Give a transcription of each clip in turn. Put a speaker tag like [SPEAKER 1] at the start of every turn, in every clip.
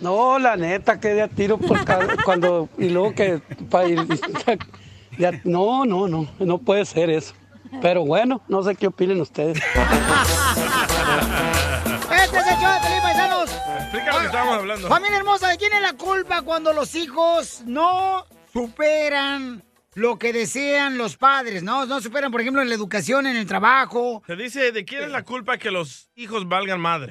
[SPEAKER 1] No, la neta, que de a tiro por cada- cuando. Y luego que. pa- y- ya- no, no, no. No puede ser eso. Pero bueno, no sé qué opinen ustedes.
[SPEAKER 2] Este es el show de Pelín, Paisanos.
[SPEAKER 3] Explica lo que estábamos hablando.
[SPEAKER 2] Familia hermosa, ¿de quién es la culpa cuando los hijos no superan lo que desean los padres? No, no superan, por ejemplo, en la educación, en el trabajo.
[SPEAKER 3] Se dice, ¿de quién es la culpa que los hijos valgan madre?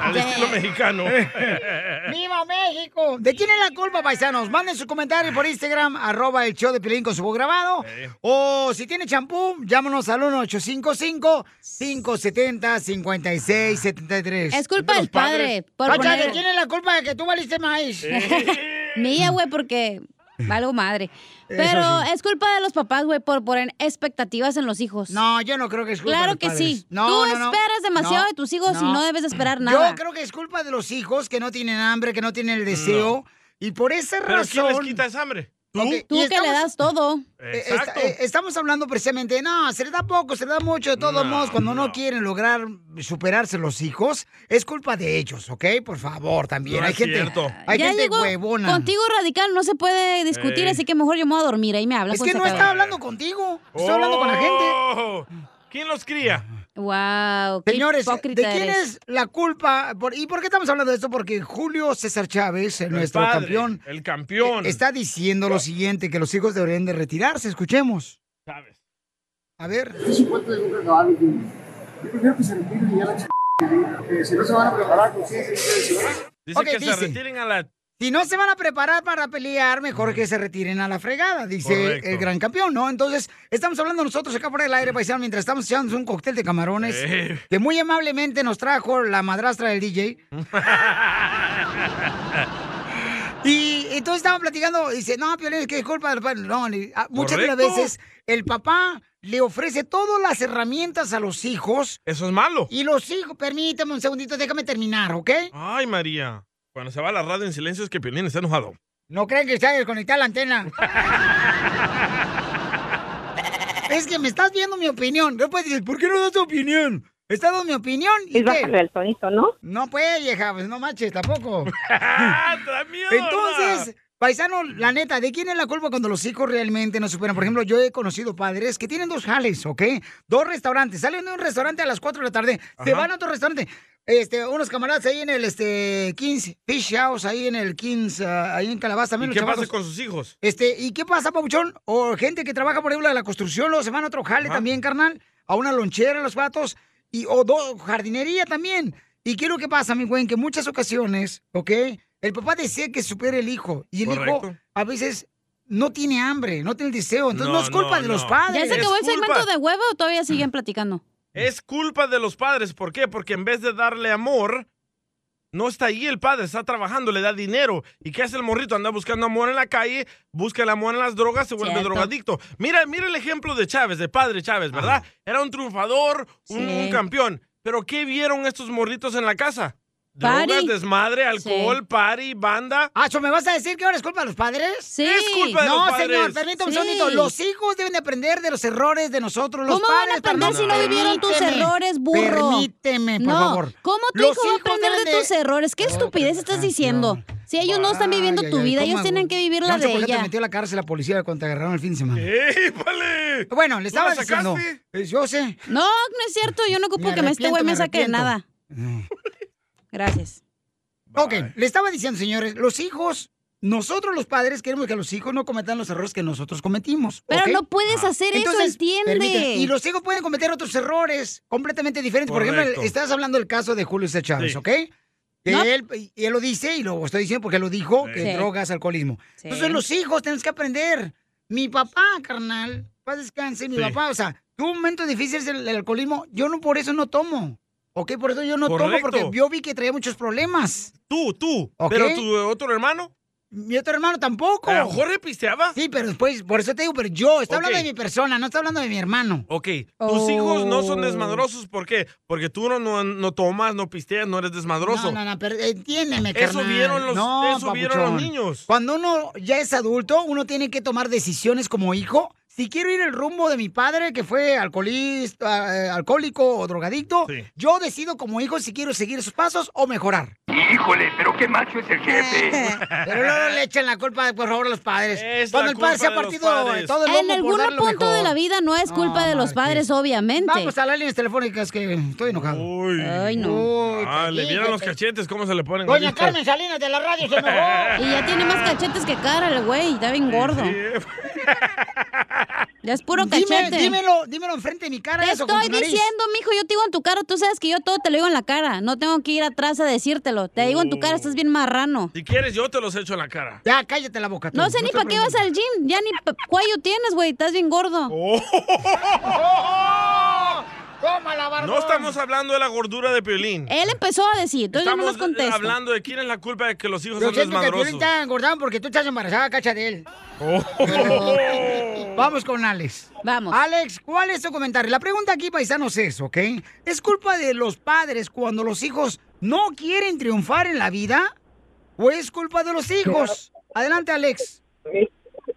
[SPEAKER 3] Al estilo mexicano.
[SPEAKER 2] ¡Viva México! ¿De quién es la culpa, paisanos? Manden su comentario por Instagram, arroba el show de Pelín con su voz grabado. O si tiene champú, llámanos al 1-855-570-5673.
[SPEAKER 4] Es culpa del padre. por
[SPEAKER 2] Cacha,
[SPEAKER 4] poner-
[SPEAKER 2] ¿de quién es la culpa de que tú valiste maíz?
[SPEAKER 4] Mía, güey, porque valgo madre.
[SPEAKER 2] Eso
[SPEAKER 4] Pero
[SPEAKER 2] sí.
[SPEAKER 4] es culpa de los papás, güey, por poner expectativas en los hijos.
[SPEAKER 2] No, yo no creo que es culpa
[SPEAKER 4] Claro
[SPEAKER 2] de los
[SPEAKER 4] que
[SPEAKER 2] padres.
[SPEAKER 4] sí.
[SPEAKER 2] No,
[SPEAKER 4] Tú
[SPEAKER 2] no, no.
[SPEAKER 4] esperas demasiado
[SPEAKER 2] No,
[SPEAKER 4] de tus hijos y
[SPEAKER 2] no.
[SPEAKER 4] no debes de esperar
[SPEAKER 2] Yo
[SPEAKER 4] nada.
[SPEAKER 2] creo que es culpa de los hijos que no tienen hambre, que no tienen el deseo. Y por esa
[SPEAKER 3] ¿Pero quién les
[SPEAKER 2] razón.
[SPEAKER 3] quita esa hambre?
[SPEAKER 2] Ok, y
[SPEAKER 4] Tú que le das todo.
[SPEAKER 2] eh,
[SPEAKER 3] Exacto.
[SPEAKER 2] esta- eh, estamos hablando precisamente, de, no, se le da poco, se le da mucho, de todos
[SPEAKER 3] No,
[SPEAKER 2] modos, cuando no
[SPEAKER 3] no.
[SPEAKER 2] quieren lograr superarse los hijos, es culpa de ellos, ¿ok? Por favor, también.
[SPEAKER 3] No
[SPEAKER 2] hay
[SPEAKER 3] es
[SPEAKER 2] gente,
[SPEAKER 3] cierto.
[SPEAKER 2] hay
[SPEAKER 4] ya
[SPEAKER 2] gente
[SPEAKER 4] llegó
[SPEAKER 2] huevona.
[SPEAKER 4] Contigo radical no se puede discutir,
[SPEAKER 3] Ey.
[SPEAKER 4] así que mejor yo me voy a dormir. Ahí me hablas.
[SPEAKER 2] es
[SPEAKER 4] cuando
[SPEAKER 2] que
[SPEAKER 4] se
[SPEAKER 2] no
[SPEAKER 4] acabe.
[SPEAKER 2] está hablando contigo, estoy hablando con la gente.
[SPEAKER 3] Oh, ¿Quién los cría?
[SPEAKER 4] Wow, qué
[SPEAKER 2] Señores, ¿de
[SPEAKER 4] hipócrita
[SPEAKER 2] quién
[SPEAKER 4] eres.
[SPEAKER 2] es la culpa? Por- ¿Y por qué estamos hablando de esto? Porque Julio César Chávez,
[SPEAKER 3] El
[SPEAKER 2] nuestro
[SPEAKER 3] padre,
[SPEAKER 2] campeón, e, Este-
[SPEAKER 3] El campeón.
[SPEAKER 2] está diciendo lo siguiente, que los hijos deberían de retirarse. Escuchemos.
[SPEAKER 3] ¿Sabes?
[SPEAKER 2] A ver.
[SPEAKER 5] Este
[SPEAKER 6] Por supuesto, yo nunca acababa bien. Yo prefiero que se retiren y ya la ch... que si no se van a preparar con ciencia, si van a-
[SPEAKER 3] Dice
[SPEAKER 2] Ok,
[SPEAKER 3] que
[SPEAKER 2] dice.
[SPEAKER 3] se retiren a la...
[SPEAKER 2] Si no se van a preparar para pelear, mejor que se retiren a la fregada, dice
[SPEAKER 3] Correcto.
[SPEAKER 2] el gran campeón, ¿no? Entonces, estamos hablando nosotros acá por el aire, paisano, mientras estamos echando un cóctel de camarones
[SPEAKER 3] Eh.
[SPEAKER 2] que muy amablemente nos trajo la madrastra del DJ. Y entonces estaba platicando, dice, no, Piolín, es que es culpa del padre. No, ni- ah, muchas de las
[SPEAKER 3] Correcto.
[SPEAKER 2] veces el papá le ofrece todas las herramientas a los hijos
[SPEAKER 3] Eso es malo. Ah.
[SPEAKER 2] y los hijos, permítame un segundito, déjame terminar, ¿ok?
[SPEAKER 3] Ay, María. Cuando se va la radio en silencio es que Piolín está enojado.
[SPEAKER 2] No creen que está desconectada la antena. es que me estás viendo mi opinión. Después dices, ¿por qué no das tu opinión? Está dando mi opinión. ¿Y
[SPEAKER 7] Es bajarle
[SPEAKER 2] qué?
[SPEAKER 7] el tonito, ¿no?
[SPEAKER 2] No pues, vieja, pues no manches tampoco.
[SPEAKER 3] ¡Ah, trae mierda!
[SPEAKER 2] Entonces, paisano, la neta, ¿de quién es la culpa cuando los hijos realmente no superan? Por ejemplo, yo he conocido padres que tienen dos jales, ¿ok? Dos restaurantes. Salen de un restaurante a las 4 de la tarde, se
[SPEAKER 3] Ajá.
[SPEAKER 2] van a otro restaurante. Este, unos camaradas ahí en el este, Kings Fish House, ahí en el Kings, ah, ahí en Calabaza. también
[SPEAKER 3] ¿Y
[SPEAKER 2] los
[SPEAKER 3] qué pasa
[SPEAKER 2] chamacos.
[SPEAKER 3] con sus hijos?
[SPEAKER 2] Este, ¿y qué pasa, Pabuchón? O gente que trabaja, por ejemplo, en la construcción, luego se van a otro jale
[SPEAKER 3] Ajá.
[SPEAKER 2] también, carnal, a una lonchera, los vatos, y, o do- jardinería también. Y quiero que pasa, mi güey, que en muchas ocasiones, ¿ok? El papá desea que supere el hijo, y el hijo
[SPEAKER 3] Correcto.
[SPEAKER 2] a veces no tiene hambre, no tiene el deseo, entonces no,
[SPEAKER 3] No,
[SPEAKER 2] es culpa
[SPEAKER 3] no,
[SPEAKER 2] de los
[SPEAKER 3] no.
[SPEAKER 4] ¿Ya
[SPEAKER 2] padres.
[SPEAKER 4] se acabó el
[SPEAKER 3] Es culpa.
[SPEAKER 4] segmento de huevo o todavía siguen platicando?
[SPEAKER 3] Es culpa de los padres. ¿Por qué? Porque en vez de darle amor, no está ahí el padre, está trabajando, le da dinero. ¿Y qué hace el morrito? Anda buscando amor en la calle, busca el amor en las drogas, se vuelve
[SPEAKER 4] Cierto.
[SPEAKER 3] drogadicto. Mira, mira el ejemplo de Chávez, de padre Chávez, ¿verdad? Era un triunfador, un,
[SPEAKER 4] Sí.
[SPEAKER 3] un campeón. Pero ¿qué vieron estos morritos en la casa? Drogas,
[SPEAKER 4] Party.
[SPEAKER 3] desmadre, alcohol, party, banda.
[SPEAKER 2] Acho, ¿me vas a decir que ahora es culpa de los padres?
[SPEAKER 4] Sí.
[SPEAKER 3] Es culpa de-
[SPEAKER 2] No,
[SPEAKER 3] los padres.
[SPEAKER 2] señor, permítame
[SPEAKER 4] Sí.
[SPEAKER 2] un segundito. Los hijos deben de aprender de los errores de nosotros, los
[SPEAKER 4] ¿Cómo van a
[SPEAKER 2] padres.
[SPEAKER 4] aprender
[SPEAKER 2] perdón.
[SPEAKER 4] si no vivieron tus
[SPEAKER 2] Permíteme,
[SPEAKER 4] errores, burro?
[SPEAKER 2] Permíteme, por
[SPEAKER 4] no.
[SPEAKER 2] favor.
[SPEAKER 4] ¿Cómo tu
[SPEAKER 2] Los
[SPEAKER 4] hijo va a
[SPEAKER 2] hijos
[SPEAKER 4] aprender
[SPEAKER 2] deben
[SPEAKER 4] de
[SPEAKER 2] de-
[SPEAKER 4] tus errores? ¿Qué
[SPEAKER 2] Otra
[SPEAKER 4] estupidez estás
[SPEAKER 2] canción.
[SPEAKER 4] diciendo? Si ellos no están viviendo
[SPEAKER 2] Ay,
[SPEAKER 4] tu
[SPEAKER 2] ay, ay,
[SPEAKER 4] vida,
[SPEAKER 2] ¿cómo
[SPEAKER 4] ellos tienen
[SPEAKER 2] hago?
[SPEAKER 4] que vivir
[SPEAKER 2] Yo
[SPEAKER 4] la
[SPEAKER 2] no sé
[SPEAKER 4] de
[SPEAKER 2] por qué te
[SPEAKER 4] ella.
[SPEAKER 2] metió a la cárcel la policía cuando te agarraron el fin de semana.
[SPEAKER 3] ¡Ey, vale!
[SPEAKER 2] Bueno, le
[SPEAKER 3] ¿No la
[SPEAKER 2] estaba diciendo.
[SPEAKER 3] sacaste?
[SPEAKER 2] eh, Yo sé.
[SPEAKER 4] No, no es cierto. Yo no ocupo
[SPEAKER 2] Me
[SPEAKER 4] que me este güey
[SPEAKER 2] arrepiento,
[SPEAKER 4] me
[SPEAKER 2] me
[SPEAKER 4] saque de nada.
[SPEAKER 2] arrepiento.
[SPEAKER 4] Gracias.
[SPEAKER 2] Ok, le estaba diciendo, señores, los hijos, nosotros los padres queremos que los hijos no cometan los errores que nosotros cometimos.
[SPEAKER 4] Pero
[SPEAKER 2] ¿ok?
[SPEAKER 4] no puedes hacer eso,
[SPEAKER 2] Entonces,
[SPEAKER 4] ¿entiende?
[SPEAKER 2] permíteme, Y los hijos pueden cometer otros errores completamente diferentes. Por ejemplo,
[SPEAKER 3] Correcto.
[SPEAKER 2] el- estás hablando del caso de Julio César Chávez,
[SPEAKER 3] Sí.
[SPEAKER 2] ¿ok? Que
[SPEAKER 4] No.
[SPEAKER 2] él, y él lo dice y lo estoy diciendo porque lo dijo,
[SPEAKER 3] Sí.
[SPEAKER 2] que
[SPEAKER 4] Sí.
[SPEAKER 2] drogas, alcoholismo.
[SPEAKER 4] Sí.
[SPEAKER 2] Entonces los hijos tenemos que aprender. Mi papá, carnal, paz descanse, mi
[SPEAKER 3] Sí.
[SPEAKER 2] papá, o sea, tuvo un momento difícil el, el alcoholismo, yo no por eso no tomo. ¿Ok? Por eso yo no tomo,
[SPEAKER 3] Correcto.
[SPEAKER 2] porque yo vi que traía muchos problemas.
[SPEAKER 3] Tú, tú.
[SPEAKER 2] Ok.
[SPEAKER 3] Pero tu otro hermano,
[SPEAKER 2] Mi otro hermano tampoco.
[SPEAKER 3] eh, Jorge pisteaba.
[SPEAKER 2] Sí, pero después, por eso te digo, pero yo, está
[SPEAKER 3] Ok.
[SPEAKER 2] hablando de mi persona, no está hablando de mi hermano.
[SPEAKER 3] Ok, tus
[SPEAKER 4] Oh.
[SPEAKER 3] hijos no son desmadrosos, ¿por qué? Porque tú no, no, no tomas, no pisteas, no eres desmadroso.
[SPEAKER 2] No, no, no, pero entiéndeme,
[SPEAKER 3] Eso
[SPEAKER 2] carnal.
[SPEAKER 3] vieron los-
[SPEAKER 2] No,
[SPEAKER 3] eso vieron los
[SPEAKER 2] papuchón.
[SPEAKER 3] niños.
[SPEAKER 2] Cuando uno ya es adulto, uno tiene que tomar decisiones como hijo si quiero ir el rumbo de mi padre, que fue alcoholista, eh, alcohólico o drogadicto, yo decido como hijo si quiero seguir sus pasos o mejorar.
[SPEAKER 7] Híjole, pero qué macho es el jefe.
[SPEAKER 2] Pero luego le echan la culpa, por favor, a los padres. Cuando el
[SPEAKER 7] la
[SPEAKER 2] padre se ha
[SPEAKER 7] culpa de los
[SPEAKER 2] partido
[SPEAKER 7] padres.
[SPEAKER 2] todo el
[SPEAKER 4] En
[SPEAKER 2] lomo
[SPEAKER 4] algún
[SPEAKER 2] por dar lo
[SPEAKER 4] punto de
[SPEAKER 2] mejor.
[SPEAKER 4] la vida no es culpa de los padres, obviamente.
[SPEAKER 2] Vamos a las líneas telefónicas que estoy enojado.
[SPEAKER 4] Ay, no.
[SPEAKER 3] Ah, le vieron los cachetes, ¿cómo se le ponen?
[SPEAKER 2] Doña
[SPEAKER 3] ahorita?
[SPEAKER 2] Carmen Salinas de la radio se enojó.
[SPEAKER 4] Y ya tiene más cachetes que cara el güey, está bien gordo. Ya es puro
[SPEAKER 2] Dime-
[SPEAKER 4] cachete.
[SPEAKER 2] dímelo, dímelo enfrente de mi cara.
[SPEAKER 4] Te
[SPEAKER 2] eso, con
[SPEAKER 4] estoy
[SPEAKER 2] tu nariz.
[SPEAKER 4] diciendo, mijo, yo te digo en tu cara, tú sabes que yo todo te lo digo en la cara. No tengo que ir atrás a decírtelo. Te digo en tu cara,
[SPEAKER 2] Oh.
[SPEAKER 4] estás bien marrano.
[SPEAKER 3] Si quieres, yo te los echo en la cara.
[SPEAKER 2] Ya, cállate la boca. tú.
[SPEAKER 4] No sé ni
[SPEAKER 2] te
[SPEAKER 4] para qué vas al gym, ya ni pa- cuello tienes, güey, estás bien gordo.
[SPEAKER 3] Oh.
[SPEAKER 2] ¡Tómala, barbón!
[SPEAKER 3] No estamos hablando de la gordura de Piolín.
[SPEAKER 4] Él empezó a decir, entonces
[SPEAKER 3] Estamos
[SPEAKER 4] yo no contesto.
[SPEAKER 3] hablando de quién es la culpa de que los hijos
[SPEAKER 2] Yo
[SPEAKER 3] son
[SPEAKER 2] siento que Piolín
[SPEAKER 3] desmadrosos.
[SPEAKER 2] está engordado porque tú estás embarazada, cacha de él. Vamos con Alex.
[SPEAKER 4] Vamos.
[SPEAKER 2] Alex, ¿cuál es tu comentario? La pregunta aquí, paisanos, es, ¿ok? ¿Es culpa de los padres cuando los hijos no quieren triunfar en la vida? ¿O es culpa de los hijos? Adelante, Alex.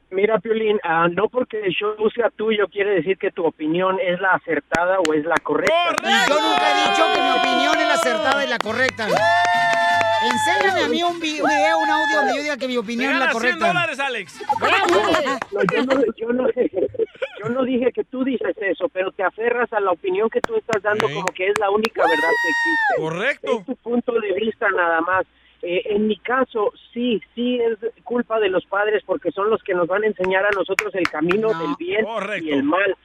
[SPEAKER 8] Mira, Piolín, ah, no porque el show sea tuyo quiere decir que tu opinión es la acertada o es la correcta.
[SPEAKER 2] Yo nunca he dicho que mi opinión es la acertada y la correcta. Enséñame a mí un vi- un video, un audio donde yo diga que mi
[SPEAKER 3] Te
[SPEAKER 2] opinión es la
[SPEAKER 3] ganas 100
[SPEAKER 2] correcta.
[SPEAKER 3] dólares, Alex.
[SPEAKER 8] No, yo, no, yo no- yo no dije que tú dices eso, pero te aferras a la opinión que tú estás dando
[SPEAKER 3] Ok.
[SPEAKER 8] como que es la única verdad que existe.
[SPEAKER 3] Correcto.
[SPEAKER 8] Es tu punto de vista nada más. Eh, en mi caso, sí, sí es culpa de los padres porque son los que nos van a enseñar a nosotros el camino
[SPEAKER 2] No.
[SPEAKER 8] del bien
[SPEAKER 3] Correcto.
[SPEAKER 8] y el mal.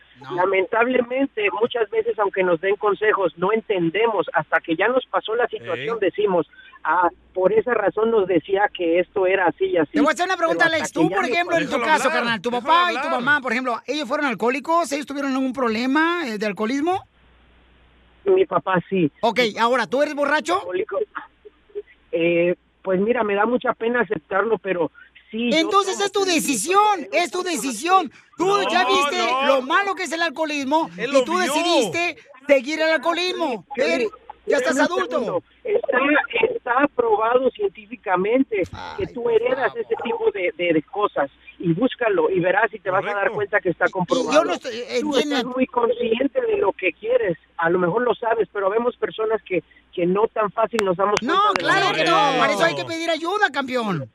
[SPEAKER 8] Lamentablemente, muchas veces, aunque nos den consejos, no entendemos. Hasta que ya nos pasó la situación, decimos, ah, por esa razón nos decía que esto era así y así.
[SPEAKER 2] Te voy a hacer una pregunta,
[SPEAKER 8] Pero hasta
[SPEAKER 2] Alex.
[SPEAKER 8] que
[SPEAKER 2] Tú,
[SPEAKER 8] ya
[SPEAKER 2] por
[SPEAKER 8] nos
[SPEAKER 2] ejemplo, en tu
[SPEAKER 3] Déjalo
[SPEAKER 2] caso,
[SPEAKER 3] hablar,
[SPEAKER 2] carnal, tu
[SPEAKER 3] déjalo
[SPEAKER 2] papá y tu
[SPEAKER 3] hablar.
[SPEAKER 2] mamá, por ejemplo, ¿ellos fueron alcohólicos? ¿Ellos tuvieron algún problema eh, de alcoholismo?
[SPEAKER 8] Mi papá sí.
[SPEAKER 2] Ok, ahora, ¿tú eres borracho?
[SPEAKER 8] alcohólico. Eh, pues mira, me da mucha pena aceptarlo, pero sí. yo
[SPEAKER 2] Entonces
[SPEAKER 8] tomo
[SPEAKER 2] es tu
[SPEAKER 8] permiso,
[SPEAKER 2] decisión,
[SPEAKER 8] pero
[SPEAKER 2] es tu decisión. Tú
[SPEAKER 3] No,
[SPEAKER 2] ya viste
[SPEAKER 3] no.
[SPEAKER 2] lo malo que es el alcoholismo
[SPEAKER 3] Él
[SPEAKER 2] y
[SPEAKER 3] lo
[SPEAKER 2] tú
[SPEAKER 3] vio.
[SPEAKER 2] decidiste seguir el alcoholismo. Eres- ya estás
[SPEAKER 8] Espérame un segundo.
[SPEAKER 2] adulto.
[SPEAKER 8] Está, está aprobado científicamente que
[SPEAKER 2] Ay,
[SPEAKER 8] tú
[SPEAKER 2] por
[SPEAKER 8] heredas
[SPEAKER 2] favor.
[SPEAKER 8] ese tipo de, de- de cosas y búscalo y verás y te vas a dar
[SPEAKER 3] Correcto.
[SPEAKER 8] cuenta que está comprobado.
[SPEAKER 2] yo no estoy- eh,
[SPEAKER 8] tú
[SPEAKER 2] entiendo.
[SPEAKER 8] estás muy consciente de lo que quieres, a lo mejor lo sabes, pero vemos personas que, que no tan fácil nos damos cuenta.
[SPEAKER 2] No,
[SPEAKER 8] de lo
[SPEAKER 2] claro que no.
[SPEAKER 3] Correcto.
[SPEAKER 2] Para eso hay que pedir ayuda, campeón.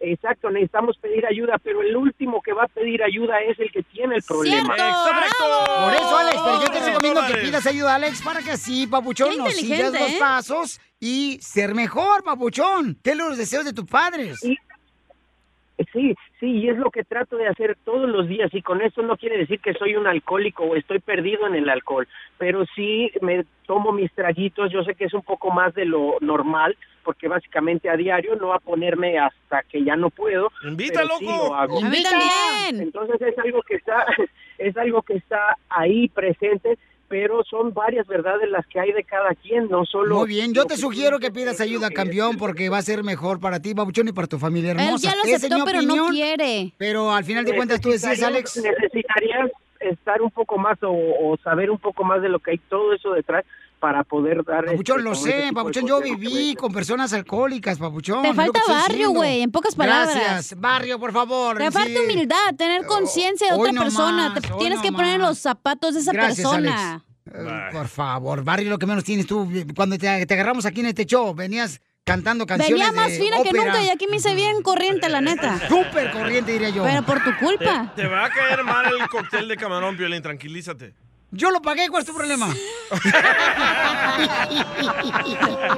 [SPEAKER 8] Exacto, necesitamos pedir ayuda, pero el último que va a pedir ayuda es el que tiene el problema.
[SPEAKER 4] Cierto, bravo.
[SPEAKER 2] Por eso, Alex, pero yo te
[SPEAKER 3] Cien
[SPEAKER 2] recomiendo que
[SPEAKER 3] dólares.
[SPEAKER 2] pidas ayuda, Alex, para que así, papuchón,
[SPEAKER 4] Qué
[SPEAKER 2] nos sigas
[SPEAKER 4] inteligente,
[SPEAKER 2] los
[SPEAKER 4] ¿eh?
[SPEAKER 2] pasos y ser mejor, papuchón. ¿Qué los deseos de tus padres?
[SPEAKER 8] Sí. Sí, sí, y es lo que trato de hacer todos los días y con eso no quiere decir que soy un alcohólico o estoy perdido en el alcohol, pero sí me tomo mis traguitos, yo sé que es un poco más de lo normal, porque básicamente a diario no va a ponerme hasta que ya no puedo.
[SPEAKER 3] Invita,
[SPEAKER 8] pero sí
[SPEAKER 3] loco.
[SPEAKER 8] lo hago.
[SPEAKER 4] A mí
[SPEAKER 2] Invita.
[SPEAKER 4] también.
[SPEAKER 8] Entonces es algo que está es algo que está ahí presente, pero son varias verdades las que hay de cada quien, no solo
[SPEAKER 2] Muy bien, yo
[SPEAKER 8] lo
[SPEAKER 2] te
[SPEAKER 8] que
[SPEAKER 2] sugiero
[SPEAKER 8] tú
[SPEAKER 2] que pidas
[SPEAKER 8] piensas,
[SPEAKER 2] ayuda,
[SPEAKER 8] lo que
[SPEAKER 2] campeón, porque va a ser mejor para ti, papuchón, y para tu familia hermosa.
[SPEAKER 4] Él ya lo
[SPEAKER 2] Esa es mi
[SPEAKER 4] aceptó, pero no
[SPEAKER 2] opinión,
[SPEAKER 4] quiere.
[SPEAKER 2] Pero al final de cuentas tú decías,
[SPEAKER 8] Necesitarías-
[SPEAKER 2] Pues, Alex,
[SPEAKER 8] Necesitarías estar un poco más o, o saber un poco más de lo que hay todo eso detrás para poder dar...
[SPEAKER 2] Papuchón,
[SPEAKER 8] este,
[SPEAKER 2] lo
[SPEAKER 8] como ese
[SPEAKER 2] sé,
[SPEAKER 8] tipo de ¿eh?
[SPEAKER 2] Papuchón, yo
[SPEAKER 8] consejos que
[SPEAKER 2] viví
[SPEAKER 8] tú
[SPEAKER 2] con personas alcohólicas, Papuchón.
[SPEAKER 4] Te
[SPEAKER 2] es lo que
[SPEAKER 4] falta
[SPEAKER 2] estoy
[SPEAKER 4] barrio,
[SPEAKER 2] diciendo.
[SPEAKER 4] güey, en pocas palabras.
[SPEAKER 2] Gracias, barrio, por favor.
[SPEAKER 4] Te
[SPEAKER 2] sí. Oh,
[SPEAKER 4] falta humildad, tener conciencia de
[SPEAKER 2] hoy
[SPEAKER 4] otra
[SPEAKER 2] no
[SPEAKER 4] persona.
[SPEAKER 2] más,
[SPEAKER 4] Te
[SPEAKER 2] hoy
[SPEAKER 4] tienes
[SPEAKER 2] no
[SPEAKER 4] que poner en
[SPEAKER 2] más.
[SPEAKER 4] los zapatos de esa
[SPEAKER 2] Gracias,
[SPEAKER 4] persona.
[SPEAKER 2] Alex. Eh, Por favor, barrio, lo que menos tienes tú. Cuando te, te agarramos aquí en este show, venías cantando canciones
[SPEAKER 4] Venía más
[SPEAKER 2] de
[SPEAKER 4] fina que
[SPEAKER 2] ópera.
[SPEAKER 4] nunca y aquí me hice bien corriente, la neta.
[SPEAKER 2] Súper corriente, diría yo.
[SPEAKER 4] Pero por tu
[SPEAKER 3] Te,
[SPEAKER 4] culpa.
[SPEAKER 3] te va a caer mal el cóctel de camarón, Piolín, tranquilízate.
[SPEAKER 2] Yo lo pagué, ¿cuál es tu problema?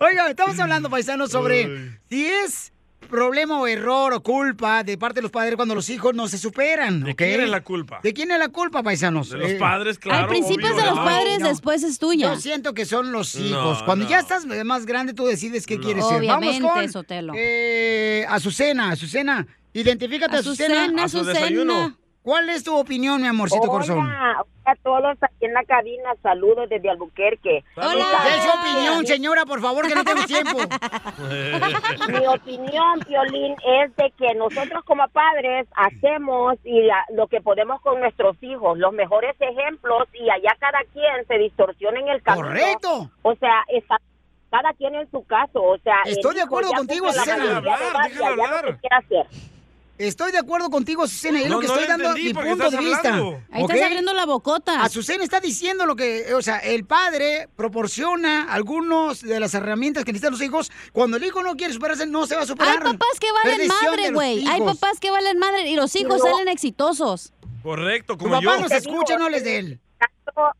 [SPEAKER 2] Oiga, estamos hablando, paisanos, sobre si es problema o error o culpa de parte de los padres cuando los hijos no se superan,
[SPEAKER 3] ¿De
[SPEAKER 2] ¿ok?
[SPEAKER 3] quién es la culpa?
[SPEAKER 2] ¿De quién es la culpa, paisanos?
[SPEAKER 3] De los
[SPEAKER 2] Eh,
[SPEAKER 3] padres, claro.
[SPEAKER 4] Al principio es de
[SPEAKER 3] obvio,
[SPEAKER 4] los
[SPEAKER 3] ¿no?
[SPEAKER 4] padres,
[SPEAKER 2] no.
[SPEAKER 4] después es tuya.
[SPEAKER 2] Yo siento que son los
[SPEAKER 3] No,
[SPEAKER 2] hijos. Cuando
[SPEAKER 3] no.
[SPEAKER 2] ya estás más grande, tú decides qué quieres ser.
[SPEAKER 4] Obviamente,
[SPEAKER 2] Vamos con
[SPEAKER 4] Sotelo.
[SPEAKER 2] eh, Azucena, Azucena. Identifícate, Azucena.
[SPEAKER 4] Azucena,
[SPEAKER 3] A su desayuno.
[SPEAKER 4] Azucena.
[SPEAKER 2] ¿Cuál es tu opinión, mi amorcito corazón?
[SPEAKER 9] Hola, a todos aquí en la cabina, saludos desde Albuquerque.
[SPEAKER 4] Hola.
[SPEAKER 2] ¿Qué es su opinión, señora? Por favor, que no tenemos tiempo.
[SPEAKER 9] Mi opinión, Violín, es de que nosotros como padres hacemos y la- lo que podemos con nuestros hijos, los mejores ejemplos y allá cada quien se distorsiona en el camino.
[SPEAKER 2] Correcto.
[SPEAKER 9] O sea, está- cada quien en su caso, o sea, el
[SPEAKER 2] Estoy de
[SPEAKER 9] hijo
[SPEAKER 2] acuerdo
[SPEAKER 9] ya
[SPEAKER 2] contigo,
[SPEAKER 9] cumple la
[SPEAKER 2] Azucena.
[SPEAKER 9] mayoría de edad y
[SPEAKER 3] Déjala hablar,
[SPEAKER 9] allá
[SPEAKER 3] déjala
[SPEAKER 9] lo que
[SPEAKER 3] hablar.
[SPEAKER 9] quiera hacer.
[SPEAKER 2] Estoy de acuerdo contigo, Azucena. Es
[SPEAKER 3] No,
[SPEAKER 2] lo que
[SPEAKER 3] no
[SPEAKER 2] estoy
[SPEAKER 3] lo
[SPEAKER 2] dando
[SPEAKER 3] entendí,
[SPEAKER 2] mi
[SPEAKER 3] porque
[SPEAKER 2] punto de
[SPEAKER 3] estás
[SPEAKER 2] vista.
[SPEAKER 3] hablando.
[SPEAKER 4] Ahí estás abriendo la bocota.
[SPEAKER 2] Azucena está diciendo lo que, o sea, el padre proporciona algunas de las herramientas que necesitan los hijos. Cuando el hijo no quiere superarse, no se va a
[SPEAKER 4] Hay
[SPEAKER 2] superar.
[SPEAKER 4] papás que
[SPEAKER 2] Pero
[SPEAKER 4] valen
[SPEAKER 2] es decisión de
[SPEAKER 4] madre,
[SPEAKER 2] los
[SPEAKER 4] güey. Hay
[SPEAKER 2] hijos.
[SPEAKER 4] papás que valen madre y los hijos
[SPEAKER 9] Pero-
[SPEAKER 4] salen exitosos.
[SPEAKER 3] Correcto,
[SPEAKER 2] Tu
[SPEAKER 3] como yo.
[SPEAKER 2] papá nos escucha, no les dé él.
[SPEAKER 9] caso-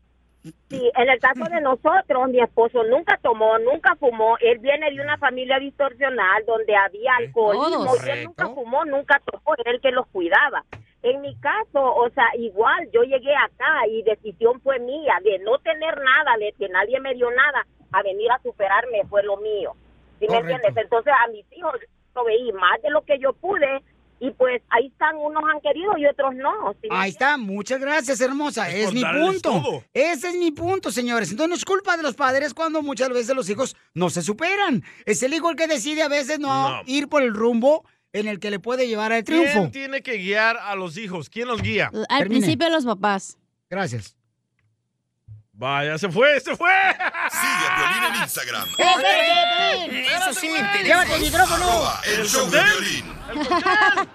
[SPEAKER 9] sí, en el caso de nosotros, mi esposo nunca tomó, nunca fumó. Él viene de una familia distorsional donde había
[SPEAKER 3] Eh,
[SPEAKER 9] alcoholismo.
[SPEAKER 4] Todos.
[SPEAKER 9] y él nunca
[SPEAKER 2] Correcto.
[SPEAKER 9] fumó, nunca tomó. Era el que los cuidaba. En mi caso, o sea, igual yo llegué acá y decisión fue mía de no tener nada, de que nadie me dio nada, a venir a superarme fue lo mío. ¿Sí me
[SPEAKER 2] Correcto.
[SPEAKER 9] entiendes? Entonces a mis hijos lo veí más de lo que yo pude y pues ahí están, unos han querido y otros no. ¿sí me
[SPEAKER 2] Ahí está, muchas gracias, hermosa.
[SPEAKER 3] Es
[SPEAKER 2] Es,
[SPEAKER 3] por
[SPEAKER 2] mi
[SPEAKER 3] darles
[SPEAKER 2] punto.
[SPEAKER 3] todo.
[SPEAKER 2] Ese es mi punto, señores. Entonces no es culpa de los padres cuando muchas veces los hijos no se superan. Es el hijo el que decide a veces no,
[SPEAKER 3] No.
[SPEAKER 2] ir por el rumbo en el que le puede llevar al triunfo.
[SPEAKER 3] ¿Quién tiene que guiar a los hijos? ¿Quién los guía?
[SPEAKER 4] Al
[SPEAKER 2] Termine.
[SPEAKER 4] principio los papás.
[SPEAKER 2] Gracias.
[SPEAKER 3] Vaya, se fue, se fue.
[SPEAKER 10] Sigue a Piolín en Instagram.
[SPEAKER 2] Eso sí me interesa. Llévate el micrófono.
[SPEAKER 10] Arroba el show de
[SPEAKER 3] cóctel.
[SPEAKER 10] Piolín.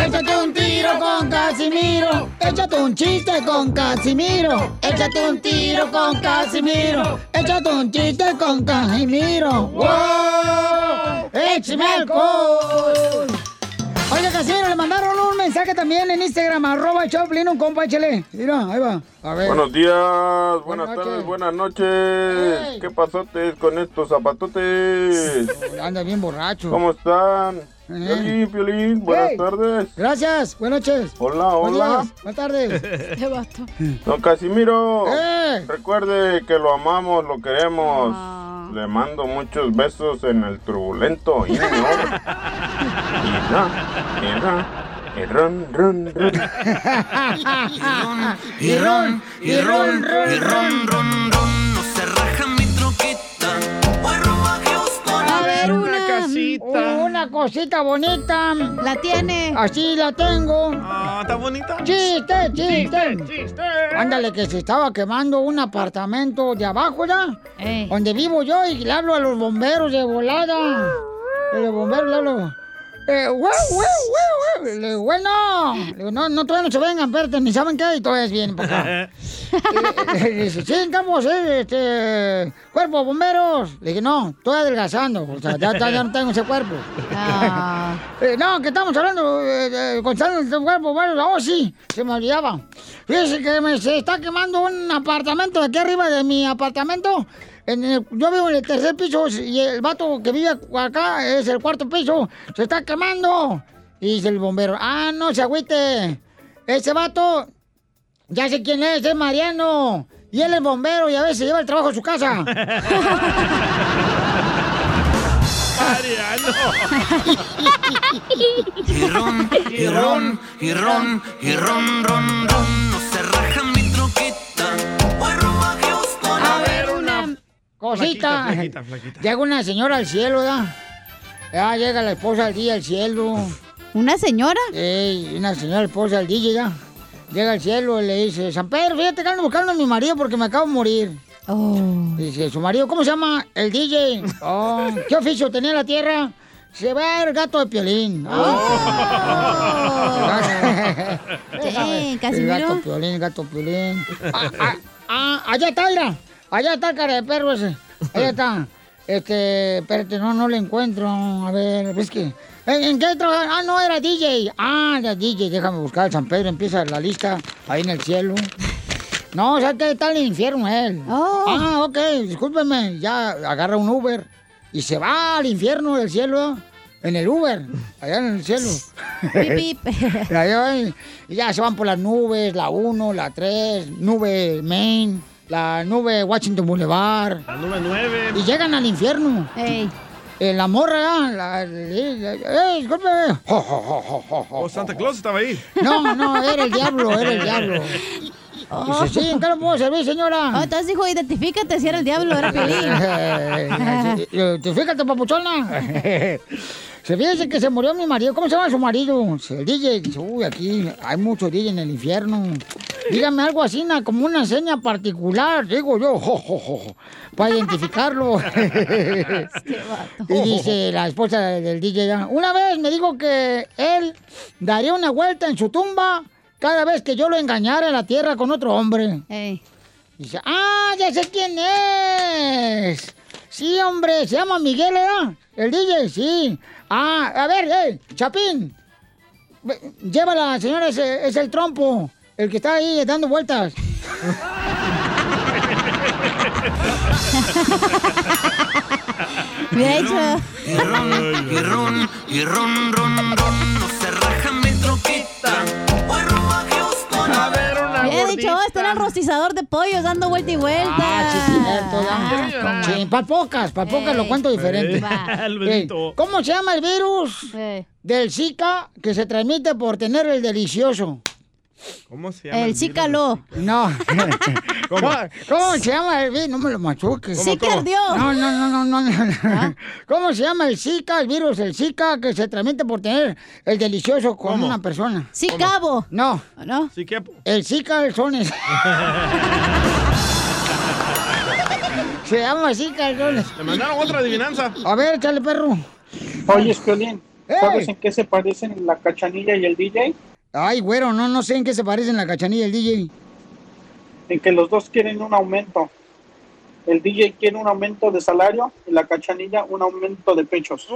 [SPEAKER 2] Échate un tiro con Casimiro. Échate un chiste con Casimiro. Échate un tiro con Casimiro. Échate un chiste con Casimiro. ¡Wow! ¡Échame alcohol! Oye, Casimiro, le mandaron un mensaje también en Instagram, arroba el Choplin, un compa, échale. Mira, ahí va. A ver.
[SPEAKER 11] Buenos días, buenas
[SPEAKER 2] Buenas noches.
[SPEAKER 11] tardes, buenas noches.
[SPEAKER 2] Ey.
[SPEAKER 11] ¿Qué pasotes con estos zapatotes?
[SPEAKER 2] Anda bien borracho.
[SPEAKER 11] ¿Cómo están?
[SPEAKER 2] Ey.
[SPEAKER 11] Piolín, Piolín, buenas
[SPEAKER 2] Ey.
[SPEAKER 11] tardes.
[SPEAKER 2] Gracias, buenas noches.
[SPEAKER 11] Hola, hola.
[SPEAKER 2] Buenos días, Buenas tardes.
[SPEAKER 4] Este vato.
[SPEAKER 11] Don Casimiro,
[SPEAKER 2] ¡Eh!
[SPEAKER 11] recuerde que lo amamos, lo queremos.
[SPEAKER 4] Ah.
[SPEAKER 11] Le mando muchos besos en el turbulento. Y ra, y ra, y ron, ron, ron.
[SPEAKER 2] Y ron, y ron, ron, ron. A ver,
[SPEAKER 3] Una casita.
[SPEAKER 2] Una cosita bonita.
[SPEAKER 4] La tiene.
[SPEAKER 2] Así la tengo.
[SPEAKER 3] Ah, está bonita.
[SPEAKER 2] Chiste, chiste. Ándale, que se estaba quemando un apartamento de abajo, ¿ya?
[SPEAKER 4] Ey.
[SPEAKER 2] Donde vivo yo y le hablo a los bomberos de volada. Y los bomberos le hablo. Eh, guau, guau, guau, guau. Le digo, bueno, Le digo, no, no, todavía no se vengan, espérate, ni saben qué, y todavía es bien, papá. Y dice, sí, estamos, eh, este, cuerpo, de bomberos. Le dije, no, estoy adelgazando, o sea, ya, ya- ya no tengo ese cuerpo.
[SPEAKER 4] Ah.
[SPEAKER 2] Eh, no, que estamos hablando, eh, eh, contando este cuerpo, bueno, oh, sí, se me olvidaba. Fíjese que me- se está quemando un apartamento aquí arriba de mi apartamento. En el- yo vivo en el tercer piso y el vato que vive acá es el cuarto piso. Se está quemando. Y dice el bombero, ah, no se agüite. Ese vato ya sé quién es, es Mariano. Y él es bombero y a veces lleva el trabajo a su casa.
[SPEAKER 3] Y ron, y ron, y ron, ron, ron. No se raja mi troquita. A ver, una.
[SPEAKER 2] Cosita.
[SPEAKER 3] Flaquita, flaquita, flaquita.
[SPEAKER 2] Llega una señora al cielo, ¿verdad? Ya llega la esposa al día al cielo.
[SPEAKER 4] ¿Una señora?
[SPEAKER 2] Ey, una señora esposa al DJ ya. Llega al cielo y le dice, San Pedro, fíjate que ando buscando a mi marido porque me acabo de morir.
[SPEAKER 4] Oh.
[SPEAKER 2] Dice, su marido, ¿cómo se llama? El DJ. "Oh, ¿Qué oficio tenía la tierra? Se va el gato de piolín. Ah.
[SPEAKER 4] Dang,
[SPEAKER 2] el
[SPEAKER 4] Casimiro.
[SPEAKER 2] gato piolín, el gato piolín. Ah, ah, ah, allá está, mira. Allá está el cara de perro ese. Allá está. Este, espérate, no, no lo encuentro. A ver, es que. ¿En, en qué trabaja? Ah, no, era DJ. Ah, era DJ. Déjame buscar el San Pedro. Empieza la lista ahí en el cielo. No, o sea que está en el infierno él.
[SPEAKER 4] Oh.
[SPEAKER 2] Ah, ok, discúlpeme. Ya agarra un Uber y se va al infierno del cielo. En el Uber, allá en el cielo.
[SPEAKER 4] Pip, pip.
[SPEAKER 2] Y ahí van, y ya se van por las nubes, la 1, la 3, nube Main, la nube Washington Boulevard.
[SPEAKER 3] La nube 9.
[SPEAKER 2] Y llegan al infierno.
[SPEAKER 4] Ey.
[SPEAKER 2] Eh, la morra, la, la- la- eh, discúlpeme. Jo, jo, jo, jo, jo, jo.
[SPEAKER 3] Oh, Santa Claus estaba ahí.
[SPEAKER 2] No, no, era el diablo, era el diablo.
[SPEAKER 4] Oh.
[SPEAKER 2] Dice, sí, ¿en qué lo puedo servir, señora?
[SPEAKER 4] Oh, entonces dijo, identifícate si era el diablo, era Piolín.
[SPEAKER 2] Eh, eh, eh, Fíjate, papuchona. Se fíjese que se murió mi marido. ¿Cómo se llama su marido? El DJ. Uy, aquí hay mucho DJ en el infierno. Dígame algo así, na, como una seña particular, digo yo, jo, jo, jo, jo, para identificarlo. y dice la esposa del DJ, ya, una vez me dijo que él daría una vuelta en su tumba cada vez que yo lo engañara en la tierra con otro hombre. Dice, ah, ya sé quién es. Sí, hombre, se llama Miguel, ¿verdad? El DJ, sí. Ah, a ver, eh, Chapín, Ve- Llévala, señora, ese es el trompo, el que está ahí dando vueltas.
[SPEAKER 4] De hecho.
[SPEAKER 12] Y ron, y ron, ron, ron, no se raja mi troquita. Voy rumbo a Houston a ver una
[SPEAKER 4] Había dicho, oh,
[SPEAKER 12] gordita.
[SPEAKER 4] está en el rostizador de pollos dando vuelta y vuelta. Ah,
[SPEAKER 2] sí, Ah, para pocas, para pocas lo cuento diferente.
[SPEAKER 4] Va.
[SPEAKER 12] El
[SPEAKER 2] Eh,
[SPEAKER 12] Benito.
[SPEAKER 2] ¿Cómo se llama el virus del Zika que se transmite por tener el delicioso?
[SPEAKER 3] ¿Cómo se llama?
[SPEAKER 2] Zícalo. No.
[SPEAKER 3] ¿Cómo?
[SPEAKER 2] ¿Cómo? se llama el virus? No me lo machuques.
[SPEAKER 3] ¿Cómo, Zika cómo? ardió.
[SPEAKER 2] No, no, no, no, no. no. ¿Cómo se llama el Zika, el virus, el Zika que se transmite por tener el delicioso con
[SPEAKER 3] ¿Cómo?
[SPEAKER 2] una persona?
[SPEAKER 3] ¿Cómo?
[SPEAKER 2] Zicabo. No.
[SPEAKER 4] ¿No?
[SPEAKER 3] Sí, que...
[SPEAKER 2] El Zika calzones. Se llama así, calzones.
[SPEAKER 3] Le mandaron otra adivinanza.
[SPEAKER 2] A ver, échale, perro.
[SPEAKER 13] Oye, Piolín, ¿sabes
[SPEAKER 2] ¡Ey!
[SPEAKER 13] en qué se parecen la cachanilla y el DJ?
[SPEAKER 2] Ay, güero, no, no sé en qué se parecen la cachanilla y el DJ.
[SPEAKER 13] En que los dos quieren un aumento. El DJ quiere un aumento de salario y la cachanilla un aumento de pechos.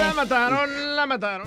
[SPEAKER 3] La mataron, la mataron.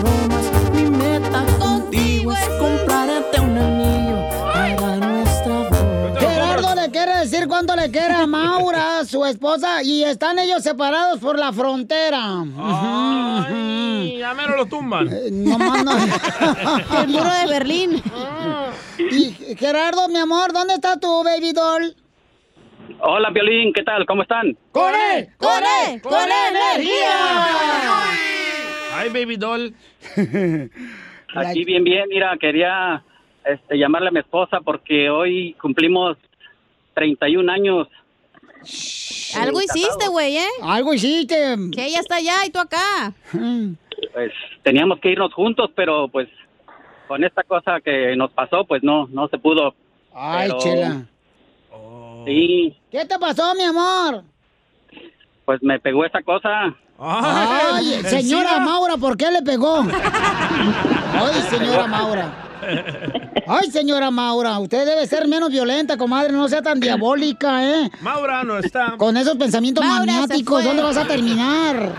[SPEAKER 12] bromas. Mi meta contigo es comprarte un anillo para nuestra
[SPEAKER 2] Gerardo le quiere decir cuánto le quiere a Maura, su esposa, y están ellos separados por la frontera.
[SPEAKER 3] Y ya mero lo tumban.
[SPEAKER 2] No, más Eh, no.
[SPEAKER 3] El muro de
[SPEAKER 2] Berlín. Y Gerardo, mi amor, ¿dónde está tu baby doll?
[SPEAKER 14] Hola, Piolín, ¿qué tal? ¿Cómo están?
[SPEAKER 2] ¡Con él! ¡Con él! ¡Con energía!
[SPEAKER 3] Ay, baby doll.
[SPEAKER 14] Aquí bien, bien. Mira, quería este, llamarle a mi esposa porque hoy cumplimos 31 años.
[SPEAKER 4] Algo hiciste, güey, ¿eh?
[SPEAKER 2] Algo hiciste.
[SPEAKER 4] Que ella está allá y tú acá.
[SPEAKER 14] Pues teníamos que irnos juntos, pero pues con esta cosa que nos pasó, pues no, no se pudo.
[SPEAKER 2] Ay,
[SPEAKER 14] Pero-
[SPEAKER 2] chela.
[SPEAKER 3] Oh.
[SPEAKER 14] Sí,
[SPEAKER 2] ¿Qué te pasó, mi amor?
[SPEAKER 14] pues me pegó esta cosa.
[SPEAKER 3] Ah.
[SPEAKER 2] Ay, señora Maura, ¿por qué le pegó? Ay, señora Maura. Ay, señora Maura, usted debe ser menos violenta, comadre, no sea tan diabólica, ¿eh?
[SPEAKER 3] Maura no está.
[SPEAKER 2] Con esos pensamientos
[SPEAKER 3] Maura se
[SPEAKER 2] maniáticos,
[SPEAKER 3] fue.
[SPEAKER 2] ¿dónde vas a terminar?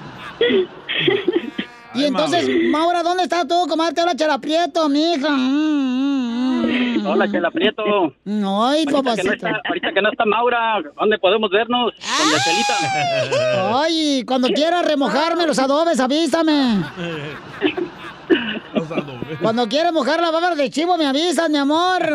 [SPEAKER 2] Y entonces, Maura, ¿dónde está tú, comadre? Te habla Chela Prieto, mija. Mm, mm, mm.
[SPEAKER 14] Hola, Chela Prieto.
[SPEAKER 2] Ay,
[SPEAKER 14] Ahorita que, no
[SPEAKER 2] papacito.
[SPEAKER 14] está, ahorita que no está Maura, ¿dónde podemos vernos? Con la Chelita.
[SPEAKER 2] Ay, cuando quieras remojarme los adobes, avísame. Cuando quieras mojar la baba de chivo, me avisas, mi amor.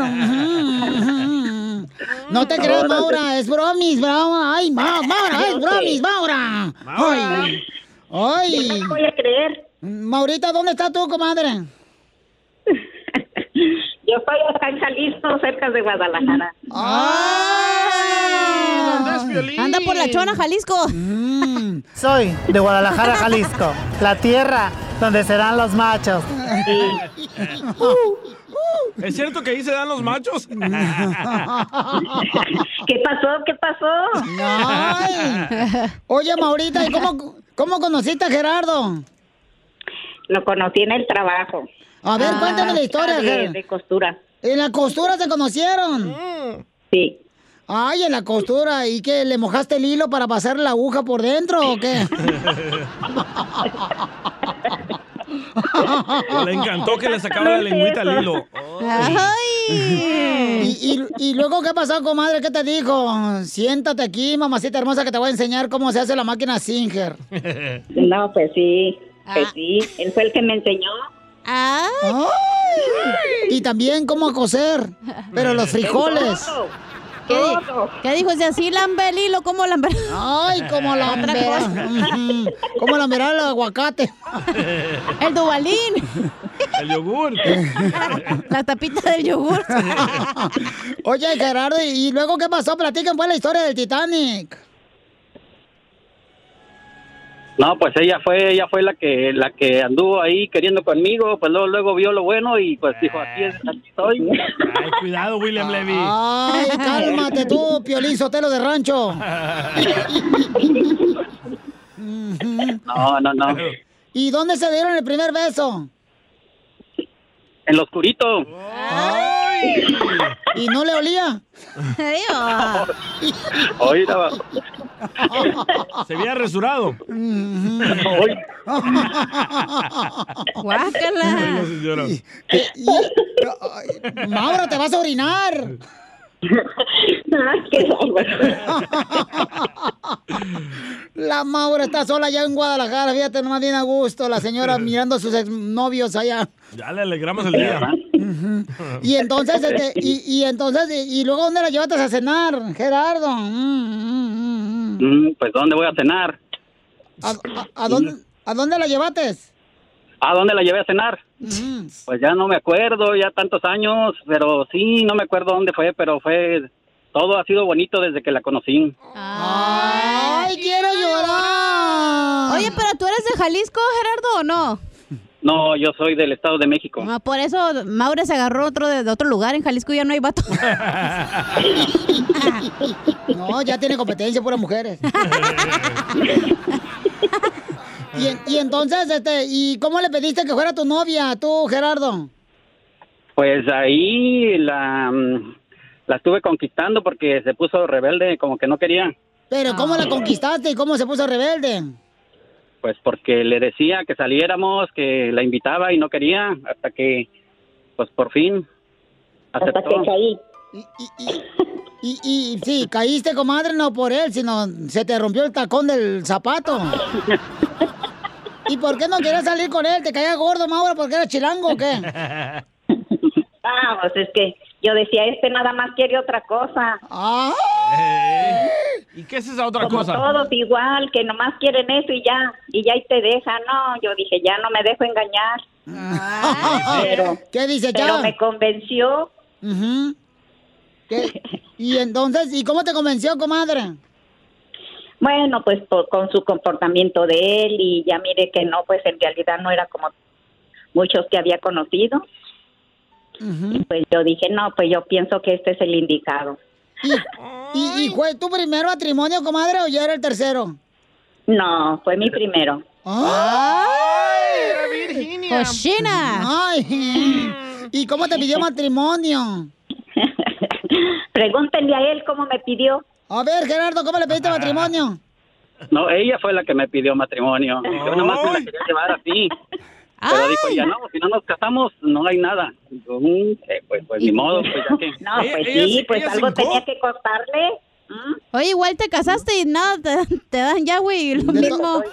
[SPEAKER 2] No te creas,
[SPEAKER 12] Ahora sí.
[SPEAKER 2] Maura, es bromis, Maura. Ay, Ma- Maura, es bromis, Maura. Ay, ay. voy a creer. Maurita, ¿dónde estás tú, comadre?
[SPEAKER 15] Yo estoy acá en Jalisco, cerca de Guadalajara.
[SPEAKER 2] Ah.
[SPEAKER 4] Anda por la chona, Jalisco.
[SPEAKER 16] Soy de Guadalajara, Jalisco, la tierra donde serán los machos.
[SPEAKER 3] ¿Es cierto que ahí se dan los machos?
[SPEAKER 2] ¿Qué pasó? ¿Qué pasó? Ay. Oye, Maurita, ¿y cómo, cómo conociste a Gerardo?
[SPEAKER 15] Lo conocí en el trabajo.
[SPEAKER 2] A
[SPEAKER 17] Ah,
[SPEAKER 2] ver, cuéntame la historia,
[SPEAKER 15] de,
[SPEAKER 2] Ger.
[SPEAKER 15] de costura.
[SPEAKER 2] ¿En la costura se conocieron? Sí. Ay, en la costura. ¿Y qué? ¿Le mojaste el hilo para pasar la aguja por dentro o qué?
[SPEAKER 3] Le encantó que le sacaba la lengüita al hilo.
[SPEAKER 2] Ay. ¿Y, y, y luego qué pasó, comadre? ¿Qué te dijo? Siéntate aquí, mamacita hermosa, que te voy a enseñar cómo se hace la máquina Singer.
[SPEAKER 15] No, pues sí.
[SPEAKER 2] Ah.
[SPEAKER 17] Que sí, él fue el que me enseñó.
[SPEAKER 2] Ay. Y también cómo coser, pero los frijoles.
[SPEAKER 4] ¿Qué, di- qué dijo? Si así lambelilo, ¿cómo lambelilo?
[SPEAKER 2] Ay, como lambera. ¿Cómo lamberá el aguacate?
[SPEAKER 4] El dubalín.
[SPEAKER 3] El yogur.
[SPEAKER 4] La tapita del yogur.
[SPEAKER 2] Oye, Gerardo, ¿y luego qué pasó? Platiquen, fue la historia del Titanic.
[SPEAKER 14] No, pues ella fue, ella fue la que, la que anduvo ahí queriendo conmigo, pues luego, luego vio lo bueno y pues dijo, aquí, es, aquí estoy.
[SPEAKER 3] Ay, cuidado, William Levy.
[SPEAKER 2] Ay, cálmate tú, Piolín Sotelo de Rancho.
[SPEAKER 14] No, no, no.
[SPEAKER 2] ¿Y dónde se dieron el primer beso?
[SPEAKER 14] En lo oscurito.
[SPEAKER 2] ¿Y no le olía?
[SPEAKER 14] Hoy estaba-
[SPEAKER 3] Se había resurado.
[SPEAKER 14] hoy-
[SPEAKER 3] Ay, no, señora.
[SPEAKER 2] Mauro, te vas a orinar. La Maura está sola allá en Guadalajara, fíjate, nomás bien a gusto, la señora mirando a sus novios allá.
[SPEAKER 3] Ya le alegramos el día.
[SPEAKER 2] Y entonces, este, y, y entonces, y, y luego dónde la llevaste a cenar, Gerardo? Mm, mm.
[SPEAKER 14] Mm, pues ¿dónde voy a cenar?
[SPEAKER 2] ¿A, a- a dónde, ¿A dónde la llevaste?
[SPEAKER 14] ¿A dónde la llevé a cenar?
[SPEAKER 2] Mm,
[SPEAKER 14] Pues ya no me acuerdo, ya tantos años, pero sí, no me acuerdo dónde fue, pero fue... Todo ha sido bonito desde que la conocí.
[SPEAKER 2] ¡Ay, quiero llorar!
[SPEAKER 4] Oye, pero tú eres de Jalisco, Gerardo, o no?
[SPEAKER 14] No, yo soy del Estado de México.
[SPEAKER 4] Ah, por eso Maure se agarró otro de, de otro lugar. En Jalisco ya no hay vato.
[SPEAKER 2] No, ya tiene competencia puras mujeres. y, en- y entonces, este, ¿y cómo le pediste que fuera tu novia, tú, Gerardo?
[SPEAKER 14] Pues ahí la, mm, la estuve conquistando porque se puso rebelde, como que no quería.
[SPEAKER 2] Pero ¿cómo la conquistaste y cómo se puso rebelde?
[SPEAKER 14] Pues porque le decía que saliéramos, que la invitaba y no quería, hasta que, pues por fin, aceptó.
[SPEAKER 2] Y, y sí, caíste, comadre, no por él, sino se te rompió el tacón del zapato. ¿Y por qué no querías salir con él? ¿Te caía gordo, Mauro, porque era chilango o qué?
[SPEAKER 17] Vamos, es que yo decía, este nada más quiere otra cosa.
[SPEAKER 2] Ah.
[SPEAKER 3] ¿Y qué es esa otra
[SPEAKER 17] Como
[SPEAKER 3] cosa?
[SPEAKER 17] todos igual, que nomás quieren eso y ya, y ya y te dejan. No, yo dije, ya no me dejo engañar. Pero,
[SPEAKER 2] Ah. ¿Qué dice ya?
[SPEAKER 17] Pero me convenció.
[SPEAKER 2] Ujú. ¿Qué? Y entonces, ¿y cómo te convenció, comadre?
[SPEAKER 17] Bueno, pues por- con su comportamiento de él y ya mire que no, pues en realidad no era como muchos que había conocido. Y pues yo dije, no, pues yo pienso que este es el indicado.
[SPEAKER 2] ¿Y, y fue tu primer matrimonio, comadre, o ya era el tercero?
[SPEAKER 17] No, fue mi primero.
[SPEAKER 2] ¡Ay!
[SPEAKER 3] ¡Era Virginia!
[SPEAKER 2] ¡Cochina! ¡Ay! ¿Y cómo te pidió matrimonio?
[SPEAKER 17] Pregúntenle a él cómo me pidió.
[SPEAKER 2] A ver, Gerardo, ¿cómo le pediste matrimonio?
[SPEAKER 14] No, ella fue la que me pidió matrimonio. Yo nada más me la quería llevar así. Pero dijo ella, no, si no nos casamos, no hay nada. Digo, mm, eh, pues, pues ni modo, pues ya que...
[SPEAKER 17] No, pues sí, pues algo tenía que contarle. ¿Mm?
[SPEAKER 4] Oye, igual te casaste y nada, te, te dan ya, güey, lo mismo.
[SPEAKER 2] Es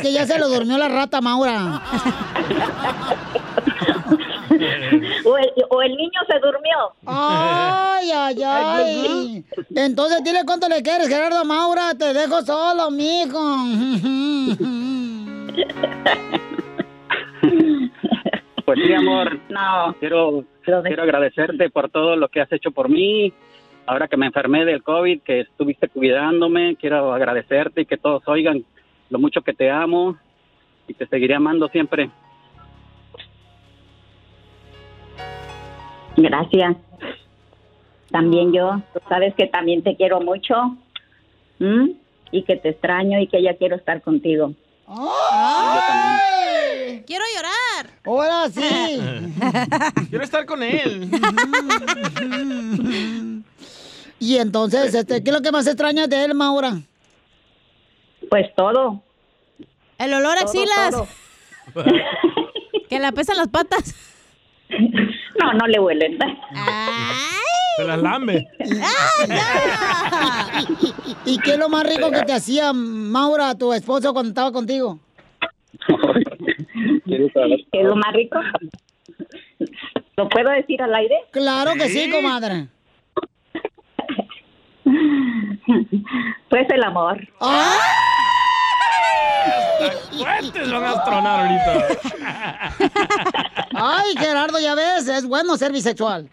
[SPEAKER 2] que ya se lo durmió la rata, Maura.
[SPEAKER 17] O el, o el niño se durmió.
[SPEAKER 2] ¡Ay, ay, ay! Entonces, dile cuánto le quieres, Gerardo a Maura. Te dejo solo, mijo.
[SPEAKER 14] Pues sí, amor.
[SPEAKER 17] No.
[SPEAKER 14] Quiero, quiero agradecerte por todo lo que has hecho por mí. Ahora que me enfermé del COVID, que estuviste cuidándome, quiero agradecerte y que todos oigan lo mucho que te amo y te seguiré amando siempre.
[SPEAKER 17] Gracias. También yo, tú sabes que también te quiero mucho ¿m? y que te extraño y que ya quiero estar contigo.
[SPEAKER 4] Quiero llorar.
[SPEAKER 2] Ahora sí.
[SPEAKER 3] Quiero estar con él.
[SPEAKER 2] Y entonces, este, ¿qué es lo que más extrañas de él, Maura?
[SPEAKER 17] Pues todo.
[SPEAKER 4] El olor a
[SPEAKER 17] Todo,
[SPEAKER 4] axilas.
[SPEAKER 17] todo.
[SPEAKER 4] Que la pesan las patas.
[SPEAKER 17] No, no le huelen.
[SPEAKER 18] Se las lambe.
[SPEAKER 2] ¡Eh! ¿Y qué es lo más rico que te hacía Maura, tu esposo, cuando estaba contigo?
[SPEAKER 13] ¿Quieres saber?
[SPEAKER 17] ¿Qué es lo más rico? ¿Lo puedo decir al aire?
[SPEAKER 2] Claro que sí, comadre.
[SPEAKER 17] Pues el amor.
[SPEAKER 18] Fuertes van a tronar ahorita.
[SPEAKER 2] Ay, Gerardo, ya ves, es bueno ser bisexual.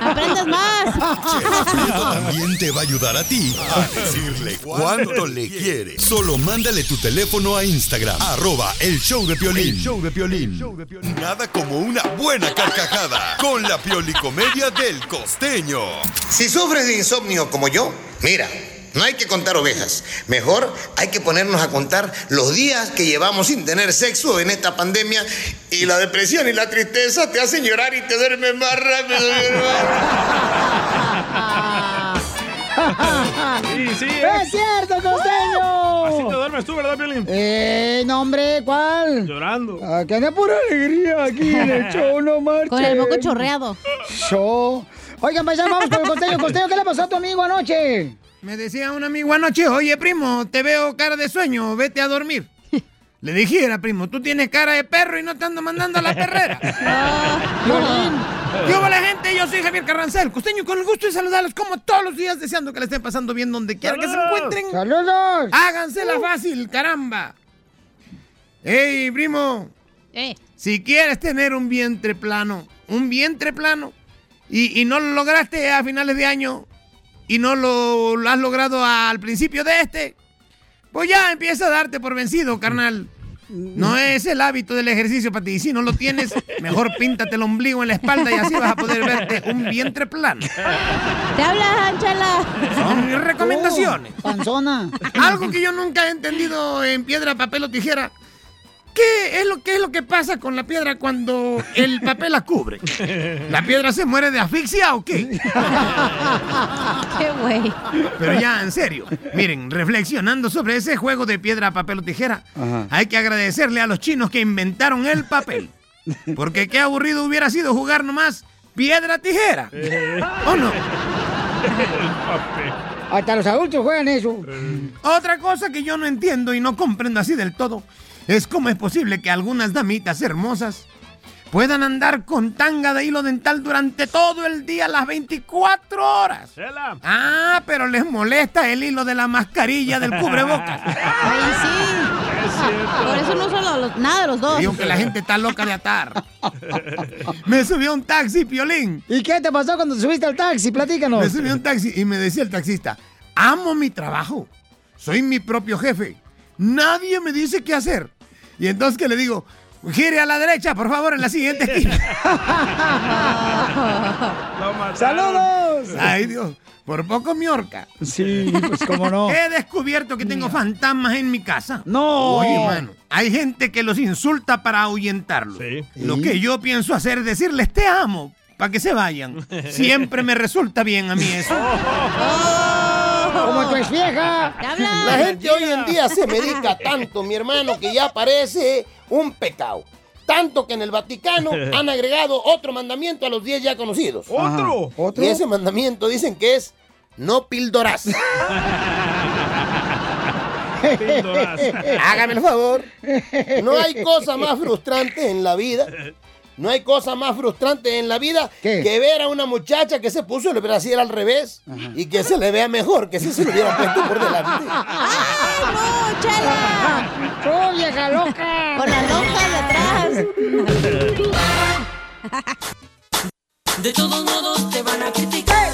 [SPEAKER 19] ¡Aprendes más!
[SPEAKER 10] Prieto también te va a ayudar a ti a decirle cuánto le quieres. Solo mándale tu teléfono a Instagram, arroba el show de Piolín.
[SPEAKER 20] El
[SPEAKER 10] show de Nada como una buena carcajada con la piolicomedia del costeño.
[SPEAKER 5] Si sufres de insomnio como yo, mira, no hay que contar ovejas. Mejor hay que ponernos a contar los días que llevamos sin tener sexo en esta pandemia y la depresión y la tristeza te hacen llorar y te duermes más rápido. mi hermano.
[SPEAKER 18] sí, eh.
[SPEAKER 2] ¡Es cierto, costeño!
[SPEAKER 18] Así te duermes tú, ¿verdad, Piolín?
[SPEAKER 2] Eh, no, hombre, ¿cuál? Ah,
[SPEAKER 18] Llorando.
[SPEAKER 2] Acá anda pura alegría aquí en el show, no marches.
[SPEAKER 19] Con el moco chorreado.
[SPEAKER 2] Show. Oigan, paisanos, vamos con el costeño. Costeño, ¿qué le pasó a tu amigo anoche?
[SPEAKER 21] Me decía un amigo anoche, oye primo, te veo cara de sueño, vete a dormir. Le dije, era primo, tú tienes cara de perro y no te ando mandando a la perrera. Yo la gente, yo soy Javier Carrancel, costeño, con el gusto de saludarlos como todos los días, deseando que la estén pasando bien donde quiera que se
[SPEAKER 2] ¡Saludos!
[SPEAKER 21] encuentren.
[SPEAKER 2] ¡Saludos!
[SPEAKER 21] Hágansela fácil, caramba. Ey, primo, si quieres tener un vientre plano, un vientre plano, y, y no lo lograste a finales de año, y no lo, lo has logrado al principio de este, pues ya empieza a darte por vencido, carnal. No es el hábito del ejercicio para ti. Y si no lo tienes, mejor píntate el ombligo en la espalda y así vas a poder verte un vientre plano.
[SPEAKER 19] ¡Te hablas,
[SPEAKER 21] Son
[SPEAKER 19] Ángela!
[SPEAKER 21] mis recomendaciones.
[SPEAKER 2] panzona.
[SPEAKER 21] Algo que yo nunca he entendido en piedra, papel o tijera. ¿Qué es lo, qué es lo que pasa con la piedra cuando el papel la cubre? ¿La piedra se muere de asfixia o qué?
[SPEAKER 19] ¡Qué güey!
[SPEAKER 21] Pero ya, en serio. Miren, reflexionando sobre ese juego de piedra, papel o tijera, hay que agradecerle a los chinos que inventaron el papel. Porque qué aburrido hubiera sido jugar nomás piedra, tijera. ¿O no?
[SPEAKER 2] Hasta los adultos juegan eso.
[SPEAKER 21] Otra cosa que yo no entiendo y no comprendo así del todo es cómo es posible que algunas damitas hermosas puedan andar con tanga de hilo dental durante todo el día, las 24 horas. Ah, pero les molesta el hilo de la mascarilla del cubrebocas.
[SPEAKER 19] ¡Ay, sí! Por eso no uso los- nada de los dos.
[SPEAKER 21] Digo que la gente está loca de atar. Me subió un taxi, Piolín.
[SPEAKER 2] ¿Y qué te pasó cuando te subiste al taxi? Platícanos.
[SPEAKER 21] Me subió un taxi y me decía el taxista, amo mi trabajo, soy mi propio jefe, nadie me dice qué hacer. Y entonces que le digo, gire a la derecha, por favor, en la siguiente esquina.
[SPEAKER 2] ¡Saludos!
[SPEAKER 21] Ay, Dios, por poco mi horca.
[SPEAKER 2] Sí, pues cómo no.
[SPEAKER 21] He descubierto que tengo fantasmas en mi casa.
[SPEAKER 2] No.
[SPEAKER 21] Oye, hermano, hay gente que los insulta para ahuyentarlos. Lo
[SPEAKER 2] Sí.
[SPEAKER 21] que yo pienso hacer es decirles te amo para que se vayan. Siempre me resulta bien a mí eso.
[SPEAKER 2] Como tu ex vieja.
[SPEAKER 22] La gente hoy en día se medica tanto, mi hermano, que ya parece un pecado. Tanto que en el Vaticano han agregado otro mandamiento a los 10 ya conocidos.
[SPEAKER 18] ¿Otro? Ajá, ¿otro?
[SPEAKER 22] Y ese mandamiento dicen que es no pildorás.
[SPEAKER 18] Píldoras.
[SPEAKER 22] Hágame el favor. No hay cosa más frustrante en la vida. No hay cosa más frustrante en la vida que ver a una muchacha que se puso el brasier al revés y que se le vea mejor que si se lo hubiera puesto por delante.
[SPEAKER 19] ¡Ay, no, Chela!
[SPEAKER 2] ¡Tú, vieja loca!
[SPEAKER 19] Con la loca de atrás.
[SPEAKER 23] De todos modos te van a criticar.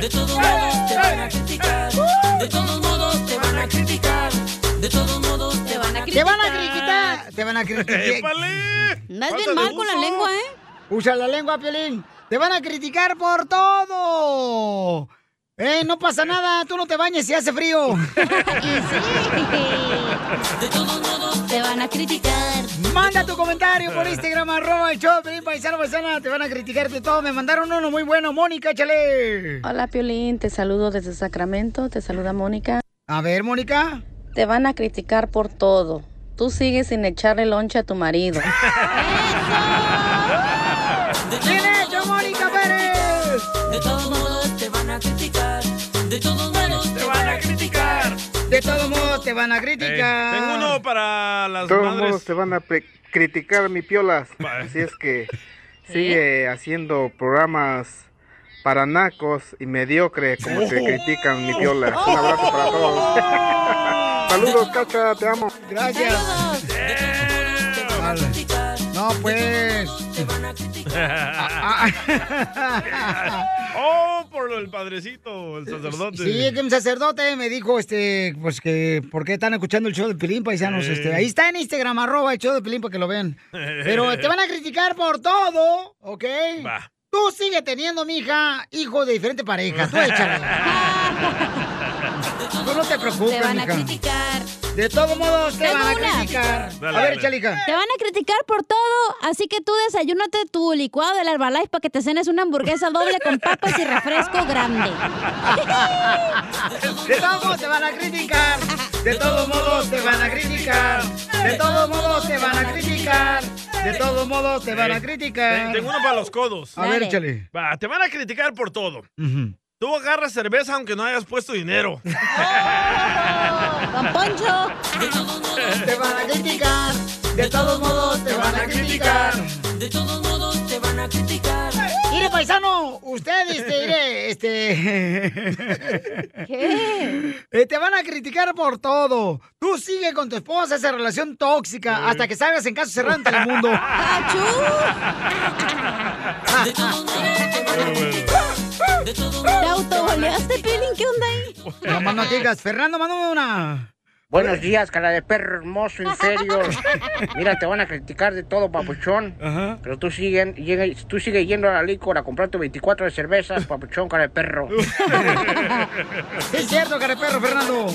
[SPEAKER 23] De todos modos te van a criticar. De todos modos te van a criticar. De todos modos te van a
[SPEAKER 2] Te
[SPEAKER 23] criticar.
[SPEAKER 2] van a criticar. Te van a criticar.
[SPEAKER 19] Andas bien mal con la lengua, ¿eh?
[SPEAKER 2] Usa la lengua, Piolín. Te van a criticar por todo. Eh, no pasa nada, tú no te bañes si hace frío.
[SPEAKER 23] De todos modos te van a criticar.
[SPEAKER 2] Manda tu comentario por Instagram, arroba el show, Piolín Paisano Paisana, te van a criticar de todo. Me mandaron uno muy bueno, Mónica, échale.
[SPEAKER 4] Hola Piolín, te saludo desde Sacramento, te saluda Mónica.
[SPEAKER 2] A ver, Mónica.
[SPEAKER 4] Te van a criticar por todo. Tú sigues sin echarle lonche a tu marido.
[SPEAKER 2] ¡Bien hecho, Mónica Pérez!
[SPEAKER 23] De todos modos te van a criticar. De todos modos te van a criticar.
[SPEAKER 2] De todos modos te van a criticar.
[SPEAKER 3] Tengo uno para las
[SPEAKER 1] De todos
[SPEAKER 3] madres.
[SPEAKER 1] modos te van a pre- criticar mi piolas. Así es que sigue haciendo programas para nacos y mediocre como
[SPEAKER 3] Oh.
[SPEAKER 1] te critican mi piolas. Un abrazo para todos. Saludos, Cacha, te amo.
[SPEAKER 2] Gracias.
[SPEAKER 23] Eh,
[SPEAKER 2] No, pues.
[SPEAKER 3] oh, por el padrecito, el sacerdote.
[SPEAKER 2] Sí, es que un sacerdote me dijo, este, pues que, ¿por qué están escuchando el show de Pilín, paisanos?
[SPEAKER 3] Eh.
[SPEAKER 2] Este, ahí está en Instagram, arroba el show de Pilín, para que lo vean. Pero te van a criticar por todo, ¿ok?
[SPEAKER 3] Va.
[SPEAKER 2] Tú sigue teniendo, mija, hijo de diferente pareja. Tú échale. Tú no te preocupes,
[SPEAKER 4] Te van a
[SPEAKER 2] mija.
[SPEAKER 4] criticar.
[SPEAKER 2] De todos modos, te
[SPEAKER 4] Tengo
[SPEAKER 2] van a
[SPEAKER 4] una.
[SPEAKER 2] criticar.
[SPEAKER 4] Dale,
[SPEAKER 2] a ver,
[SPEAKER 4] dale.
[SPEAKER 2] Chalica.
[SPEAKER 4] Te van a criticar por todo, así que tú desayúnate tu licuado del Herbalife para que te cenes una hamburguesa doble con papas y refresco grande.
[SPEAKER 2] De todos modos te van a criticar. De todos modos te van a criticar. De todos modos te van a criticar. De todos modos te van a criticar.
[SPEAKER 3] Ten- Tengo uno para los codos.
[SPEAKER 2] A ver, Dale. échale.
[SPEAKER 3] Va, te van a criticar por todo. Tú agarras cerveza aunque no hayas puesto dinero.
[SPEAKER 4] ¡Don Poncho!
[SPEAKER 23] De todos modos
[SPEAKER 2] te van a criticar. De todos modos te van a criticar.
[SPEAKER 23] De todos modos te van a criticar.
[SPEAKER 2] Mire,
[SPEAKER 23] pues,
[SPEAKER 2] paisano, usted, este, mire, este...
[SPEAKER 23] ¿Qué?
[SPEAKER 2] Eh, te van a criticar por todo. Tú sigue con tu esposa esa relación tóxica hasta que salgas en caso cerrado en Telemundo.
[SPEAKER 23] De todos modos te van a criticar. De
[SPEAKER 4] ¿Te
[SPEAKER 23] todos modos te van a
[SPEAKER 4] autoboleaste, Pelín? ¿Qué onda ahí?
[SPEAKER 2] No más no digas. Fernando, mándame una.
[SPEAKER 6] Buenos días, cara de perro hermoso, en serio. Mira, te van a criticar de todo, papuchón. Pero tú sigues tú sigue yendo a la licor a comprar tu 24 de cervezas, papuchón, cara de perro.
[SPEAKER 2] Sí, es cierto, cara de perro, Fernando.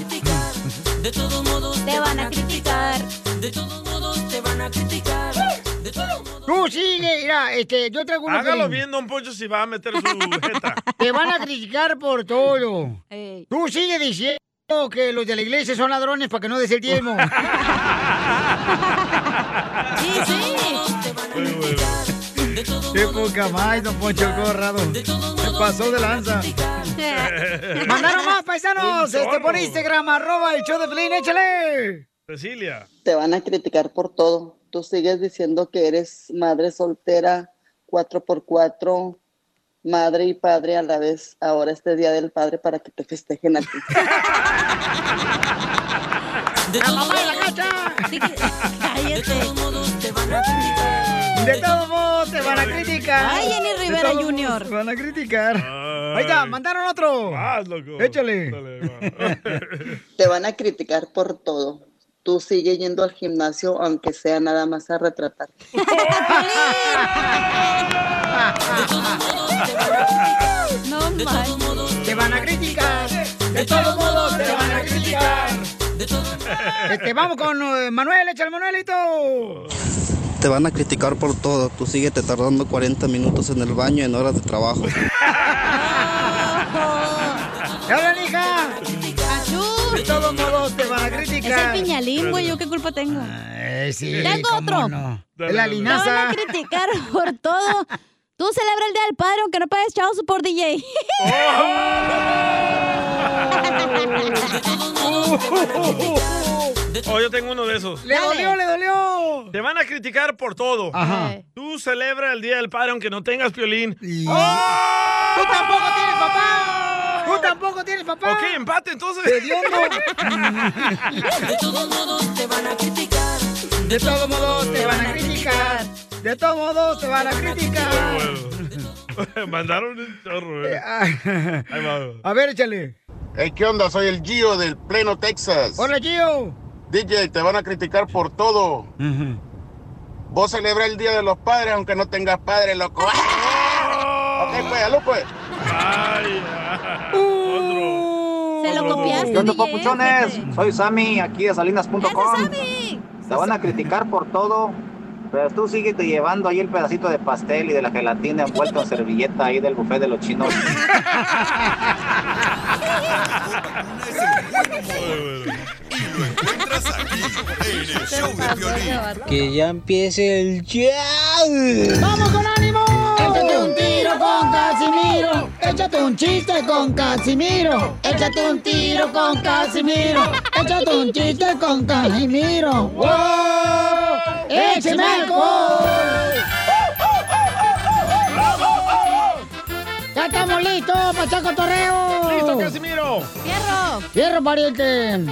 [SPEAKER 23] De todos modos te van a criticar. De todos modos te van a criticar. De todos modos
[SPEAKER 2] Tú sigue, mira, este, yo traigo una.
[SPEAKER 3] Hágalo bien, don Poncho, si va a meter su jeta.
[SPEAKER 2] Te van a criticar por todo. Tú sigue diciendo que los de la iglesia son ladrones para que no des el diezmo.
[SPEAKER 23] sí, sí.
[SPEAKER 2] Qué poca más, don Poncho Corrado. Se pasó de lanza. Mandaron más paisanos
[SPEAKER 3] Un
[SPEAKER 2] este, por
[SPEAKER 3] chorro.
[SPEAKER 2] Instagram, arroba el show de Pelín, échale.
[SPEAKER 3] Cecilia.
[SPEAKER 24] Te van a criticar por todo. Tú sigues diciendo que eres madre soltera, 4x4, madre y padre a la vez. Ahora este Día del Padre para que te festejen a ti.
[SPEAKER 2] ¡La mamá de la cacha!
[SPEAKER 23] De todos modos te van a criticar.
[SPEAKER 2] De todos modos te van a criticar.
[SPEAKER 23] Ay, Jenny
[SPEAKER 2] De
[SPEAKER 23] Rivera
[SPEAKER 2] todos
[SPEAKER 23] Jr..
[SPEAKER 2] modos Te van a criticar. Ahí está, mandaron otro.
[SPEAKER 3] Vas, loco.
[SPEAKER 2] Échale.
[SPEAKER 24] Te van a criticar por todo. Tú sigues yendo al gimnasio, aunque sea nada más a retratar.
[SPEAKER 23] No De todos modos te van a criticar. De todos modos te van a criticar. De todos
[SPEAKER 2] Este, vamos con eh, Manuel, échale
[SPEAKER 3] Oh.
[SPEAKER 2] Manuelito.
[SPEAKER 25] Te van a criticar por todo. Tú síguete tardando 40 minutos en el baño en horas de trabajo.
[SPEAKER 2] ¡Te hablan, hija! De todos modos te van a criticar.
[SPEAKER 4] Es el piñalín, güey, ¿yo qué culpa tengo?
[SPEAKER 2] Eh, sí,
[SPEAKER 4] Tengo
[SPEAKER 2] cómo
[SPEAKER 4] otro.
[SPEAKER 2] no.
[SPEAKER 4] Dale,
[SPEAKER 2] La
[SPEAKER 4] dale.
[SPEAKER 2] linaza.
[SPEAKER 4] Te van a criticar por todo. Tú celebra el Día del Padre aunque no pagues chao por DJ.
[SPEAKER 3] Oh, yo tengo uno de esos.
[SPEAKER 2] ¡Le dolió, le dolió!
[SPEAKER 3] Te van a criticar por todo.
[SPEAKER 2] Ajá.
[SPEAKER 3] Tú celebra el Día del Padre aunque no tengas violín. ¡Oh!
[SPEAKER 2] ¡Tú tampoco tienes papá! ¡Tú tampoco tienes papá!
[SPEAKER 3] Ok, empate entonces.
[SPEAKER 23] De todos modos te van a criticar.
[SPEAKER 2] De todos modos te van a criticar. De todos modos te van a criticar.
[SPEAKER 3] Mandaron un chorro, eh. Ahí va.
[SPEAKER 2] A ver, échale.
[SPEAKER 11] ¿Qué onda? Soy el Gio del Pleno Texas.
[SPEAKER 2] Hola, Gio.
[SPEAKER 11] DJ, te van a criticar por todo. Vos celebra el Día de los Padres aunque no tengas padre, loco.
[SPEAKER 2] ¡Ah!
[SPEAKER 11] ok, pues, aló, pues.
[SPEAKER 4] Se lo copiaste.
[SPEAKER 26] ¿Qué onda,
[SPEAKER 4] DJ?
[SPEAKER 26] papuchones? Soy Sammy, aquí de salinas.com.
[SPEAKER 4] Sammy.
[SPEAKER 26] Te van a criticar por todo, pero tú síguete llevando ahí el pedacito de pastel y de la gelatina envuelto en servilleta ahí del buffet de los chinos. Que ya empiece el ya.
[SPEAKER 2] ¡Vamos con ánimo! Échate un tiro con con Casimiro. Échate un chiste con Casimiro. Échate un tiro con Casimiro. Échate un chiste con Casimiro. ¡Wow! ¡Échame alcohol! ¡Ya estamos listos, Pachaco Torreo!
[SPEAKER 3] ¡Listo, Casimiro!
[SPEAKER 2] ¡Fierro! ¡Fierro, pariente!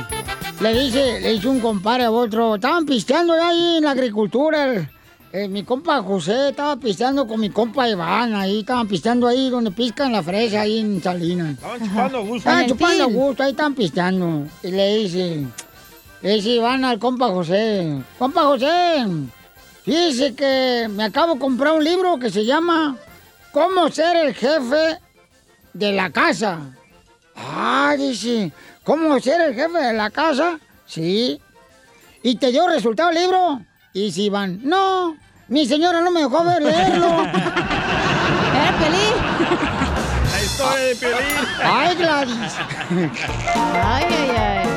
[SPEAKER 2] Le dice, le dice un compadre a otro. Estaban pisteando ahí en la agricultura. el- eh, mi compa José estaba pisteando con mi compa Iván ahí. Estaban pisteando ahí donde piscan la fresa, ahí en Salinas. Estaban
[SPEAKER 3] chupando a gusto. En
[SPEAKER 2] Estaban
[SPEAKER 3] el
[SPEAKER 2] chupando a
[SPEAKER 3] pin.
[SPEAKER 2] gusto, ahí estaban pisteando. Y le dice, le dice Iván al compa José. Compa José, fíjese que me acabo de comprar un libro que se llama ¿Cómo ser el jefe de la casa? Ah, dice, ¿cómo ser el jefe de la casa? Sí. ¿Y te dio resultado el libro? Y si van, no, mi señora no me dejó ver leerlo. Era feliz.
[SPEAKER 3] La historia de Piolín.
[SPEAKER 2] Ah, Ay, Gladys.
[SPEAKER 3] Ay,
[SPEAKER 2] ay,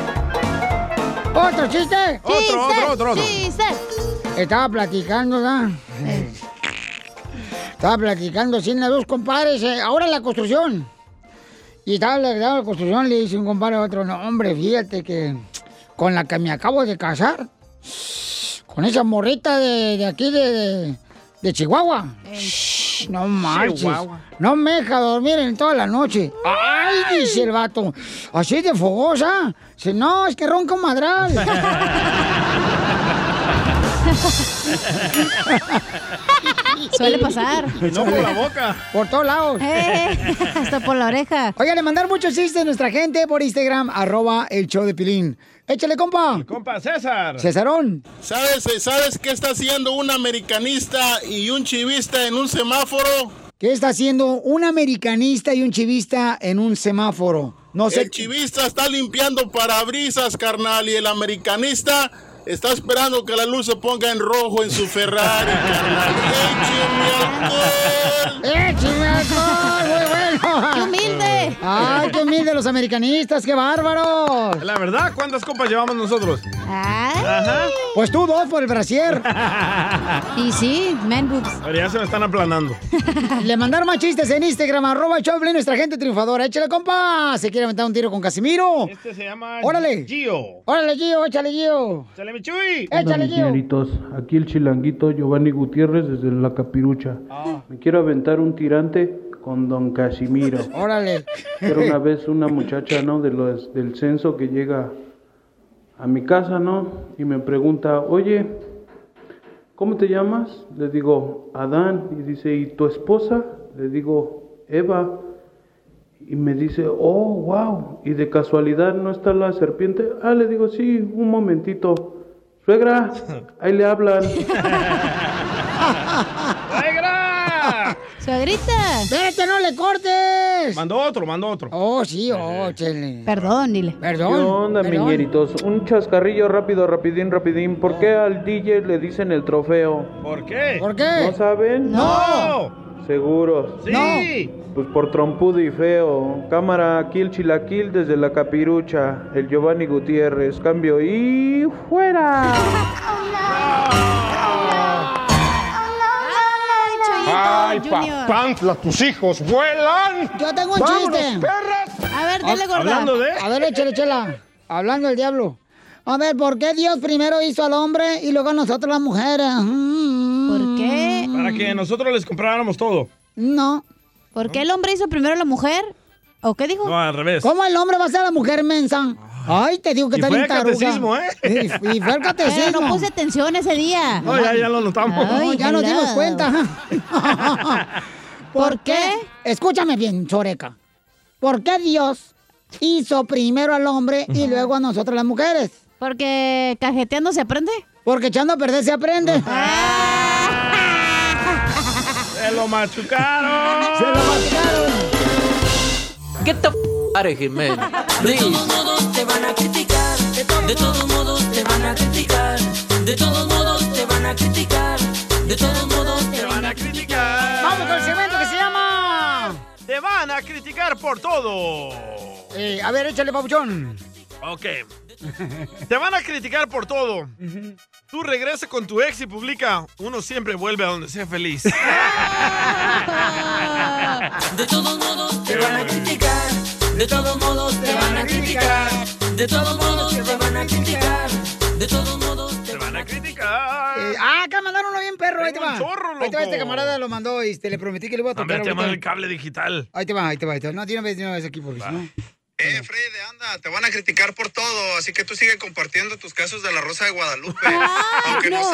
[SPEAKER 2] ay. ¿Otro chiste?
[SPEAKER 3] Otro, otro, otro, otro.
[SPEAKER 2] Chiste. Estaba platicando, ¿verdad? Estaba platicando sin a dos compadres, eh, ahora en la construcción. Y estaba platicando en la construcción, le dice un compadre a otro, no, hombre, fíjate que con la que me acabo de casar, con esa morrita de, de aquí de, de- de Chihuahua. No marches.
[SPEAKER 27] Chihuahua.
[SPEAKER 2] No me deja dormir en toda la noche. ¡Ay! Dice el vato. Así de fogosa. Dice, no, es que ronca un madral.
[SPEAKER 4] Suele pasar.
[SPEAKER 3] No por la boca.
[SPEAKER 2] Por todos lados.
[SPEAKER 4] Eh, hasta por la oreja.
[SPEAKER 2] Oiga, le mandaron muchos chistes a nuestra gente por Instagram, arroba el show de Pilín. Échale, compa.
[SPEAKER 3] Compa César.
[SPEAKER 2] Cesarón.
[SPEAKER 28] ¿Sabes, ¿Sabes qué está haciendo un americanista y un chivista en un semáforo?
[SPEAKER 2] ¿Qué está haciendo un americanista y un chivista en un semáforo? No sé.
[SPEAKER 3] Eh,
[SPEAKER 28] El chivista está limpiando parabrisas, carnal, y el americanista está esperando que la luz se ponga en rojo en su Ferrari, carnal.
[SPEAKER 2] ¡Écheme alcohol! ¡Eh, ah, ¡Muy bueno!
[SPEAKER 28] ¡Qué
[SPEAKER 2] humilde! ¡Ay, qué humilde los americanistas! ¡Qué bárbaros!
[SPEAKER 3] La verdad, ¿cuántas copas llevamos nosotros? Ajá.
[SPEAKER 2] Pues tú dos por el brasier.
[SPEAKER 4] Y sí, men boobs.
[SPEAKER 3] Pero ya se me están aplanando.
[SPEAKER 2] Le mandaron más chistes en Instagram, arroba el show de Piolín, nuestra gente triunfadora. ¡Échale, compa! ¿Se quiere aventar un tiro con Casimiro?
[SPEAKER 3] Este se llama
[SPEAKER 2] ¡Órale!
[SPEAKER 3] Gio.
[SPEAKER 2] ¡Órale, Gio! ¡Échale, Gio!
[SPEAKER 3] ¡Échale, mi Chuy!
[SPEAKER 2] ¡Échale,
[SPEAKER 29] mis
[SPEAKER 2] Gio!
[SPEAKER 29] señoritos. Aquí el chilanguito Giovanni Gutiérrez desde La Capirucha. Me quiero aventar un tirante con Don Casimiro.
[SPEAKER 2] Órale.
[SPEAKER 29] Era una vez una muchacha, ¿no? De los, del censo que llega a mi casa, ¿no? Y me pregunta, oye, ¿cómo te llamas? Le digo, Adán. Y dice, ¿y tu esposa? Le digo, Eva. Y me dice, oh, wow. ¿Y de casualidad no está la serpiente? Ah, le digo, sí, un momentito. Suegra, ahí le hablan.
[SPEAKER 3] ¡Suegra!
[SPEAKER 2] ¡Suegrita! ¡Vete, no le cortes!
[SPEAKER 3] Mandó otro, mandó otro. Eh.
[SPEAKER 2] Oh, sí, oh, chele. Perdón, dile.
[SPEAKER 29] ¿Qué
[SPEAKER 2] Perdón.
[SPEAKER 29] onda,
[SPEAKER 2] perdón.
[SPEAKER 29] miñeritos? Un chascarrillo rápido, rapidín, rapidín. ¿Por qué al DJ le dicen el trofeo?
[SPEAKER 3] ¿Por qué?
[SPEAKER 2] ¿Por qué?
[SPEAKER 29] ¿No saben?
[SPEAKER 3] ¡No!
[SPEAKER 29] ¿Seguros?
[SPEAKER 3] ¡Sí!
[SPEAKER 29] Pues por trompudo y feo. Cámara, aquí el chilaquil desde la capirucha. El Giovanni Gutiérrez. Cambio y... ¡Fuera!
[SPEAKER 4] Ay,
[SPEAKER 14] pa- panfla, tus hijos vuelan.
[SPEAKER 2] Yo tengo un
[SPEAKER 14] Vámonos,
[SPEAKER 2] chiste. A ver,
[SPEAKER 14] dile, gorda. ¿Hablando de?
[SPEAKER 2] A ver, échale, chela. Hablando del diablo. A ver, ¿por qué Dios primero hizo al hombre y luego a nosotros las mujeres? ¿Por qué?
[SPEAKER 3] Para que nosotros les compráramos todo.
[SPEAKER 2] No.
[SPEAKER 4] ¿Por qué el hombre hizo primero la mujer? ¿O qué dijo?
[SPEAKER 3] No, al revés. Ah.
[SPEAKER 2] ¿Cómo el hombre va a ser la mujer mensa? Ay, te digo que
[SPEAKER 3] Y
[SPEAKER 2] está
[SPEAKER 3] fue
[SPEAKER 2] bien
[SPEAKER 3] el
[SPEAKER 2] taruga.
[SPEAKER 3] catecismo, ¿eh?
[SPEAKER 2] Y, y fue el
[SPEAKER 4] Eh,
[SPEAKER 2] catecismo.
[SPEAKER 4] no puse atención ese día.
[SPEAKER 3] No, ya, ya lo notamos.
[SPEAKER 2] No, ya nos dimos
[SPEAKER 4] helado.
[SPEAKER 2] cuenta. ¿Por qué? Escúchame bien, Choreca. ¿Por qué Dios hizo primero al hombre y luego a nosotras las mujeres? Porque cajeteando se aprende. Porque echando a perder se aprende.
[SPEAKER 3] ¡Se lo machucaron! ¡Se lo
[SPEAKER 2] machucaron!
[SPEAKER 14] ¿Qué te pare, Jiménez?
[SPEAKER 23] De todos modos te van a criticar, de todos modos te van a criticar, de todos modos te van a criticar, de todos modos te van a criticar.
[SPEAKER 2] Vamos con el segmento que se llama.
[SPEAKER 3] Te van a criticar por todo.
[SPEAKER 2] Eh, a ver, échale, papuchón.
[SPEAKER 3] Ok. Te van a criticar por todo. Tú regresa con tu ex y publica, uno siempre vuelve a donde sea feliz.
[SPEAKER 23] De todos modos te van a criticar. De todos modos te van a criticar. De todos modos te van a criticar. De todos modos te van a criticar.
[SPEAKER 2] Eh, ah, acá mandaron uno bien perro, ahí te
[SPEAKER 3] Tengo
[SPEAKER 2] va.
[SPEAKER 3] un chorro,
[SPEAKER 2] Ahí te va,
[SPEAKER 3] loco.
[SPEAKER 2] este camarada lo mandó y este, le prometí que le iba a
[SPEAKER 3] A
[SPEAKER 2] tocar.
[SPEAKER 3] ver, te
[SPEAKER 2] ahorita.
[SPEAKER 3] mando el cable digital.
[SPEAKER 2] Ahí te va, ahí te va, ahí te va. No, de una vez, de una vez aquí porque si no.
[SPEAKER 7] Anda, Ah, te van a criticar por todo, así que tú sigue compartiendo tus casos de la Rosa de Guadalupe. aunque no,
[SPEAKER 23] no.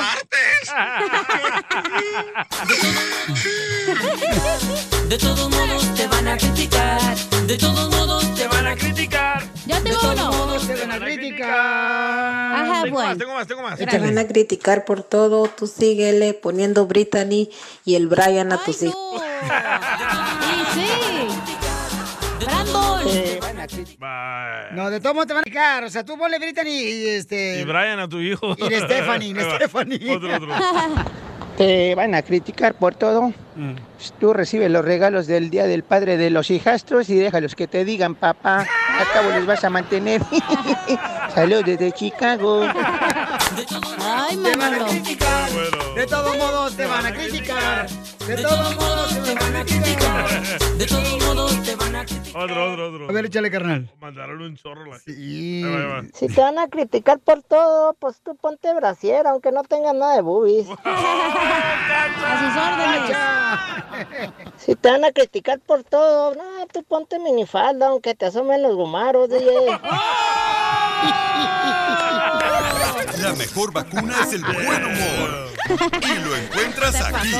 [SPEAKER 23] De todos modos te van a criticar. De todos modos te van a criticar.
[SPEAKER 4] Yo
[SPEAKER 23] de
[SPEAKER 4] tengo
[SPEAKER 23] todos
[SPEAKER 4] uno.
[SPEAKER 23] modos te van a criticar.
[SPEAKER 4] Ajá,
[SPEAKER 3] Ah, Tengo
[SPEAKER 4] bueno.
[SPEAKER 3] más, tengo más, tengo más.
[SPEAKER 30] Te van a criticar por todo, tú síguele poniendo Brittany y el Brian a tus hijos.
[SPEAKER 4] Brandon.
[SPEAKER 2] No, de todos modos te van a criticar. O sea, tú ponle Brittany y este.
[SPEAKER 3] Y Brian a tu hijo.
[SPEAKER 2] Y de Stephanie, y de
[SPEAKER 3] Ahí va.
[SPEAKER 2] Stephanie.
[SPEAKER 3] Otro, otro.
[SPEAKER 12] Te van a criticar por todo. Pues Tú recibes los regalos del Día del Padre de los hijastros y déjalos que te digan, papá, a cabo los vas a mantener. Saludos desde Chicago.
[SPEAKER 4] Ay,
[SPEAKER 2] Te van a criticar. De todos modos te van a criticar. De todos modos te van a criticar.
[SPEAKER 23] De todos modos te van a criticar.
[SPEAKER 3] Otro, otro, otro.
[SPEAKER 2] A ver, échale, carnal.
[SPEAKER 3] Mandaron un chorro la
[SPEAKER 2] Sí.
[SPEAKER 3] Ahí va, ahí
[SPEAKER 31] Si te van a criticar por todo, pues tú ponte brasier, aunque no tengas nada de boobies. Si te van a criticar por todo, no, tú ponte minifalda, aunque te asomen los gumaros, DJ.
[SPEAKER 3] ¡Ah!
[SPEAKER 10] La mejor vacuna es el buen humor. Y lo encuentras aquí,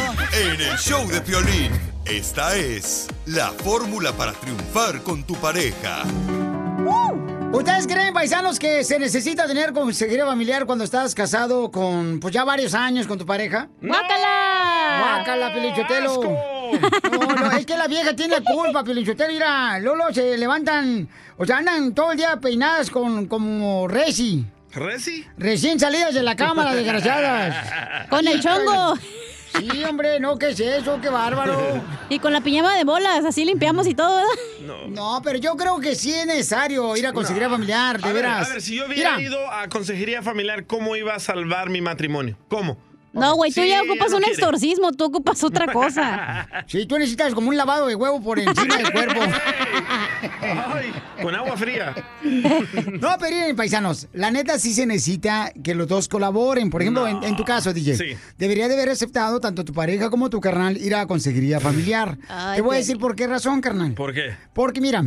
[SPEAKER 10] en el show de Piolín. Esta es la fórmula para triunfar con tu pareja.
[SPEAKER 2] ¿Ustedes creen, paisanos, que se necesita tener consejería familiar cuando estás casado con, pues ya varios años con tu pareja?
[SPEAKER 4] ¡Guácala!
[SPEAKER 2] ¡Guácala, Pelichotelo! No, no, es que la vieja tiene la culpa, Pelichotelo. Mira, Lolo se levantan, o sea, andan todo el día peinadas con, como Resi.
[SPEAKER 3] ¿Resi?
[SPEAKER 2] Recién salidas de la cama, las desgraciadas.
[SPEAKER 4] Con el chongo.
[SPEAKER 2] Sí, hombre, no, ¿qué es eso? ¡Qué bárbaro!
[SPEAKER 4] Y con la piñama de bolas, así limpiamos y todo, ¿verdad?
[SPEAKER 3] No.
[SPEAKER 2] pero yo creo que sí es necesario ir a consejería familiar, de
[SPEAKER 3] a ver,
[SPEAKER 2] veras.
[SPEAKER 3] a ver, si yo hubiera
[SPEAKER 2] Mira,
[SPEAKER 3] ido a consejería familiar, ¿cómo iba a salvar mi matrimonio? ¿Cómo?
[SPEAKER 4] No, güey, tú
[SPEAKER 3] Sí,
[SPEAKER 4] ya
[SPEAKER 3] ella
[SPEAKER 4] ocupas
[SPEAKER 3] no
[SPEAKER 4] un
[SPEAKER 3] quiere.
[SPEAKER 4] exorcismo, tú ocupas otra cosa.
[SPEAKER 2] Sí, tú necesitas como un lavado de huevo por encima del cuerpo.
[SPEAKER 3] Ay, con agua fría.
[SPEAKER 2] No, pero miren, paisanos, la neta sí se necesita que los dos colaboren. Por ejemplo, en, en tu caso, DJ,
[SPEAKER 3] Sí.
[SPEAKER 2] debería de haber aceptado tanto tu pareja como tu carnal ir a consejería familiar.
[SPEAKER 4] Ah.
[SPEAKER 3] Ay,
[SPEAKER 2] Te voy a
[SPEAKER 3] qué-
[SPEAKER 2] decir por qué razón, carnal.
[SPEAKER 3] ¿Por qué?
[SPEAKER 2] Porque mira,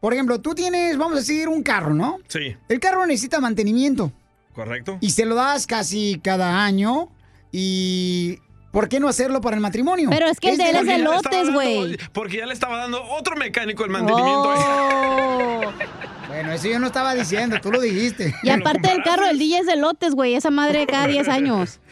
[SPEAKER 2] por ejemplo, tú tienes, vamos a decir, un carro, ¿no?
[SPEAKER 3] Sí,
[SPEAKER 2] El carro necesita mantenimiento
[SPEAKER 3] correcto.
[SPEAKER 2] y se lo das casi cada año y... ¿Por qué no hacerlo para el matrimonio?
[SPEAKER 4] Pero es que el de él es de
[SPEAKER 2] el
[SPEAKER 4] lotes, güey.
[SPEAKER 3] Porque ya le estaba dando otro mecánico el mantenimiento.
[SPEAKER 2] Bueno, eso yo no estaba diciendo, tú lo dijiste.
[SPEAKER 4] Ah. Y aparte del carro, el DJ es de lotes, güey. Esa madre cada 10 años.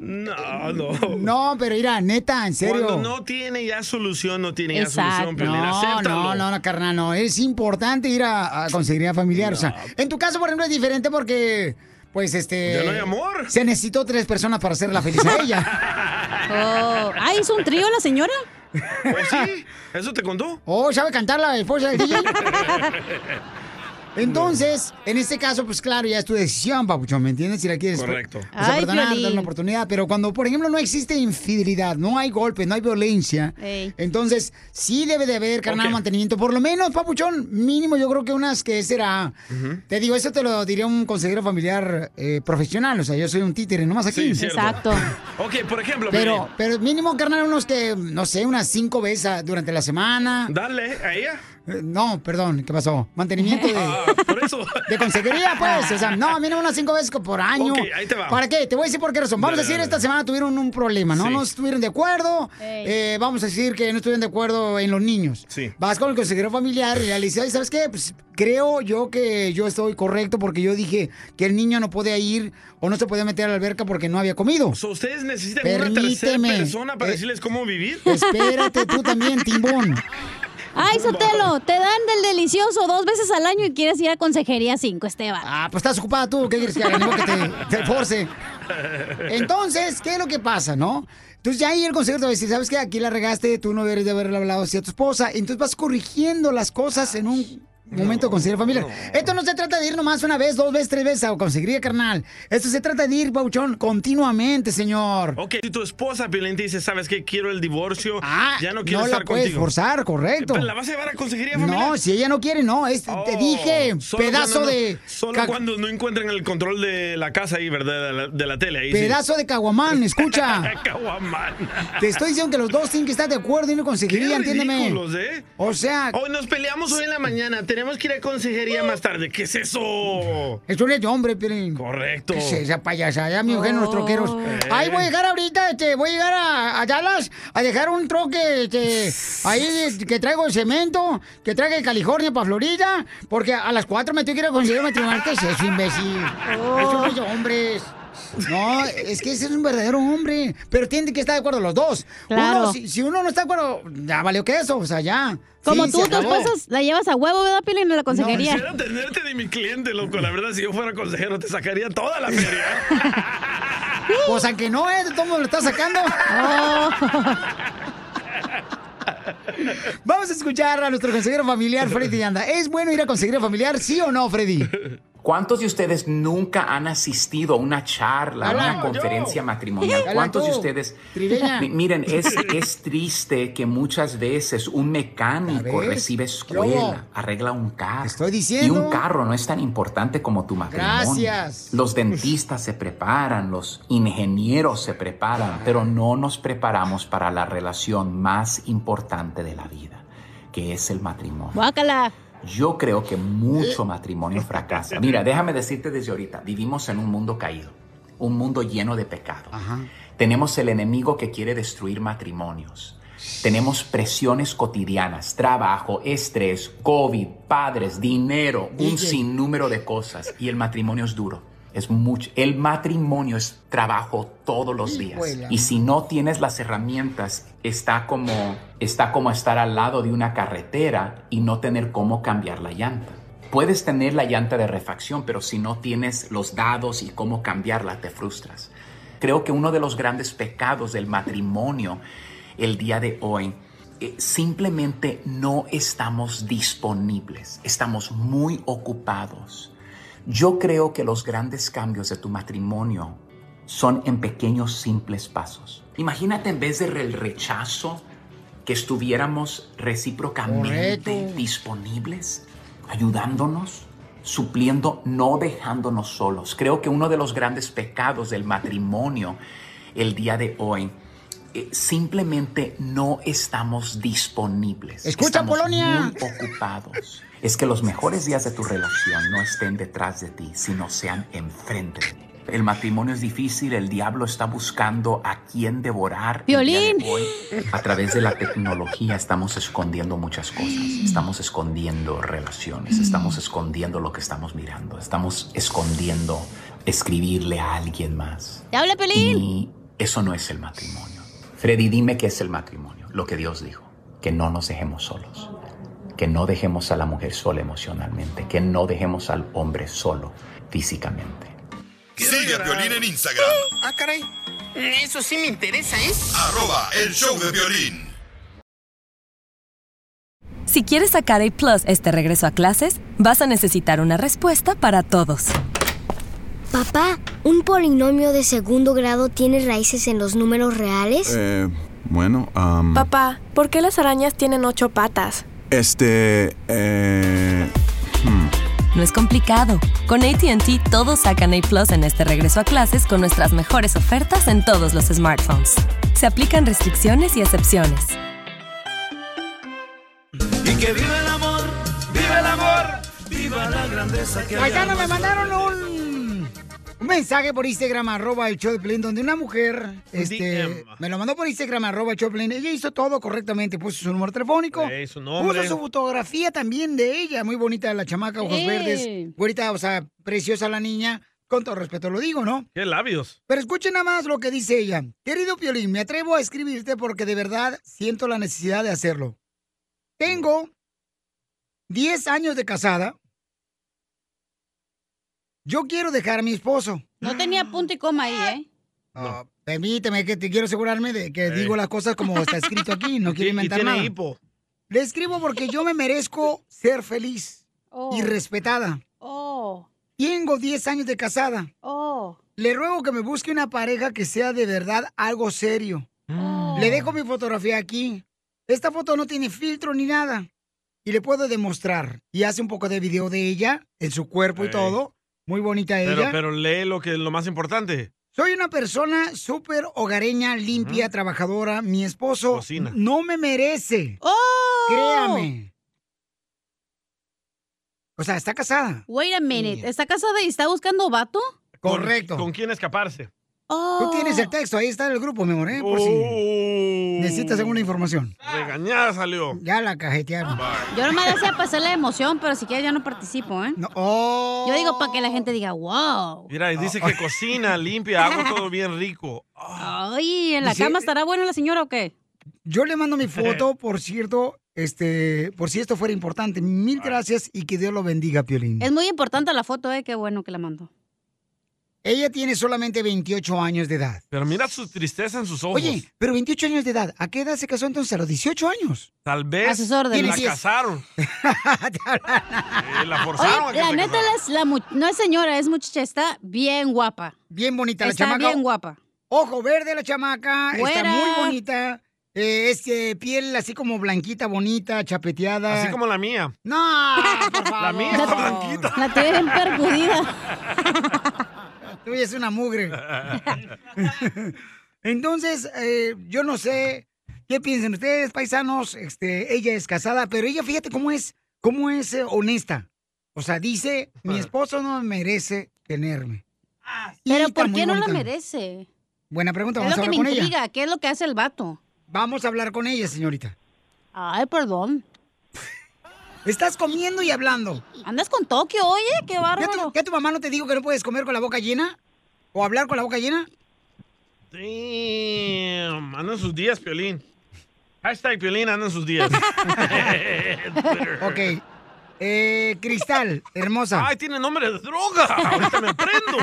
[SPEAKER 3] No, no.
[SPEAKER 2] No, pero mira, neta, en serio.
[SPEAKER 3] Cuando no tiene ya solución, no tiene ya
[SPEAKER 2] Exacto.
[SPEAKER 3] solución, Piolín.
[SPEAKER 2] No,
[SPEAKER 3] Acéptalo.
[SPEAKER 2] no, no, no, carnal, no. Es importante ir a, a conseguiría familiar. O sea, en tu caso, por ejemplo, es diferente porque, pues, este.
[SPEAKER 3] Ya no hay amor.
[SPEAKER 2] Se necesitó tres personas para hacerla feliz a ella.
[SPEAKER 4] Oh. Ah, ¿hizo un trío la señora?
[SPEAKER 3] Pues sí, eso te contó.
[SPEAKER 2] Oh, ¿sabe cantar la esposa del DJ? Entonces, en este caso, pues claro, ya es tu decisión, papuchón, ¿me entiendes? Si la quieres pues,
[SPEAKER 3] Correcto.
[SPEAKER 2] pues,
[SPEAKER 4] Ay,
[SPEAKER 2] perdonar,
[SPEAKER 4] Piolín.
[SPEAKER 2] dar una oportunidad. Pero cuando, por ejemplo, no existe infidelidad, no hay golpe, no hay violencia,
[SPEAKER 4] Ey.
[SPEAKER 2] entonces sí debe de haber carnal
[SPEAKER 4] Ok.
[SPEAKER 2] mantenimiento. Por lo menos, papuchón, mínimo yo creo que unas que será... Te digo, eso te lo diría un consejero familiar eh, profesional, o sea, yo soy un títere, nomás aquí.
[SPEAKER 3] Sí, cierto. Ok, por ejemplo,
[SPEAKER 2] Pero,
[SPEAKER 3] Piolín,
[SPEAKER 2] pero mínimo, carnal, unos que, no sé, unas cinco veces a- durante la semana.
[SPEAKER 3] Dale, a ella.
[SPEAKER 2] Eh, No, perdón, ¿qué pasó? Mantenimiento de,
[SPEAKER 3] Ah, Por eso.
[SPEAKER 2] de consejería, pues. O sea, no, mínimo unas cinco veces por año.
[SPEAKER 3] Ok, ahí te va.
[SPEAKER 2] ¿Para qué? Te voy a decir por qué razón. Vamos
[SPEAKER 3] Dale,
[SPEAKER 2] a decir,
[SPEAKER 3] dale.
[SPEAKER 2] esta semana tuvieron un problema, ¿no?
[SPEAKER 3] Sí.
[SPEAKER 2] No estuvieron de acuerdo.
[SPEAKER 4] Ey.
[SPEAKER 2] eh, vamos a decir que no estuvieron de acuerdo en los niños.
[SPEAKER 3] Sí.
[SPEAKER 2] Vas con el consejero familiar y le dices, "Ay, ¿sabes qué? Pues creo yo que yo estoy correcto porque yo dije que el niño no podía ir o no se podía meter a la alberca porque no había comido.
[SPEAKER 3] So, ¿Ustedes necesitan una tercera
[SPEAKER 2] Permíteme. Eh,
[SPEAKER 3] persona para decirles cómo vivir?
[SPEAKER 2] Espérate tú también, timbón.
[SPEAKER 4] Ay, Sotelo, te dan del delicioso dos veces al año y quieres ir a consejería 5, Esteban.
[SPEAKER 2] Ah, pues estás ocupada tú, ¿qué quieres que haga? Ni modo que te- te force. Entonces, ¿qué es lo que pasa, no? Entonces ya ahí el consejero te va a decir, ¿sabes qué? Aquí la regaste, tú no deberías de haberle hablado así a tu esposa. Entonces vas corrigiendo las cosas en un momento de conseguir familia. Esto no se trata de ir nomás una vez, dos veces, tres veces a conseguir, carnal. Esto se trata de ir, Pauchón, continuamente, señor.
[SPEAKER 3] Ok, si tu esposa, Piolín, te dice, ¿sabes qué? Quiero el divorcio, ya no quiero
[SPEAKER 2] Ah, No
[SPEAKER 3] estar
[SPEAKER 2] la puedes
[SPEAKER 3] contigo.
[SPEAKER 2] forzar, correcto.
[SPEAKER 3] ¿La vas a llevar a consejería familiar?
[SPEAKER 2] No, si ella no quiere, no. Es- te dije,
[SPEAKER 3] Oh, Solo
[SPEAKER 2] pedazo
[SPEAKER 3] cuando no-
[SPEAKER 2] de.
[SPEAKER 3] Solo
[SPEAKER 2] ca-
[SPEAKER 3] cuando no encuentren el control de la casa ahí, ¿verdad? De la, de la tele. Ahí,
[SPEAKER 2] Pedazo de caguamán, escucha.
[SPEAKER 3] de... Caguamán.
[SPEAKER 2] Te estoy diciendo que los dos tienen que estar de acuerdo y no conseguiría, entiéndeme.
[SPEAKER 3] ridículos, ¿eh?
[SPEAKER 2] O sea,
[SPEAKER 3] Hoy nos peleamos hoy en la mañana. Tenemos que ir a consejería más tarde. ¿Qué es eso?
[SPEAKER 2] eso no es de hombre, Piolín.
[SPEAKER 3] Correcto.
[SPEAKER 2] ¿Qué es esa payasa? Ya me ojean los
[SPEAKER 3] Oh.
[SPEAKER 2] troqueros.
[SPEAKER 3] Eh.
[SPEAKER 2] Ahí voy a llegar ahorita, este, voy a llegar a, a Dallas a dejar un troque, este, ahí que traigo cemento, que traiga de California para Florida, porque a las 4 me tengo que ir a conseguir matrimonio. ¿Qué es eso, imbécil?
[SPEAKER 4] Oh.
[SPEAKER 2] Eso no es de hombres. No, es que ese es un verdadero hombre, pero tiene que estar de acuerdo los dos.
[SPEAKER 4] Claro.
[SPEAKER 2] Uno, si, si uno no está de acuerdo, ya valió que eso, o sea, ya.
[SPEAKER 4] Como
[SPEAKER 2] Fin,
[SPEAKER 4] tú,
[SPEAKER 2] se
[SPEAKER 4] tus
[SPEAKER 2] acabó.
[SPEAKER 4] cosas la llevas a huevo, ¿verdad, Piolín? En la consejería.
[SPEAKER 3] Quisiera tenerte de mi cliente, loco. La verdad, si yo fuera consejero, te sacaría toda la feria.
[SPEAKER 2] Pues aunque no, ¿eh? De todo modo lo está sacando.
[SPEAKER 4] Oh.
[SPEAKER 2] Vamos a escuchar a nuestro consejero familiar, Freddy Anda. ¿Es bueno ir a consejero familiar, sí o no, Freddy?
[SPEAKER 15] ¿Cuántos de ustedes nunca han asistido a una charla, a
[SPEAKER 2] Habla,
[SPEAKER 15] una
[SPEAKER 2] yo.
[SPEAKER 15] conferencia matrimonial?
[SPEAKER 2] Habla
[SPEAKER 15] ¿Cuántos de
[SPEAKER 2] tú,
[SPEAKER 15] ustedes?
[SPEAKER 2] Tribeña.
[SPEAKER 15] Mi- Miren, es, es triste que muchas veces un mecánico
[SPEAKER 2] ves?
[SPEAKER 15] recibe
[SPEAKER 2] Lobo.
[SPEAKER 15] escuela, arregla un carro.
[SPEAKER 2] diciendo.
[SPEAKER 15] Y un carro no es tan importante como tu matrimonio.
[SPEAKER 2] Gracias.
[SPEAKER 15] Los dentistas se preparan, los ingenieros se preparan, pero no nos preparamos para la relación más importante de la vida, que es el matrimonio.
[SPEAKER 4] Guácala.
[SPEAKER 15] Yo creo que mucho matrimonio fracasa. Mira, déjame decirte desde ahorita, vivimos en un mundo caído, un mundo lleno de pecado. Tenemos el enemigo que quiere destruir matrimonios. Tenemos presiones cotidianas, trabajo, estrés, COVID, padres, dinero, un
[SPEAKER 14] DJ.
[SPEAKER 15] sinnúmero de cosas. Y el matrimonio es duro. Es mucho. El matrimonio es trabajo todos los días.
[SPEAKER 14] Hijuela.
[SPEAKER 15] Y si no tienes las herramientas, está como, está como estar al lado de una carretera y no tener cómo cambiar la llanta. Puedes tener la llanta de refacción, pero si no tienes los dados y cómo cambiarla, te frustras. Creo que uno de los grandes pecados del matrimonio el día de hoy, eh, simplemente no estamos disponibles, estamos muy ocupados. Yo creo que los grandes cambios de tu matrimonio son en pequeños, simples pasos. Imagínate en vez del rechazo, que estuviéramos recíprocamente disponibles, ayudándonos, supliendo, no dejándonos solos. Creo que uno de los grandes pecados del matrimonio el día de hoy, eh, simplemente no estamos disponibles.
[SPEAKER 2] Escucha,
[SPEAKER 15] Estamos
[SPEAKER 2] Polonia.
[SPEAKER 15] muy ocupados. Es que los mejores días de tu relación no estén detrás de ti, sino sean enfrente de ti. El matrimonio es difícil, el diablo está buscando a quién devorar. el día de
[SPEAKER 4] Piolín.
[SPEAKER 15] hoy. A través de la tecnología estamos escondiendo muchas cosas. Estamos escondiendo relaciones, estamos escondiendo lo que estamos mirando, estamos escondiendo escribirle a alguien más.
[SPEAKER 4] ¡Te habla,
[SPEAKER 2] Mm.
[SPEAKER 4] Piolín!
[SPEAKER 15] Y eso no es el matrimonio. Freddy, dime qué es el matrimonio. Lo que Dios dijo, que no nos dejemos solos, que no dejemos a la mujer sola emocionalmente, que no dejemos al hombre solo físicamente.
[SPEAKER 10] Sigue a Piolín en Instagram.
[SPEAKER 16] Ah, caray. Eso sí me interesa, ¿eh?
[SPEAKER 10] Arroba el show de violín.
[SPEAKER 17] Si quieres sacar A Plus este regreso a clases, vas a necesitar una respuesta para todos.
[SPEAKER 32] Papá, ¿un polinomio de segundo grado tiene raíces en los números reales?
[SPEAKER 33] Eh, bueno, am,
[SPEAKER 32] Papá, ¿por qué las arañas tienen ocho patas?
[SPEAKER 33] este, eh, hmm.
[SPEAKER 17] No es complicado. Con ATT todos sacan A Plus en este regreso a clases con nuestras mejores ofertas en todos los smartphones. Se aplican restricciones y excepciones.
[SPEAKER 16] Y que viva el amor, viva el amor, viva la grandeza que hay.
[SPEAKER 2] Paisano, me mandaron un, un mensaje por Instagram, arroba el show de Piolín, donde una mujer este, me lo mandó por Instagram, arroba el show de Piolín. Ella hizo todo correctamente, puso su número telefónico,
[SPEAKER 3] Ey, su nombre.
[SPEAKER 2] puso Eh, su fotografía también de ella, muy bonita la chamaca, ojos
[SPEAKER 3] Ey.
[SPEAKER 2] verdes, güerita, o sea, preciosa la niña, con todo respeto lo digo, ¿no?
[SPEAKER 3] ¿Qué labios?
[SPEAKER 2] Pero escuchen nada más lo que dice ella. Querido Piolín, me atrevo a escribirte porque de verdad siento la necesidad de hacerlo. Tengo 10 años de casada. Yo quiero dejar a mi esposo.
[SPEAKER 4] No tenía punto y coma ahí, ¿eh?
[SPEAKER 2] Ah, permíteme que te quiero asegurarme de que digo las cosas como está escrito aquí. No
[SPEAKER 4] Y-
[SPEAKER 2] quiero
[SPEAKER 4] y
[SPEAKER 2] inventar
[SPEAKER 4] tiene
[SPEAKER 2] nada.
[SPEAKER 4] hipo.
[SPEAKER 2] Le escribo porque yo me merezco ser feliz. y respetada.
[SPEAKER 4] Oh,
[SPEAKER 2] Tengo 10 años de casada.
[SPEAKER 4] oh.
[SPEAKER 2] Le ruego que me busque una pareja que sea de verdad algo serio. Le dejo mi fotografía aquí. Esta foto no tiene filtro ni nada. Y le puedo demostrar. Y hace un poco de video de ella, en su cuerpo y
[SPEAKER 3] Ey.
[SPEAKER 2] todo. Muy bonita
[SPEAKER 3] Pero,
[SPEAKER 2] ella.
[SPEAKER 3] pero lee lo que lo más importante.
[SPEAKER 2] Soy una persona súper hogareña, limpia, trabajadora. Mi esposo no me
[SPEAKER 4] Oh.
[SPEAKER 2] merece. Créame. O sea, está casada.
[SPEAKER 4] Wait a minute. ¿Está casada y está buscando vato?
[SPEAKER 2] Correcto.
[SPEAKER 3] ¿Con quién escaparse?
[SPEAKER 2] Tú tienes el texto, ahí está en el grupo, mi amor, ¿eh? por si necesitas alguna información.
[SPEAKER 3] Oh. Regañada salió.
[SPEAKER 2] Ya la cajetearon.
[SPEAKER 4] Oh. Yo nomás deseo pasar la emoción, pero si quieres yo no participo, ¿eh?
[SPEAKER 2] oh.
[SPEAKER 4] Yo digo para que la gente diga, wow.
[SPEAKER 3] Mira, y
[SPEAKER 2] Ah,
[SPEAKER 3] dice que cocina, limpia, hago todo bien rico.
[SPEAKER 4] Ay, ¿en la
[SPEAKER 2] Y si-
[SPEAKER 4] cama estará buena la señora o qué?
[SPEAKER 2] Yo le mando mi foto, por cierto, este, por si esto fuera importante. Mil gracias y que Dios lo bendiga, Piolín.
[SPEAKER 4] Es muy importante la foto, ¿eh? Qué bueno que la mandó.
[SPEAKER 2] Ella tiene solamente 28 años de edad.
[SPEAKER 3] Pero mira su tristeza en sus ojos.
[SPEAKER 2] Oye, pero 28 años de edad, ¿a qué edad se casó entonces? A los 18 años.
[SPEAKER 3] Tal vez
[SPEAKER 2] Tiene
[SPEAKER 3] la
[SPEAKER 2] 10.
[SPEAKER 3] casaron. Eh, la forzaron
[SPEAKER 4] Oye,
[SPEAKER 3] a que
[SPEAKER 4] la
[SPEAKER 3] se
[SPEAKER 4] neta,
[SPEAKER 3] casara.
[SPEAKER 4] las- la mu- no es señora, es muchacha, está bien guapa.
[SPEAKER 2] Bien bonita la
[SPEAKER 4] está
[SPEAKER 2] chamaca.
[SPEAKER 4] bien guapa.
[SPEAKER 2] Ojo verde la chamaca,
[SPEAKER 4] Güera.
[SPEAKER 2] está muy bonita. Eh, es eh, piel así como blanquita, bonita, chapeteada.
[SPEAKER 3] Así como la mía.
[SPEAKER 2] No, por favor.
[SPEAKER 3] La mía está blanquita.
[SPEAKER 4] La tuya bien percudida.
[SPEAKER 2] Tuya es una mugre. Entonces, eh, yo no sé qué piensen ustedes, paisanos. Este, ella es casada, pero ella, fíjate cómo es, cómo es eh, honesta. O sea, dice,
[SPEAKER 3] Ah.
[SPEAKER 2] mi esposo no merece tenerme.
[SPEAKER 4] Pero
[SPEAKER 2] Y está
[SPEAKER 4] ¿por
[SPEAKER 2] muy
[SPEAKER 4] qué no la
[SPEAKER 2] bonita.
[SPEAKER 4] merece?
[SPEAKER 2] Buena pregunta,
[SPEAKER 4] es
[SPEAKER 2] vamos
[SPEAKER 4] lo
[SPEAKER 2] a
[SPEAKER 4] que
[SPEAKER 2] hablar
[SPEAKER 4] me
[SPEAKER 2] con
[SPEAKER 4] intriga,
[SPEAKER 2] ella.
[SPEAKER 4] ¿qué es lo que hace el vato?
[SPEAKER 2] Vamos a hablar con ella, señorita.
[SPEAKER 4] Ay, perdón.
[SPEAKER 2] Estás comiendo y hablando.
[SPEAKER 4] Andas con Tokio, oye, qué bárbaro.
[SPEAKER 2] ¿Ya tu, ya tu mamá no te dijo que no puedes comer con la boca llena? ¿O hablar con la boca llena?
[SPEAKER 3] Damn, andan sus días, Piolín. Hashtag Piolín andan sus días.
[SPEAKER 2] ok. Eh, Cristal, hermosa.
[SPEAKER 3] Ay, tiene nombre de droga. Ahorita me prendo.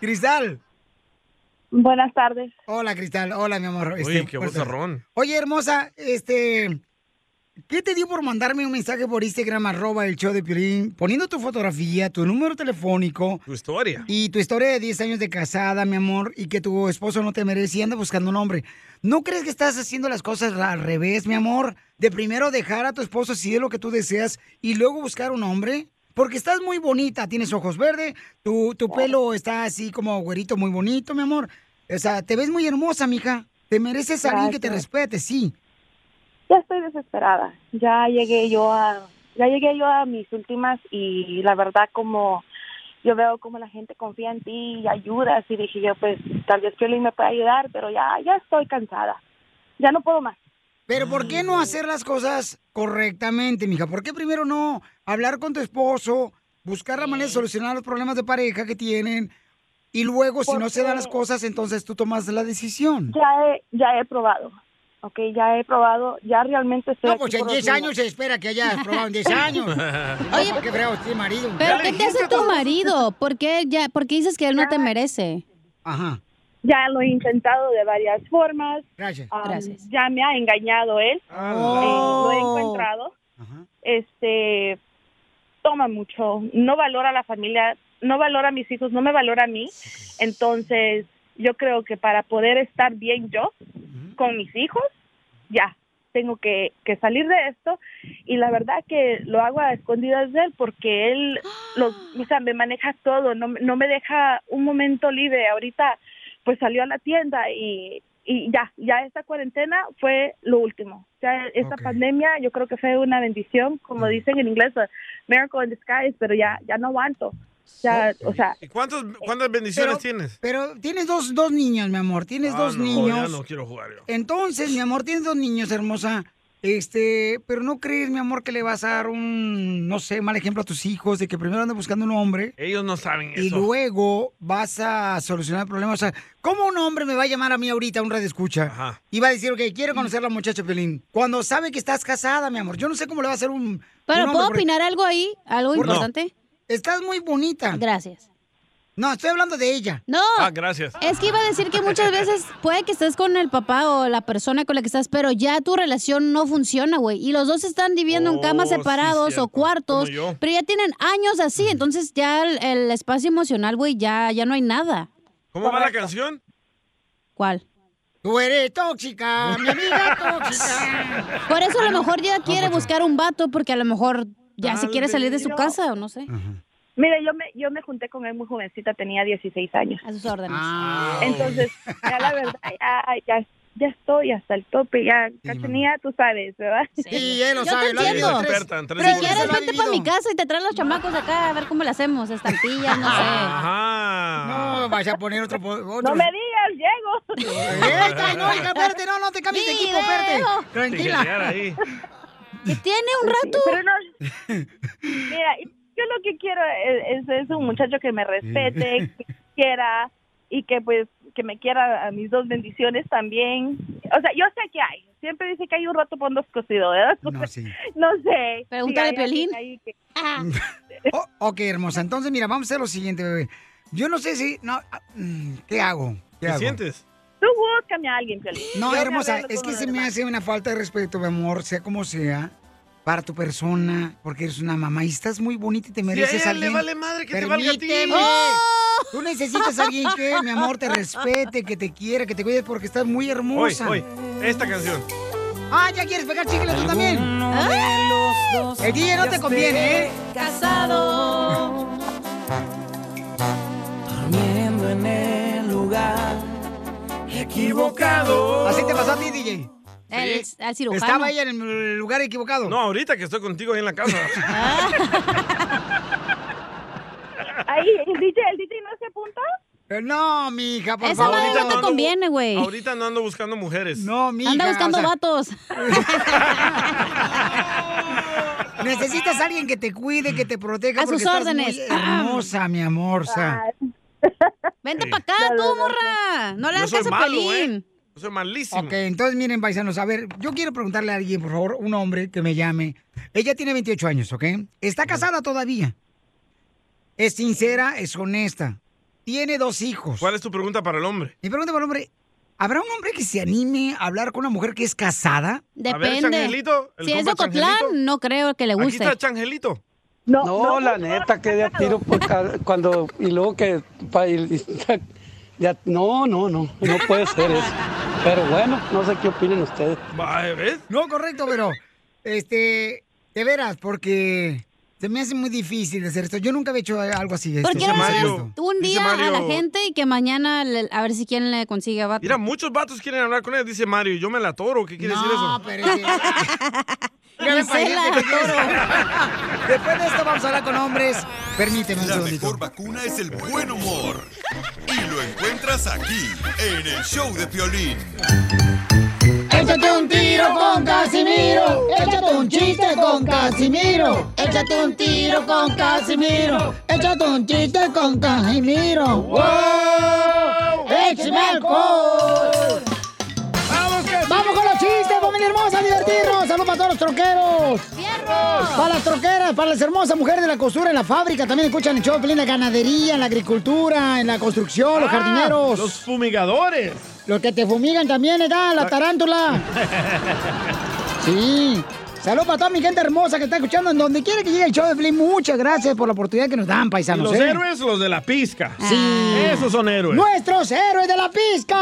[SPEAKER 2] Cristal.
[SPEAKER 1] Buenas tardes.
[SPEAKER 2] Hola, Cristal. Hola, mi amor. Este, pues,
[SPEAKER 3] Uy, qué
[SPEAKER 2] fuerte.
[SPEAKER 3] bozarrón.
[SPEAKER 2] Oye, hermosa, este. ¿Qué te dio por mandarme un mensaje por Instagram, arroba el show de Piolín, poniendo tu fotografía, tu número telefónico
[SPEAKER 3] Tu historia.
[SPEAKER 2] y tu historia de 10 años de casada, mi amor, y que tu esposo no te merece y anda buscando un hombre? ¿No crees que estás haciendo las cosas al revés, mi amor? De primero dejar a tu esposo si es lo que tú deseas y luego buscar un hombre. Porque estás muy bonita, tienes ojos verdes, tu, tu pelo está así como güerito muy bonito, mi amor. O sea, te ves muy hermosa, mija. Te mereces a alguien que te
[SPEAKER 1] Gracias.
[SPEAKER 2] respete, sí.
[SPEAKER 1] Ya estoy desesperada. Ya llegué yo a ya llegué yo a mis últimas y la verdad como yo veo como la gente confía en ti y ayudas y dije yo pues tal vez Piolín me puede ayudar, pero ya ya estoy cansada. Ya no puedo más.
[SPEAKER 2] Pero ¿por qué no hacer las cosas correctamente, mija? ¿Por qué primero no hablar con tu esposo, buscar la manera de solucionar los problemas de pareja que tienen y luego si no se dan las cosas, entonces tú tomas la decisión?
[SPEAKER 1] Ya he, ya he probado. Ok, ya he probado, ya realmente estoy
[SPEAKER 2] No,
[SPEAKER 1] aquí
[SPEAKER 2] pues en
[SPEAKER 1] por
[SPEAKER 2] 10
[SPEAKER 1] los
[SPEAKER 2] años se espera que hayas probado en 10 años. Oye, ¿para qué fregados tiene marido?
[SPEAKER 4] ¿Pero qué te hace tu marido? ¿Por qué, ya, por qué dices que él no te merece?
[SPEAKER 2] Ajá.
[SPEAKER 1] Ya lo he intentado de varias formas.
[SPEAKER 2] Gracias. Ah,
[SPEAKER 4] Gracias.
[SPEAKER 1] Ya me ha engañado él.
[SPEAKER 4] Oh.
[SPEAKER 1] Eh, lo he encontrado. Este toma mucho, no valora a la familia, no valora a mis hijos, no me valora a mí. Entonces, yo creo que para poder estar bien yo con mis hijos, ya tengo que, que salir de esto y la verdad que lo hago a escondidas de él porque él los, o sea, me maneja todo, no, no me deja un momento libre. Ahorita pues salió a la tienda y, y ya, ya esta cuarentena fue lo último. Ya esta pandemia yo creo que fue una bendición, como dicen en inglés, a miracle in disguise, pero ya, ya no aguanto. Ya, o sea,
[SPEAKER 3] ¿Y cuántos, cuántas bendiciones
[SPEAKER 2] Pero-
[SPEAKER 3] tienes?
[SPEAKER 2] Pero tienes dos, dos niños, mi amor. Tienes
[SPEAKER 3] Ah,
[SPEAKER 2] dos
[SPEAKER 3] no,
[SPEAKER 2] niños.
[SPEAKER 3] Ya no quiero jugar yo.
[SPEAKER 2] Entonces, mi amor, tienes dos niños, hermosa. Este, pero no crees, mi amor, que le vas a dar un, no sé, mal ejemplo a tus hijos de que primero andan buscando un hombre
[SPEAKER 3] Ellos no saben
[SPEAKER 2] y
[SPEAKER 3] eso.
[SPEAKER 2] luego vas a solucionar el problema. O sea, ¿cómo un hombre me va a llamar a mí ahorita, un red escucha? Y va a decir, ok, quiero conocer a la muchacha Pelín. Cuando sabe que estás casada, mi amor. Yo no sé cómo le va a hacer un.
[SPEAKER 4] ¿Pero
[SPEAKER 2] un hombre,
[SPEAKER 4] puedo
[SPEAKER 2] porque-
[SPEAKER 4] opinar algo ahí? ¿Algo
[SPEAKER 2] No.
[SPEAKER 4] importante?
[SPEAKER 2] Estás muy bonita.
[SPEAKER 4] Gracias.
[SPEAKER 2] No, estoy hablando de ella.
[SPEAKER 4] No.
[SPEAKER 3] Ah, gracias.
[SPEAKER 4] Es que iba a decir que muchas veces puede que estés con el papá o la persona con la que estás, pero ya tu relación no funciona, güey. Y los dos están viviendo en camas
[SPEAKER 6] Oh, sí,
[SPEAKER 4] separados o
[SPEAKER 6] cierto.
[SPEAKER 4] cuartos,
[SPEAKER 6] Como yo.
[SPEAKER 4] pero ya tienen años así, entonces ya el, el espacio emocional, güey, ya, ya no hay nada.
[SPEAKER 3] ¿Cómo va la canción?
[SPEAKER 4] ¿Cuál?
[SPEAKER 2] Tú eres tóxica, mi amiga tóxica.
[SPEAKER 4] Por eso a lo mejor ya quiere buscar un vato porque a lo mejor ya se quiere salir de su casa o no sé.
[SPEAKER 1] Mira, yo me, yo me junté con él muy jovencita, tenía 16 años.
[SPEAKER 4] A sus órdenes.
[SPEAKER 1] Entonces, ya la verdad, ya, ya, ya estoy hasta el tope, ya cachanía, tú sabes, ¿verdad?
[SPEAKER 2] Sí, él
[SPEAKER 4] lo Yo sabe, te lo ha vivido entiendo. tres-
[SPEAKER 3] Experta en tres
[SPEAKER 4] Si
[SPEAKER 3] segundos.
[SPEAKER 4] quieres, vete para mi casa y te traen los chamacos acá a ver cómo le hacemos, estampillas, no sé.
[SPEAKER 3] Ajá.
[SPEAKER 2] No, vaya a poner otro. po- otro. Eh,
[SPEAKER 4] No me
[SPEAKER 2] llego.
[SPEAKER 1] digas,
[SPEAKER 2] Esta, no, hija, espérate, no, no te cambies de equipo, espérate.
[SPEAKER 3] Tijerear
[SPEAKER 2] Tranquila.
[SPEAKER 3] ahí.
[SPEAKER 4] Tiene un rato.
[SPEAKER 1] Pero no, mira, yo lo que quiero es, es- es un muchacho que me respete, que quiera y que pues que me quiera a mis dos bendiciones también. O sea, yo sé que hay. Siempre dice que hay un rato por un descosido, ¿verdad?
[SPEAKER 2] No, sí.
[SPEAKER 1] No sé.
[SPEAKER 4] Mm. Pregúntale a Piolín. Ah.
[SPEAKER 2] O- Oh, ok, hermosa. Entonces, mira, vamos a hacer lo siguiente, bebé. Yo no sé si. No, ah, mm, ¿Qué hago?
[SPEAKER 3] ¿Qué
[SPEAKER 2] hago?
[SPEAKER 3] sientes?
[SPEAKER 1] Tú búscame a alguien, Piolín. Yo
[SPEAKER 2] No,
[SPEAKER 1] voy a
[SPEAKER 2] hermosa,
[SPEAKER 1] hablarlo
[SPEAKER 2] es
[SPEAKER 1] con
[SPEAKER 2] que
[SPEAKER 1] los
[SPEAKER 2] se me
[SPEAKER 1] demás.
[SPEAKER 2] hace una falta de respeto, mi amor, sea como sea, para tu persona, porque eres una mamá y estás muy bonita y te mereces
[SPEAKER 3] ella le
[SPEAKER 2] alguien.
[SPEAKER 3] vale madre que te valga a ti.
[SPEAKER 2] Permíteme.
[SPEAKER 3] ¡Oh!
[SPEAKER 2] Tú necesitas a alguien que, mi amor, te respete, que te quiera, que te cuide porque estás muy
[SPEAKER 3] Hoy,
[SPEAKER 2] hermosa.
[SPEAKER 3] hoy, esta canción.
[SPEAKER 2] Ah, ya quieres pegar chicle tú también. Ah. El DJ no te conviene, ¿eh?
[SPEAKER 4] Casado.
[SPEAKER 16] Durmiendo en el lugar equivocado.
[SPEAKER 2] Así te pasó a ti, DJ.
[SPEAKER 4] El- al cirujano.
[SPEAKER 2] Estaba ella en el lugar equivocado.
[SPEAKER 3] No, ahorita que estoy contigo ahí en la casa.
[SPEAKER 1] Ahí, el DJ, el DJ no se apunta.
[SPEAKER 2] No, mi hija, Ah, por
[SPEAKER 4] Esa
[SPEAKER 2] favor.
[SPEAKER 4] madre no te
[SPEAKER 3] ando-
[SPEAKER 4] conviene, güey.
[SPEAKER 3] Ahorita no ando buscando mujeres.
[SPEAKER 2] No, mi
[SPEAKER 4] Anda
[SPEAKER 2] hija,
[SPEAKER 4] buscando
[SPEAKER 2] o sea-
[SPEAKER 4] vatos.
[SPEAKER 2] Necesitas a alguien que te cuide, que te proteja.
[SPEAKER 4] A
[SPEAKER 2] porque
[SPEAKER 4] sus
[SPEAKER 2] estás
[SPEAKER 4] órdenes.
[SPEAKER 2] muy hermosa, mi amor. o sea.
[SPEAKER 4] Vente para acá, tú, morra. No le
[SPEAKER 3] Yo
[SPEAKER 4] hagas
[SPEAKER 3] soy
[SPEAKER 4] caso a
[SPEAKER 3] malo,
[SPEAKER 4] Pelín.
[SPEAKER 3] ¿eh? Yo soy malísimo.
[SPEAKER 2] Ok, entonces miren, paisanos, a ver, yo quiero preguntarle a alguien, por favor, un hombre que me llame. Ella tiene 28 años, ¿ok? Está casada todavía. Es sincera, es honesta. Tiene dos hijos.
[SPEAKER 3] ¿Cuál es tu pregunta para el hombre?
[SPEAKER 2] Mi pregunta para el hombre, ¿habrá un hombre que se anime a hablar con una mujer que es casada?
[SPEAKER 4] Depende. si es de Ocotlán, no creo que le
[SPEAKER 2] Aquí
[SPEAKER 4] guste.
[SPEAKER 2] está
[SPEAKER 3] Changelito.
[SPEAKER 2] No,
[SPEAKER 14] la neta, que de a tiro por cada- cuando. Y luego que. pa- y- y- ya- no, no, no. No puede ser eso. Pero bueno, no sé qué opinan ustedes.
[SPEAKER 3] eh,
[SPEAKER 2] No, correcto, pero, este, de veras, porque se me hace muy difícil hacer esto. Yo nunca había hecho algo así.
[SPEAKER 4] ¿Por
[SPEAKER 2] esto,
[SPEAKER 4] qué
[SPEAKER 2] se
[SPEAKER 4] no
[SPEAKER 2] me hace
[SPEAKER 4] haces
[SPEAKER 2] esto.
[SPEAKER 4] un
[SPEAKER 3] Dice
[SPEAKER 4] día a la
[SPEAKER 3] Mario-
[SPEAKER 4] gente y que mañana le- a ver si quién le consigue a vato?
[SPEAKER 3] Mira, muchos vatos quieren hablar con él. Dice Mario, yo me la toro. ¿Qué quiere decir eso?
[SPEAKER 2] No, pero es que- Mira, ven para allá,
[SPEAKER 4] Gisela,
[SPEAKER 2] ¿qué quieres? Después de esto vamos a hablar con hombres. Permíteme un
[SPEAKER 10] La
[SPEAKER 2] segundito.
[SPEAKER 10] mejor vacuna es el buen humor. Y lo encuentras aquí, en el show de Piolín.
[SPEAKER 2] Échate un tiro con Casimiro. Échate un chiste con Casimiro. Échate un tiro con Casimiro. Échate un chiste con Casimiro. ¡Wow! ¡Échame alcohol! ¡Vamos, ¡Vamos con los chistes, familia hermosa, a divertirnos! ¡Saludos para todos los troqueros! Para las troqueras, para las hermosas mujeres de la costura, en la fábrica, también escuchan el show, en la ganadería, en la agricultura, en la construcción,
[SPEAKER 3] Ah,
[SPEAKER 2] los jardineros.
[SPEAKER 3] Los fumigadores.
[SPEAKER 2] Los que te fumigan también, ¿eh? La tarántula. Sí. Saludos para toda mi gente hermosa que está escuchando en donde quiera que llegue el show de Flynn. Muchas gracias por la oportunidad que nos dan,
[SPEAKER 3] Y
[SPEAKER 2] paisanos.
[SPEAKER 3] los
[SPEAKER 2] ¿eh?
[SPEAKER 3] héroes, los de la pizca.
[SPEAKER 4] Ah.
[SPEAKER 2] Sí.
[SPEAKER 3] Esos son héroes.
[SPEAKER 2] ¡Nuestros héroes de la pizca!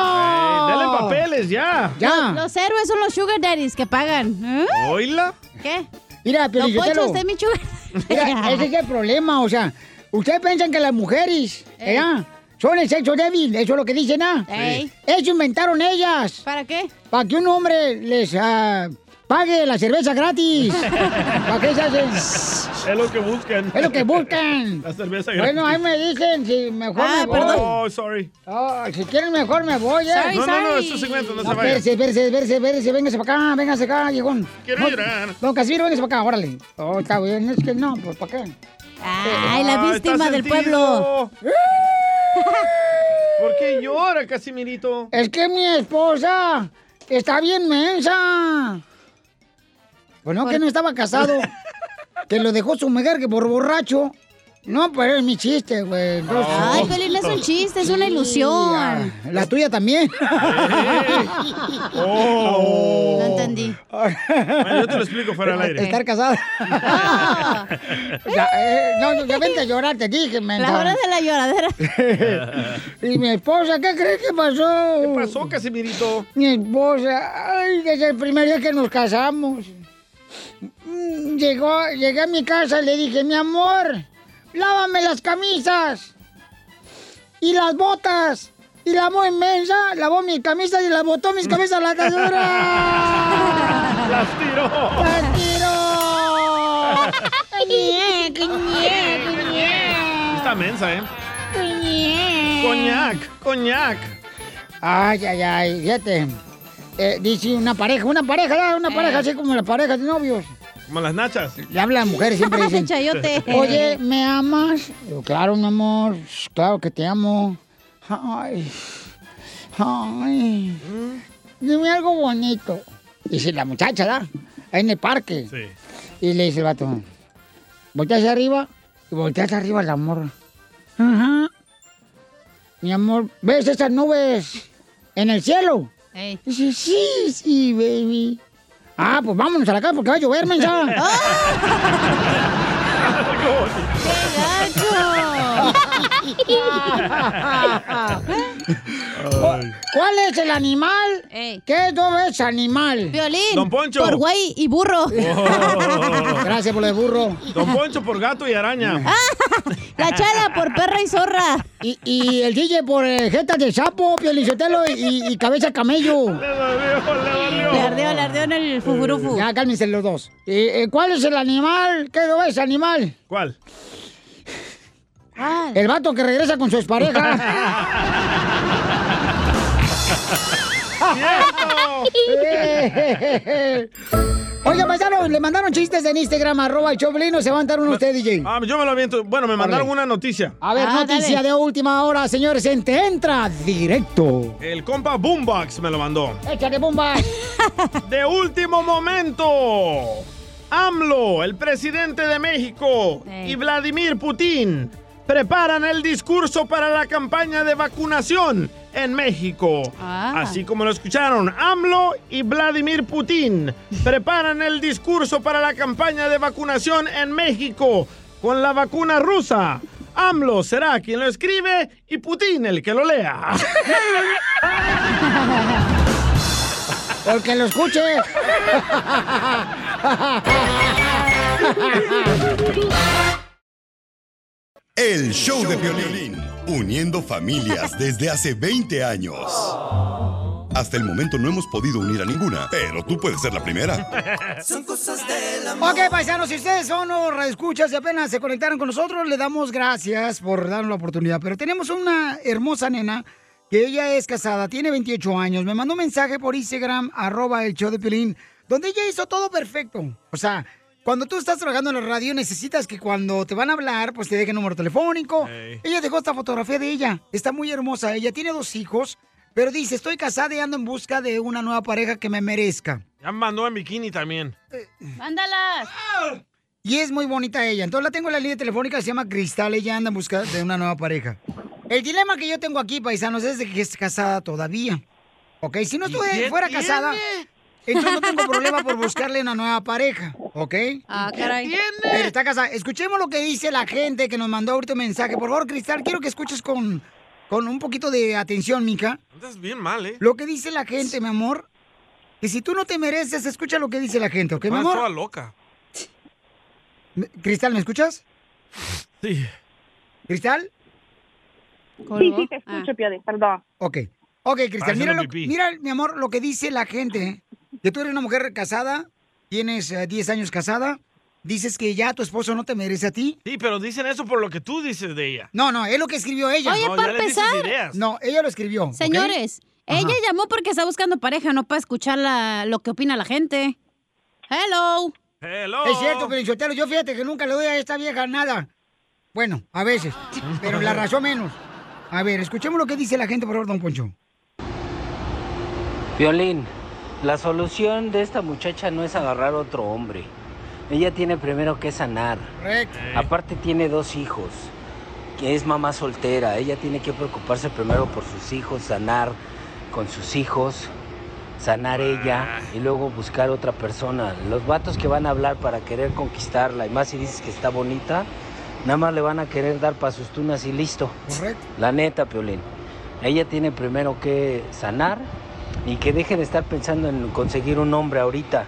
[SPEAKER 3] Ey, denle papeles, ya.
[SPEAKER 2] ¡Ya!
[SPEAKER 4] Los héroes son los sugar daddies que pagan. ¿Eh?
[SPEAKER 3] ¿Oíla?
[SPEAKER 4] ¿Qué?
[SPEAKER 2] Mira,
[SPEAKER 4] Don Poncho,
[SPEAKER 2] Piolichotelo.
[SPEAKER 4] usted es mi sugar
[SPEAKER 2] Mira, ese es el problema, o sea, ustedes piensan que las mujeres,
[SPEAKER 4] Ey.
[SPEAKER 2] ¿verdad? Son el sexo débil, eso es lo que dicen, ¿ah?
[SPEAKER 4] Ey.
[SPEAKER 2] Eso inventaron ellas.
[SPEAKER 4] ¿Para qué?
[SPEAKER 2] Para que un hombre les ah, pague la cerveza gratis. ¿Para eh, qué se hacen?
[SPEAKER 3] Es lo que buscan.
[SPEAKER 2] Es lo que buscan.
[SPEAKER 3] La cerveza gratis.
[SPEAKER 2] Bueno, ahí me dicen si mejor
[SPEAKER 4] Ah,
[SPEAKER 2] me voy.
[SPEAKER 3] Oh, sorry.
[SPEAKER 2] Oh, si quieren mejor me voy, ¿eh?
[SPEAKER 3] no, no, no, es un segmento, no, se vaya.
[SPEAKER 2] Verse, verse, verse, verse, véngase para acá, véngase acá, viejón.
[SPEAKER 3] Quiero
[SPEAKER 2] No,
[SPEAKER 3] llorar.
[SPEAKER 2] Don Casimiro, véngase para acá, órale. Oh, está bien, es que no, pues para acá.
[SPEAKER 4] Ay, la
[SPEAKER 3] Ah,
[SPEAKER 4] víctima
[SPEAKER 3] está
[SPEAKER 4] del
[SPEAKER 3] sentido.
[SPEAKER 4] pueblo.
[SPEAKER 3] ¿Por qué llora, Casimirito?
[SPEAKER 2] Es que mi esposa está bien mensa. Bueno, que no estaba casado. que lo dejó su mujer que por borracho No, pero es mi chiste, güey. Entonces-
[SPEAKER 4] Ay, Pelín, no es un chiste, es una ilusión.
[SPEAKER 2] Sí, ah, La tuya también. Oh.
[SPEAKER 4] No entendí.
[SPEAKER 3] Bueno, yo te lo explico fuera del aire.
[SPEAKER 2] Estar casada.
[SPEAKER 4] Ah.
[SPEAKER 2] ya, eh, no, no, ya vente a llorar, te dije, men.
[SPEAKER 4] La hora de la lloradera.
[SPEAKER 2] Y mi esposa, ¿qué crees que pasó? ¿Qué
[SPEAKER 3] pasó, Casimirito?
[SPEAKER 2] Mi esposa, ay, desde el primer día que nos casamos. mm, Llegó, llegué a mi casa y le dije, mi amor, lávame las camisas y las botas. Y lavó inmensa, lavó mis camisas y las botó mis camisas a la cazadora.
[SPEAKER 16] ¡Las tiró!
[SPEAKER 2] ¡Las tiró! ¡Ñe, que ñe, que ñe!
[SPEAKER 3] Está mensa, ¿eh?
[SPEAKER 2] Coñac.
[SPEAKER 3] Coñac, coñac.
[SPEAKER 2] Ay, ay, ay, fíjate. Eh, dice una pareja, una pareja, ¿verdad? una pareja así como las parejas de novios.
[SPEAKER 3] Como las nachas.
[SPEAKER 2] Le hablan mujeres, siempre dicen.
[SPEAKER 3] Chayote.
[SPEAKER 2] Oye, ¿me amas? Yo, claro, mi amor, claro que te amo. Ay, ay. Dime algo bonito. Dice la muchacha, ¿verdad? Ahí en el parque. Y le dice el vato, voltea hacia arriba y voltea hacia arriba la morra. Ajá. Mi amor, ¿ves esas nubes en el cielo? Dice, sí, sí, baby. Ah, pues vámonos a la casa porque va a llover, mensa. ¿Cuál es el animal? ¿Qué es dos veces animal?
[SPEAKER 4] Violín.
[SPEAKER 3] Don Poncho. Oh. por
[SPEAKER 4] güey y burro.
[SPEAKER 2] Gracias por lo de burro.
[SPEAKER 3] Don Poncho por gato y araña.
[SPEAKER 2] La chala por perra y zorra. Y, el DJ por eh, jetas de sapo, piolichotelo y, y cabeza de camello. Le
[SPEAKER 4] Le ardeó, le ardeó en el fufurufu.
[SPEAKER 2] Ya, cálmense los dos. Eh, eh, ¿Cuál es el animal? ¿Qué dos es animal?
[SPEAKER 3] ¿Cuál?
[SPEAKER 2] El vato que regresa con su expareja. Oiga, paisano, le mandaron chistes en Instagram, arroba el choplino, se van a dar uno a usted, DJ.
[SPEAKER 3] Ah, yo me lo aviento. Bueno, me mandaron una noticia.
[SPEAKER 2] A
[SPEAKER 4] Ah,
[SPEAKER 2] ver, noticia de última hora, señores, en Te Entra Directo.
[SPEAKER 3] El compa Boombox me lo mandó.
[SPEAKER 2] Échale bomba.
[SPEAKER 3] De último momento. AMLO, el presidente de México, y Vladimir Putin preparan el discurso para la campaña de vacunación en México.
[SPEAKER 2] Ah,
[SPEAKER 3] Así como lo escucharon, AMLO y Vladimir Putin preparan el discurso para la campaña de vacunación en México con la vacuna rusa. AMLO será quien lo escribe y Putin el que lo lea.
[SPEAKER 2] Porque lo escuche.
[SPEAKER 10] El show de violín, uniendo familias desde hace 20 años. Hasta el momento no hemos podido unir a ninguna, pero tú puedes ser la primera.
[SPEAKER 2] Son cosas del amor. Ok, paisanos, si ustedes son o escuchas y apenas se conectaron con nosotros, le damos gracias por darnos la oportunidad. Pero tenemos una hermosa nena que ella es casada, tiene 28 años. Me mandó un mensaje por Instagram, arroba el show de Pilín, donde ella hizo todo perfecto. O sea, cuando tú estás trabajando en la radio, necesitas que cuando te van a hablar, pues te dejen número telefónico. Ella dejó esta fotografía de ella. Está muy hermosa. Ella tiene dos hijos, pero dice, estoy casada y ando en busca de una nueva pareja que me merezca.
[SPEAKER 3] Ya me mandó en bikini también.
[SPEAKER 4] ¡Mándalas!
[SPEAKER 2] Y es muy bonita ella. Entonces la tengo en la línea telefónica, se llama Cristal. Ella anda en busca de una nueva pareja. El dilema que yo tengo aquí, paisanos, es de que es casada todavía. Ok, si no estuve,
[SPEAKER 16] qué
[SPEAKER 2] fuera
[SPEAKER 16] tiene?
[SPEAKER 2] casada, entonces no tengo problema por buscarle una nueva pareja. ¿Ok?
[SPEAKER 4] Ah, caray. ¿Qué tiene?
[SPEAKER 2] Pero está casada. Escuchemos lo que dice la gente que nos mandó ahorita un mensaje. Por favor, Cristal, quiero que escuches con, con un poquito de atención, mija.
[SPEAKER 3] Andas bien mal, ¿eh?
[SPEAKER 2] Lo que dice la gente, mi amor. Que si tú no te mereces, escucha lo que dice la gente, ¿ok, mi
[SPEAKER 3] Andas toda
[SPEAKER 2] amor?
[SPEAKER 3] loca.
[SPEAKER 2] Cristal, ¿me escuchas?
[SPEAKER 3] Sí.
[SPEAKER 2] ¿Cristal?
[SPEAKER 1] Sí,
[SPEAKER 4] Ah.
[SPEAKER 1] sí, te escucho, Piolín, perdón.
[SPEAKER 2] Ok. Ok, Cristian,
[SPEAKER 1] Haciendo
[SPEAKER 2] mira, lo-
[SPEAKER 1] pipí.
[SPEAKER 2] mira, mi amor, lo que dice la gente. ¿eh? Que tú eres una mujer casada, tienes eh, 10 años casada, dices que ya tu esposo no te merece a ti.
[SPEAKER 3] Sí, pero dicen eso por lo que tú dices de ella.
[SPEAKER 2] No, no, es lo que escribió ella.
[SPEAKER 4] Oye, No, para ya le dices empezar- ideas.
[SPEAKER 2] No, ella lo escribió. ¿ok?
[SPEAKER 4] Señores,
[SPEAKER 2] Ajá.
[SPEAKER 4] ella llamó porque está buscando pareja, no para escuchar la- lo que opina la gente. Hello.
[SPEAKER 3] Hello.
[SPEAKER 2] Es cierto, Pelichotelo, yo fíjate que nunca le doy a esta vieja nada. Bueno, a veces, pero la razón menos. A ver, escuchemos lo que dice la gente, por favor, don Poncho.
[SPEAKER 6] Violín, la solución de esta muchacha no es agarrar otro hombre. Ella tiene primero que sanar.
[SPEAKER 2] Correcto.
[SPEAKER 6] Aparte tiene dos hijos, que es mamá soltera. Ella tiene que preocuparse primero por sus hijos, sanar con sus hijos, sanar ella y luego buscar otra persona. Los vatos que van a hablar para querer conquistarla, y más si dices que está bonita, nada más le van a querer dar para sus tunas y listo.
[SPEAKER 2] Correcto.
[SPEAKER 6] La neta, Piolín. Ella tiene primero que sanar y que deje de estar pensando en conseguir un hombre ahorita.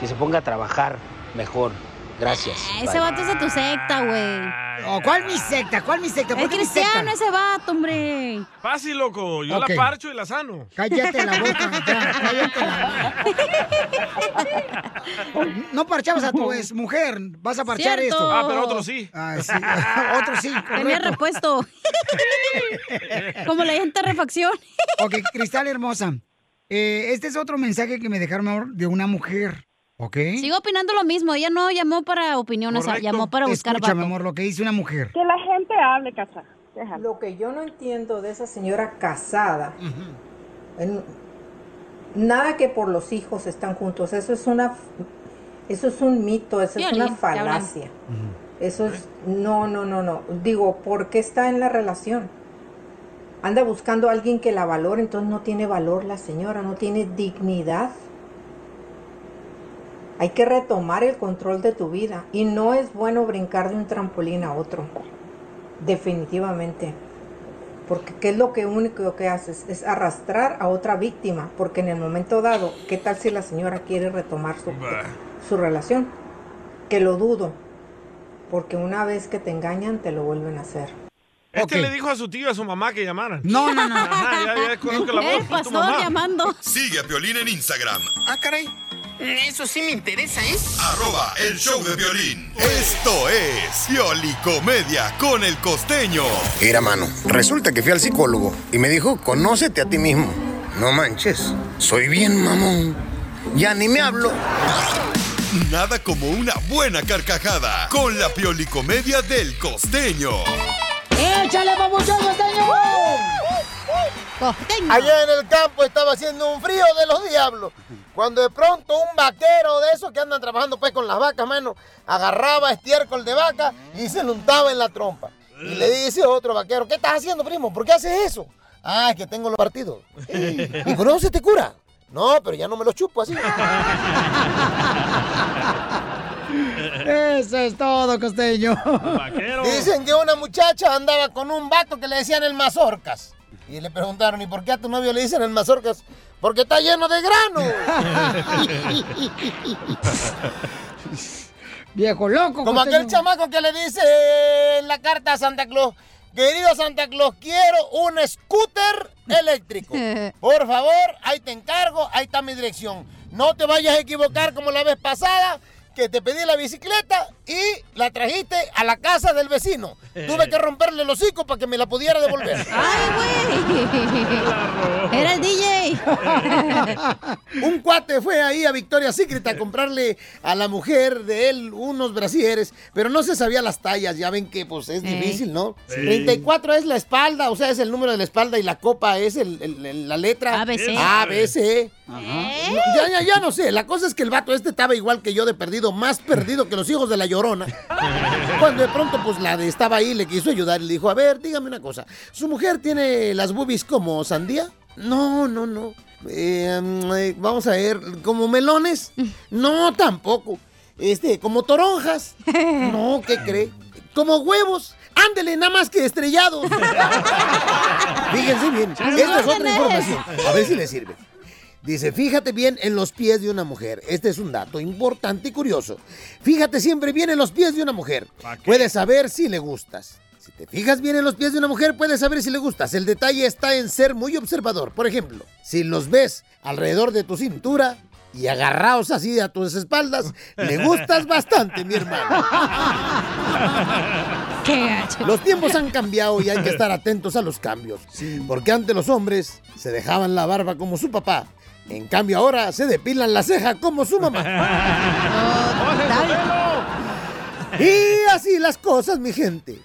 [SPEAKER 6] Que se ponga a trabajar mejor. Gracias.
[SPEAKER 4] Ese vato es de tu secta, güey.
[SPEAKER 2] Oh, ¿Cuál mi secta? ¿Cuál mi secta?
[SPEAKER 4] Es
[SPEAKER 2] ¿Por qué mi secta?
[SPEAKER 4] cristiano ese vato, hombre.
[SPEAKER 3] Fácil, loco. Yo
[SPEAKER 2] Ok.
[SPEAKER 3] la parcho y la sano.
[SPEAKER 2] Cállate la boca, ya, cállate la boca. No parchabas a tu ex mujer, vas a parchar
[SPEAKER 4] Cierto.
[SPEAKER 2] esto.
[SPEAKER 4] Ah, pero otro sí.
[SPEAKER 2] Ah, sí. otro sí.
[SPEAKER 4] Tenía
[SPEAKER 2] correcto.
[SPEAKER 4] repuesto. Como la gente refacción.
[SPEAKER 2] Ok, Cristal hermosa. Eh, este es otro mensaje que me dejaron mi amor, de una mujer, ¿ok?
[SPEAKER 4] Sigo opinando lo mismo. Ella no llamó para opiniones, llamó para buscar
[SPEAKER 2] Escucha, mi
[SPEAKER 4] vato.
[SPEAKER 2] amor, lo que dice una mujer.
[SPEAKER 11] Que la gente hable, casa.
[SPEAKER 24] Lo que yo no entiendo de esa señora casada, en- nada que por los hijos están juntos, eso es una, eso es un mito, eso es
[SPEAKER 22] Violín,
[SPEAKER 24] una
[SPEAKER 22] te hablan.
[SPEAKER 24] falacia. Eso es, no, no, no, no. Digo, ¿por qué está en la relación? Anda buscando a alguien que la valore, entonces no tiene valor la señora, no tiene dignidad. Hay que retomar el control de tu vida y no es bueno brincar de un trampolín a otro, definitivamente. Porque qué es lo que único que haces es arrastrar a otra víctima, porque en el momento dado, ¿qué tal si la señora quiere retomar su, su relación? Que lo dudo, porque una vez que te engañan te lo vuelven a hacer.
[SPEAKER 3] Este le dijo a su tío y a su mamá que llamaran.
[SPEAKER 2] No, no, no.
[SPEAKER 3] Ajá, ya, ya conozco la voz. fue tu mamá.
[SPEAKER 4] llamando.
[SPEAKER 10] Sigue a Piolín en Instagram.
[SPEAKER 22] Ah, caray. Eso sí me interesa, ¿eh?
[SPEAKER 10] Arroba el show de violín. Esto es Piolicomedia con el costeño.
[SPEAKER 21] Mira, mano, resulta que fui al psicólogo y me dijo, conócete a ti mismo. No manches, soy bien mamón. Ya ni me hablo.
[SPEAKER 10] Nada como una buena carcajada con la Piolicomedia del costeño.
[SPEAKER 2] ¡Échale, papuchón, costeño!
[SPEAKER 22] Allá en el campo estaba haciendo un frío de los diablos. Cuando de pronto un vaquero de esos que andan trabajando pues con las vacas, mano, agarraba estiércol de vaca y se lo untaba en la trompa. Y le dice otro vaquero, ¿qué estás haciendo, primo? ¿Por qué haces eso? Ah, es que tengo los partidos. ¿Y con eso se te cura? No, pero ya no me los chupo así.
[SPEAKER 2] Eso es todo, costeño. Eh.
[SPEAKER 22] Dicen que una muchacha andaba con un vato que le decían el mazorcas. Y le preguntaron, ¿y por qué a tu novio le dicen el mazorcas? Porque está lleno de grano.
[SPEAKER 2] Viejo loco.
[SPEAKER 22] Como
[SPEAKER 2] costeño.
[SPEAKER 22] aquel chamaco que le dice en la carta a Santa Claus, querido Santa Claus, quiero un scooter eléctrico. Por favor, ahí te encargo, ahí está mi dirección. No te vayas a equivocar como la vez pasada, que te pedí la bicicleta y la trajiste a la casa del vecino. Tuve que romperle el hocico para que me la pudiera devolver.
[SPEAKER 4] Era el DJ.
[SPEAKER 22] un cuate fue ahí a Victoria Secret a comprarle a la mujer de él unos brasieres, pero no se sabía las tallas. Ya ven que pues es
[SPEAKER 21] Ey.
[SPEAKER 22] difícil, ¿no?
[SPEAKER 21] Sí.
[SPEAKER 22] 34 es la espalda, o sea, es el número de la espalda y la copa es el- el- el- la letra
[SPEAKER 21] ABC.
[SPEAKER 22] A, B, C. No, ya, ya, ya no sé. La cosa es que el vato este estaba igual que yo de perdido, más perdido que los hijos de la llorona. Cuando de pronto, pues la de estaba ahí, le quiso ayudar y le dijo: A ver, dígame una cosa. ¿Su mujer tiene las boobies como sandía? No, no, no. Eh, mm, eh, vamos a ver, ¿como melones? No, tampoco. Este, ¿como toronjas? No, ¿qué cree? ¿Como huevos? Ándele, nada más que estrellados. Fíjense bien. Esta es otra información. A ver si le sirve. Dice, fíjate bien en los pies de una mujer. Este es un dato importante y curioso. Fíjate siempre bien en los pies de una mujer. Puedes saber si le gustas. Si te fijas bien en los pies de una mujer, puedes saber si le gustas. El detalle está en ser muy observador. Por ejemplo, si los ves alrededor de tu cintura y agarrados así a tus espaldas, le gustas bastante, mi hermano. Los tiempos han cambiado y hay que estar atentos a los cambios. Porque antes los hombres se dejaban la barba como su papá. En cambio ahora se depilan la ceja como su mamá. y así las cosas, mi gente.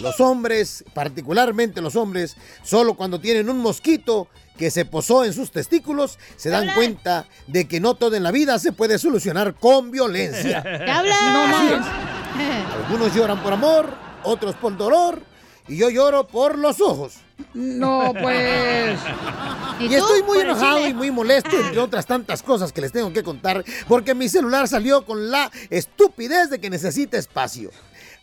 [SPEAKER 22] Los hombres, particularmente los hombres, solo cuando tienen un mosquito que se posó en sus testículos, se dan cuenta de que no todo en la vida se puede solucionar con violencia.
[SPEAKER 4] ¿Qué hablas?
[SPEAKER 22] No más. Algunos lloran por amor, otros por dolor, y yo lloro por los ojos.
[SPEAKER 2] No, pues.
[SPEAKER 22] Y, Pues estoy muy enojado y muy molesto, entre otras tantas cosas que les tengo que contar, porque mi celular salió con la estupidez de que necesita espacio.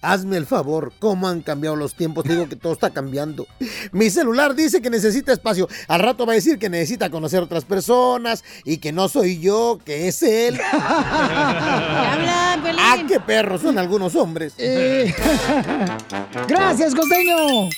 [SPEAKER 22] Hazme el favor, ¿cómo han cambiado los tiempos? Te digo que todo está cambiando. Mi celular dice que necesita espacio. Al rato va a decir que necesita conocer otras personas y que no soy yo, que es él.
[SPEAKER 4] hablan,
[SPEAKER 22] ¡Ah, qué perros son algunos hombres!
[SPEAKER 2] Eh. Gracias, costeño.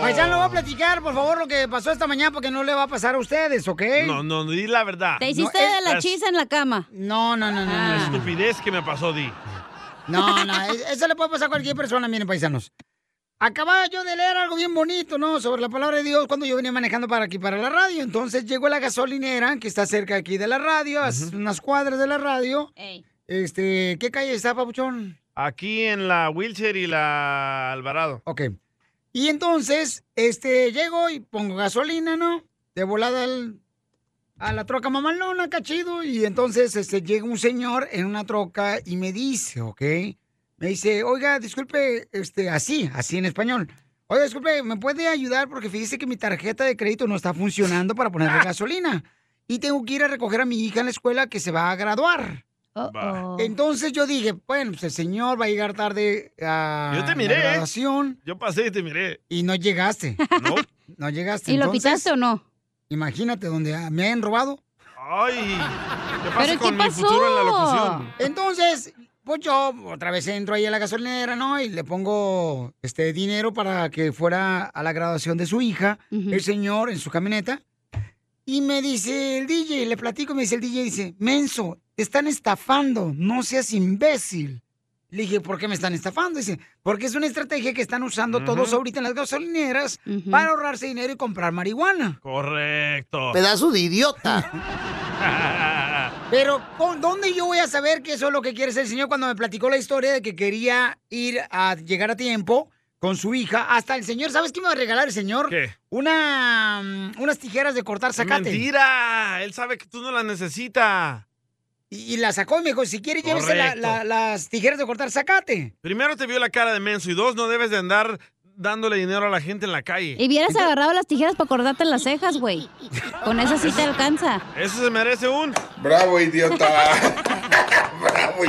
[SPEAKER 2] Paisano, voy a platicar, por favor, lo que pasó esta mañana, porque no le va a pasar a ustedes, ¿ok?
[SPEAKER 3] No, no, no, di la verdad.
[SPEAKER 4] Te hiciste
[SPEAKER 3] No,
[SPEAKER 4] de
[SPEAKER 3] es-
[SPEAKER 4] la Ah. chisa en la cama.
[SPEAKER 2] No, no, no, no.
[SPEAKER 3] La estupidez que me pasó, di.
[SPEAKER 2] No, no, e- eso le puede pasar a cualquier persona, miren, paisanos. Acababa yo de leer algo bien bonito, ¿no? Sobre la palabra de Dios cuando yo venía manejando para aquí, para la radio. Entonces llegó la gasolinera que está cerca aquí de la radio, a unas cuadras de la radio. Este, ¿qué calle está, Papuchón?
[SPEAKER 3] Aquí en la wheelchair y la Alvarado.
[SPEAKER 2] Ok. Y entonces, este, llego y pongo gasolina, ¿no? De volada al- a la troca mamalona, cachido. Y entonces, este, llega un señor en una troca y me dice, ¿ok? Me dice, oiga, disculpe, este, así, así en español. Oiga, disculpe, ¿me puede ayudar? Porque fíjese que mi tarjeta de crédito no está funcionando para ponerle gasolina. Y tengo que ir a recoger a mi hija en la escuela que se va a graduar.
[SPEAKER 3] oh.
[SPEAKER 4] Oh.
[SPEAKER 2] Entonces yo dije, bueno, pues el señor va a llegar tarde a
[SPEAKER 3] Yo te
[SPEAKER 2] la
[SPEAKER 3] miré, ¿eh?
[SPEAKER 2] graduación.
[SPEAKER 3] Yo pasé y te miré.
[SPEAKER 2] Y no llegaste.
[SPEAKER 3] No.
[SPEAKER 2] No llegaste.
[SPEAKER 4] ¿Y lo
[SPEAKER 2] Entonces,
[SPEAKER 4] pitaste o no?
[SPEAKER 2] Imagínate donde ah, me han robado.
[SPEAKER 3] Ay, ¿qué
[SPEAKER 4] pasa ¿Pero qué con mi pasó? futuro en la locución?
[SPEAKER 2] Entonces, pues yo otra vez entro ahí a la gasolinera, ¿no? Y le pongo este dinero para que fuera a la graduación de su hija, el señor en su camioneta. Y me dice el DJ, le platico, me dice el DJ, dice, Menso, te están estafando, no seas imbécil. Le dije, ¿por qué me están estafando? Dice, porque es una estrategia que están usando todos
[SPEAKER 3] Ujú.
[SPEAKER 2] ahorita en las gasolineras para ahorrarse dinero y comprar marihuana.
[SPEAKER 3] Correcto.
[SPEAKER 2] Pedazo
[SPEAKER 22] de idiota.
[SPEAKER 2] Pero, ¿con ¿dónde yo voy a saber que eso es lo que quiere ser el señor cuando me platicó la historia de que quería ir a llegar a tiempo con su hija? Hasta el señor, ¿sabes qué me va a regalar el señor?
[SPEAKER 3] ¿Qué?
[SPEAKER 2] Una, mm, unas tijeras de cortar zacate.
[SPEAKER 3] Mentira. Él sabe que tú no la necesitas.
[SPEAKER 2] Y, y la sacó y me dijo, si quiere, llévese la-
[SPEAKER 3] Correcto.
[SPEAKER 2] la- las tijeras de cortar zacate.
[SPEAKER 3] Primero te vio la cara de menso y dos, no debes de andar dándole dinero a la gente en la calle.
[SPEAKER 4] Y hubieras agarrado las tijeras para cortarte las cejas, güey. Con esas sí te alcanza.
[SPEAKER 3] Eso se merece un...
[SPEAKER 7] Bravo, idiota. Bravo,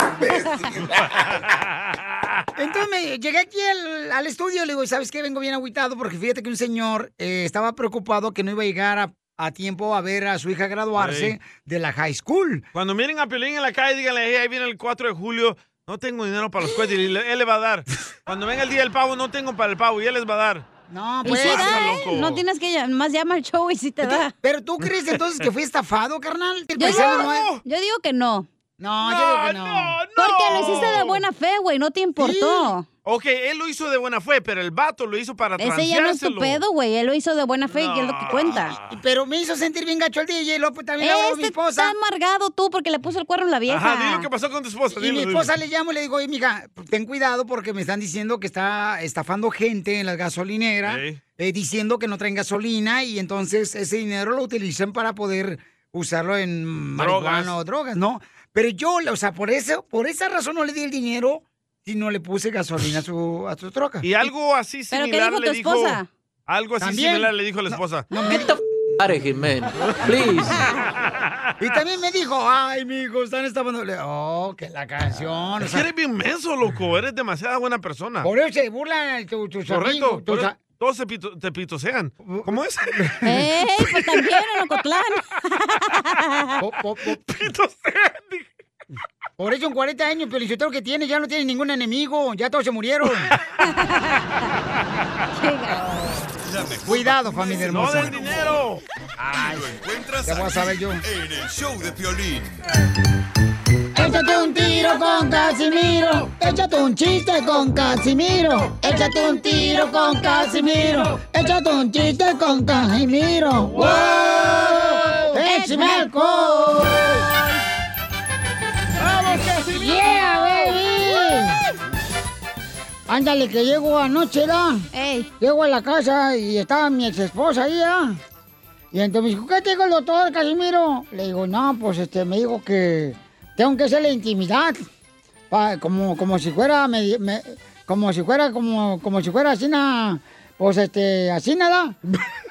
[SPEAKER 2] Entonces me llegué aquí al, al estudio y le digo, ¿sabes qué? Vengo bien agüitado porque fíjate que un señor eh, estaba preocupado que no iba a llegar a, a tiempo a ver a su hija graduarse
[SPEAKER 3] Ey.
[SPEAKER 2] de la high school.
[SPEAKER 3] Cuando miren a Piolín en la calle, díganle, "Hey, ahí viene el 4 de julio, no tengo dinero para los cohetes, y le- él le va a dar. Cuando venga el día del pavo, no tengo para el pavo, y él les va a dar.
[SPEAKER 2] No,
[SPEAKER 4] Y
[SPEAKER 3] pues,
[SPEAKER 4] sí da,
[SPEAKER 3] está
[SPEAKER 4] ¿eh?
[SPEAKER 3] loco.
[SPEAKER 4] No tienes que llam- más llama al show y sí te da.
[SPEAKER 2] Pero tú crees entonces que fui estafado, carnal. El
[SPEAKER 4] Yo digo,
[SPEAKER 2] paisano no es-
[SPEAKER 4] yo digo que no.
[SPEAKER 2] No, yo digo que no.
[SPEAKER 4] Porque lo hiciste de buena fe, güey, no te importó.
[SPEAKER 3] Ok, él lo hizo de buena fe, pero el vato lo hizo para
[SPEAKER 4] Ese ya no es tu
[SPEAKER 3] transeárselo.
[SPEAKER 4] pedo, güey. Él lo hizo de buena fe y es lo que cuenta.
[SPEAKER 2] Pero me hizo sentir bien gacho el DJ, lo, también le habló a mi
[SPEAKER 4] Este está amargado tú porque le puso el cuerno a la vieja.
[SPEAKER 3] Ajá, di lo que pasó con tu esposa.
[SPEAKER 2] Y
[SPEAKER 3] dilo,
[SPEAKER 2] mi
[SPEAKER 3] dilo.
[SPEAKER 2] esposa le llamo y le digo, oye, mija, ten cuidado porque me están diciendo que está estafando gente en la gasolinera, eh, diciendo que no traen gasolina y entonces ese dinero lo utilizan para poder usarlo en marihuana o drogas, ¿no? Pero yo, o sea, por eso, por esa razón no le di el dinero, sino le puse gasolina a su, a su troca.
[SPEAKER 3] Y algo así
[SPEAKER 2] ¿Pero qué
[SPEAKER 3] similar
[SPEAKER 2] dijo
[SPEAKER 3] le
[SPEAKER 2] tu
[SPEAKER 3] dijo...
[SPEAKER 2] esposa?
[SPEAKER 3] Algo así
[SPEAKER 2] También.
[SPEAKER 3] similar le dijo la esposa.
[SPEAKER 2] No, me- Y también me dijo, ay, mijo, están estafando. Le- Oh, que la canción. o
[SPEAKER 3] Es que
[SPEAKER 2] sea,
[SPEAKER 3] eres bien menso, loco. Eres demasiada buena persona.
[SPEAKER 2] por eso se burlan tu- tus
[SPEAKER 3] Correcto.
[SPEAKER 2] amigos,
[SPEAKER 3] por
[SPEAKER 2] tus
[SPEAKER 3] eso
[SPEAKER 2] a-
[SPEAKER 3] todos se pito- te pitosean. ¿Cómo es?
[SPEAKER 4] ¡Ey! Pues también en Ocotlán.
[SPEAKER 2] Por eso en 40 años, Pelichotero que tiene, ya no tiene ningún enemigo, ya todos se murieron. Cuidado, familia
[SPEAKER 10] No
[SPEAKER 2] hermosa.
[SPEAKER 10] del dinero. Y lo encuentras
[SPEAKER 2] Ya voy a
[SPEAKER 10] aquí,
[SPEAKER 2] saber yo.
[SPEAKER 10] en el show de Piolín.
[SPEAKER 2] Échate un tiro con Casimiro. Échate un chiste con Casimiro. Échate un tiro con Casimiro. Échate un chiste con Casimiro. ¡Wow!
[SPEAKER 23] ¡Échame
[SPEAKER 2] ¡Vamos,
[SPEAKER 23] alcohol!
[SPEAKER 2] Casimiro! Ándale, que llego anoche, ¿verdad? Llego a la casa y estaba mi ex esposa ahí, ¿verdad? Y entonces me dijo, ¿qué te dijo el doctor Casimiro? Le digo, no, pues este, me dijo que tengo que hacer la intimidad. pa- como, como si fuera, medi- me- como si fuera, como, como si fuera así, na- pues este, así nada.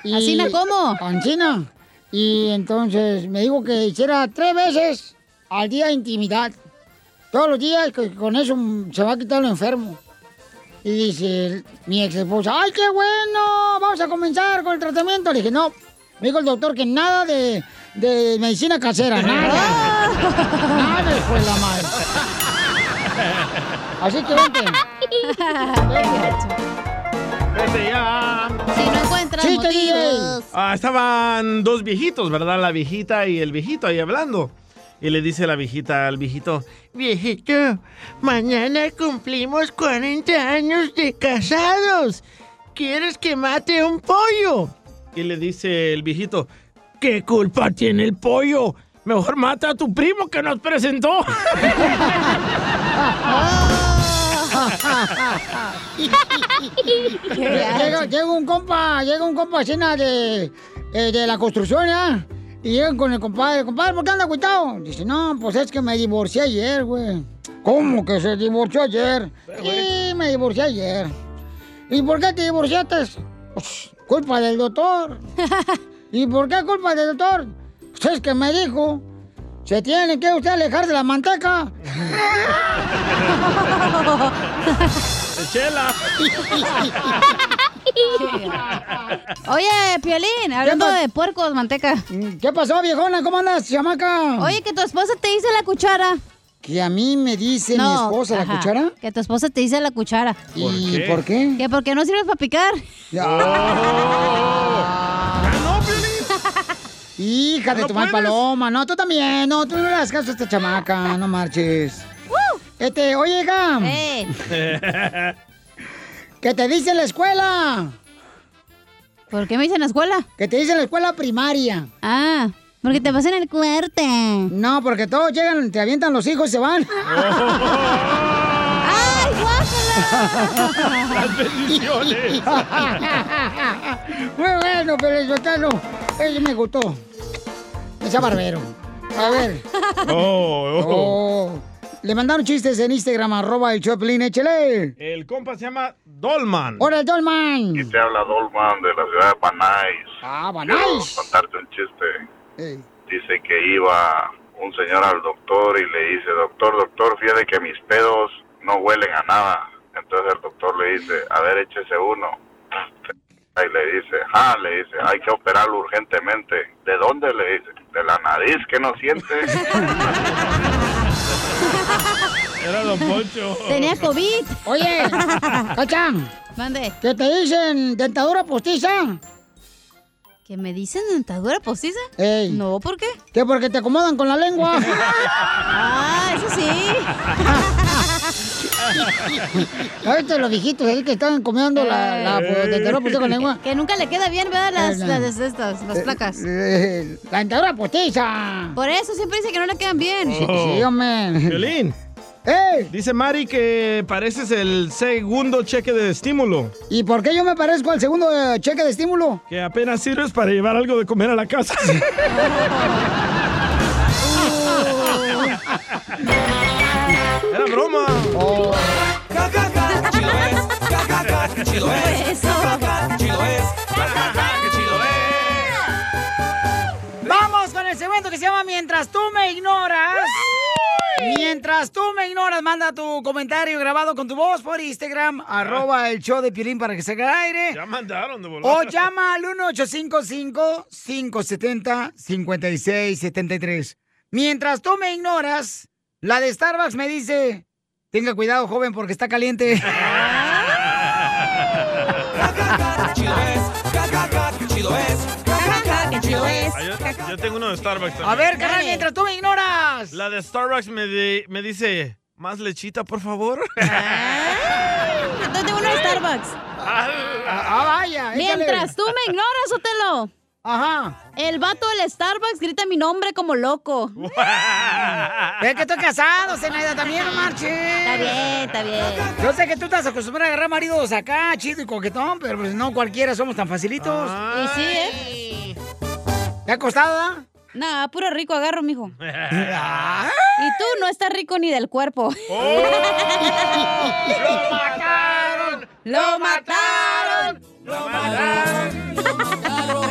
[SPEAKER 4] ¿Asina cómo?
[SPEAKER 2] Asina. Y entonces me dijo que hiciera tres veces al día intimidad. Todos los días, que con eso se va a quitar lo enfermo. Y dice mi ex esposa, ¡ay, qué bueno! Vamos a comenzar con el tratamiento. Le dije, no. Me dijo el doctor que nada de, de medicina casera, nada. nada, hijo de la madre. Así que vente.
[SPEAKER 3] Vete ya.
[SPEAKER 4] Si no encuentras
[SPEAKER 2] Chiste,
[SPEAKER 4] motivos.
[SPEAKER 3] Ah, estaban dos viejitos, ¿verdad? La viejita y el viejito ahí hablando. Y le dice la viejita al viejito,
[SPEAKER 8] Viejito, mañana cumplimos 40 años de casados. ¿Quieres que mate un pollo?
[SPEAKER 3] y le dice el viejito, ¿qué culpa tiene el pollo? Mejor mata a tu primo que nos presentó.
[SPEAKER 2] llega, llega un compa, llega un compa cena de, eh, de la construcción, ¿ah? Y llegan con el compadre, compadre, ¿por qué anda agüitado? Dice, no, pues es que me divorcié ayer, güey. ¿Cómo que se divorció ayer? Sí, me divorcié ayer. ¿Y por qué te divorciaste? Pues, culpa del doctor. ¿Y por qué culpa del doctor? Pues es que me dijo, se tiene que usted alejar de la manteca.
[SPEAKER 3] Chela.
[SPEAKER 4] Oye, Piolín, hablando de puercos, manteca.
[SPEAKER 2] Mm, ¿Qué pasó, viejona? ¿Cómo andas, chamaca?
[SPEAKER 4] Oye, que tu esposa te dice la cuchara.
[SPEAKER 2] Que a mí me dice mi esposa la
[SPEAKER 4] ajá,
[SPEAKER 2] cuchara.
[SPEAKER 4] Que tu esposa te dice la cuchara.
[SPEAKER 2] ¿Por ¿Y qué? por qué?
[SPEAKER 4] Que porque no sirves para picar.
[SPEAKER 2] Hija de
[SPEAKER 4] ¿No
[SPEAKER 2] tu mal
[SPEAKER 4] puedes?
[SPEAKER 2] paloma. No, tú también. No, tú no le das caso a esta chamaca. No marches. Este, oye, hija.
[SPEAKER 4] Eh.
[SPEAKER 2] ¿Qué te dice en la escuela?
[SPEAKER 4] ¿Por qué me dicen la escuela?
[SPEAKER 2] Que te dicen la escuela primaria.
[SPEAKER 4] Ah, porque te vas en el cuerte.
[SPEAKER 2] No, porque todos llegan, te avientan los hijos y se van.
[SPEAKER 4] ¡Ay,
[SPEAKER 2] Las
[SPEAKER 8] bendiciones.
[SPEAKER 2] Muy bueno, pero el sotano, ese me gustó. Ese barbero. A ver.
[SPEAKER 3] Oh,
[SPEAKER 2] Oh. Le mandaron chistes en Instagram, arroba el Choplin, échale.
[SPEAKER 3] El compa se llama Dolman.
[SPEAKER 2] ¡Hola, el Dolman!
[SPEAKER 9] Te habla Dolman de la ciudad de Panay.
[SPEAKER 2] Ah,
[SPEAKER 3] Oh.
[SPEAKER 9] Quiero
[SPEAKER 2] Banais.
[SPEAKER 9] contarte un chiste.
[SPEAKER 2] Ey.
[SPEAKER 9] Dice que iba un señor al doctor y le dice, doctor, doctor, fíjate que mis pedos no huelen a nada. Entonces el doctor le dice, a ver, échese uno. Y le dice, ah, le dice, hay que operarlo urgentemente. ¿De dónde? Le dice, de la nariz que no siente.
[SPEAKER 3] Era Don Poncho.
[SPEAKER 4] Tenía COVID.
[SPEAKER 2] Oye, Cachán.
[SPEAKER 4] ¿Dónde?
[SPEAKER 2] ¿Qué te dicen? ¿Dentadura postiza?
[SPEAKER 4] ¿Que me dicen dentadura postiza?
[SPEAKER 2] Ey.
[SPEAKER 4] No, ¿por qué?
[SPEAKER 2] Que porque te acomodan con la lengua.
[SPEAKER 4] Ah, eso sí.
[SPEAKER 2] Ahorita los viejitos ahí que están comiendo la, la
[SPEAKER 3] Eh.
[SPEAKER 2] pues, dentadura postiza con lengua.
[SPEAKER 4] Que nunca le queda bien, ¿verdad? Las,
[SPEAKER 2] Eh, no.
[SPEAKER 4] las, estas, las placas.
[SPEAKER 2] Eh, la dentadura postiza.
[SPEAKER 4] Por eso siempre dice que no le quedan bien.
[SPEAKER 2] Sí, hombre.
[SPEAKER 3] Violín. Dice Mari que pareces el segundo cheque de estímulo.
[SPEAKER 2] ¿Y por qué yo me parezco al segundo eh, cheque de estímulo?
[SPEAKER 3] Que apenas sirves para llevar algo de comer a la casa. Uh. Era broma.
[SPEAKER 8] ¡Qué chido es! ¡Qué chido es! ¡Qué chido
[SPEAKER 2] Vamos con el segmento que se llama Mientras tú me ignoras. Mientras tú me ignoras, manda tu comentario grabado con tu voz por Instagram,
[SPEAKER 8] Ah.
[SPEAKER 2] arroba el show de Piolín para que se haga al aire.
[SPEAKER 3] Ya mandaron de volar.
[SPEAKER 2] O llama al 1855-570-5673. Mientras tú me ignoras, la de Starbucks me dice, tenga cuidado joven porque está caliente.
[SPEAKER 8] Ah,
[SPEAKER 3] Ah, yo, yo tengo uno de Starbucks también.
[SPEAKER 2] A ver, carnal, mientras tú me ignoras.
[SPEAKER 3] La de Starbucks me, di- me dice, ¿más lechita, por favor?
[SPEAKER 4] Ah, Entonces uno de Starbucks.
[SPEAKER 2] Ah, vaya.
[SPEAKER 4] Mientras tú me ignoras, Otelo.
[SPEAKER 2] Ajá.
[SPEAKER 4] El vato del Starbucks grita mi nombre como loco.
[SPEAKER 2] Es que estoy casado, Zenaida, también no marches. Está
[SPEAKER 4] bien, está bien.
[SPEAKER 2] Yo sé que tú estás acostumbrada a agarrar maridos acá, chido y coquetón, pero pues no cualquiera somos tan facilitos.
[SPEAKER 4] Y sí, ¿eh?
[SPEAKER 2] ¿Te ha costado? ah?
[SPEAKER 4] Nada, puro rico agarro, mijo. Y tú no estás rico ni del cuerpo.
[SPEAKER 2] ¡Oh!
[SPEAKER 23] ¡Lo mataron!
[SPEAKER 4] ¡Lo
[SPEAKER 23] mataron! ¡Lo mataron!
[SPEAKER 3] Ah,
[SPEAKER 4] ¡Lo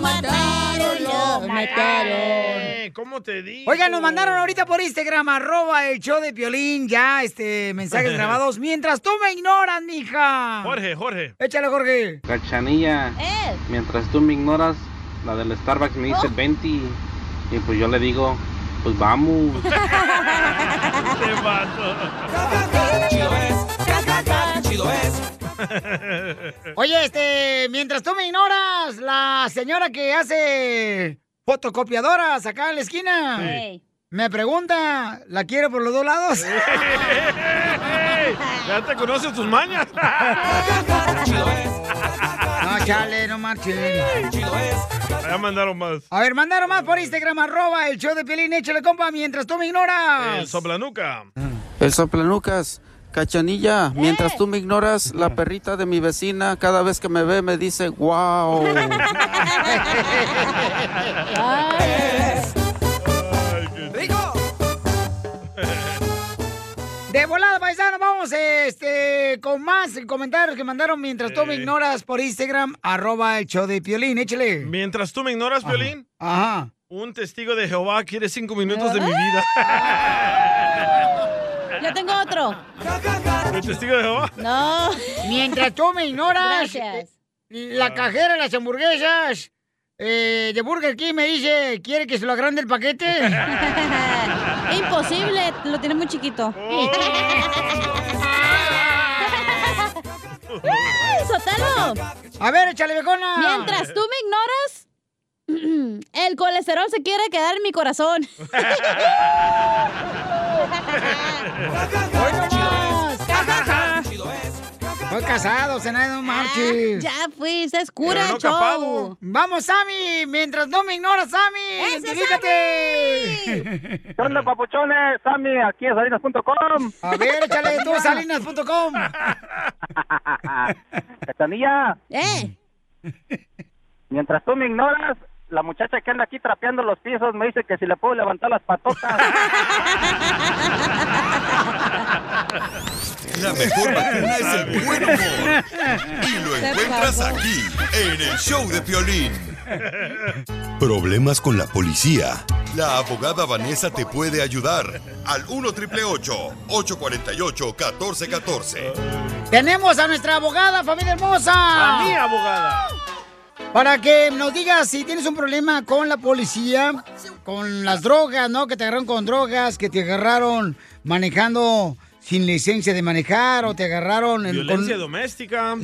[SPEAKER 4] mataron! ¡Lo mataron!
[SPEAKER 3] Eh, ¿Cómo te digo?
[SPEAKER 2] Oigan, nos mandaron ahorita por Instagram, arroba el show de Piolín, ya, este, mensajes grabados. Mientras tú me ignoras, mija.
[SPEAKER 3] Jorge, Jorge.
[SPEAKER 2] Échale, Jorge.
[SPEAKER 11] Cachanilla, mientras tú me ignoras, la del Starbucks me dice 20 y y pues yo le digo, pues vamos.
[SPEAKER 23] Te mato. Chido es, ca, ca, ca, chido es.
[SPEAKER 2] Oye, este, mientras tú me ignoras, la señora que hace fotocopiadoras acá en la esquina.
[SPEAKER 4] Sí. Ey.
[SPEAKER 2] Me pregunta, ¿la quiere por los dos lados?
[SPEAKER 3] Ya te conoces tus mañas.
[SPEAKER 2] No, Ah, chale, no marchen.
[SPEAKER 3] Ya mandaron más.
[SPEAKER 2] A ver, mandaron más por Instagram, arroba el show de Piolín, échale compa, mientras tú me
[SPEAKER 3] El
[SPEAKER 2] ignoras.
[SPEAKER 3] soplanuca.
[SPEAKER 11] El soplanucas, cachanilla, mientras tú me ignoras, la perrita de mi vecina cada vez que me ve me dice, wow.
[SPEAKER 2] De volada, paisano, vamos este, con más comentarios que mandaron mientras tú me ignoras por Instagram, arroba el show de Piolín, échale.
[SPEAKER 3] Mientras tú me ignoras, Piolín.
[SPEAKER 2] Ajá.
[SPEAKER 3] Un testigo de Jehová quiere cinco minutos de mi vida.
[SPEAKER 4] Yo tengo otro.
[SPEAKER 3] ¿El testigo de Jehová?
[SPEAKER 4] No.
[SPEAKER 2] Mientras tú me ignoras,
[SPEAKER 4] Gracias.
[SPEAKER 2] la cajera de las hamburguesas eh, de Burger King me dice, ¿quiere que se lo agrande el paquete?
[SPEAKER 4] Imposible, lo tiene muy chiquito.
[SPEAKER 2] Oh.
[SPEAKER 4] ¡Ay, Sotelo!
[SPEAKER 2] A ver, échale becona.
[SPEAKER 4] Mientras tú me ignoras, el colesterol se quiere quedar en mi corazón.
[SPEAKER 2] Estoy casado, Zenaida, no marches.
[SPEAKER 4] Ah, ya fuiste, es cura,
[SPEAKER 2] Pero no
[SPEAKER 4] show.
[SPEAKER 2] capado. Vamos, Sammy, mientras no me ignoras, Sammy. ¡Identifícate!
[SPEAKER 12] ¿Qué onda, papuchones? Sammy, aquí en salinas.com.
[SPEAKER 2] A ver, échale tú, salinas.com.
[SPEAKER 12] Catanilla,
[SPEAKER 4] ¡Eh!
[SPEAKER 12] mientras tú me ignoras, la muchacha que anda aquí trapeando los pisos me dice que si le puedo levantar las patotas.
[SPEAKER 10] La mejor vacuna es el buen humor. Y lo encuentras aquí, en el show de Piolín. Problemas con la policía. La abogada Vanessa te puede ayudar al 1 triple 848 1414.
[SPEAKER 2] Tenemos a nuestra abogada, familia hermosa.
[SPEAKER 3] A mi abogada.
[SPEAKER 2] Para que nos digas si tienes un problema con la policía, con las drogas, ¿no? Que te agarraron con drogas, que te agarraron manejando sin licencia de manejar o te agarraron en-
[SPEAKER 3] Violencia
[SPEAKER 2] con-
[SPEAKER 3] doméstica.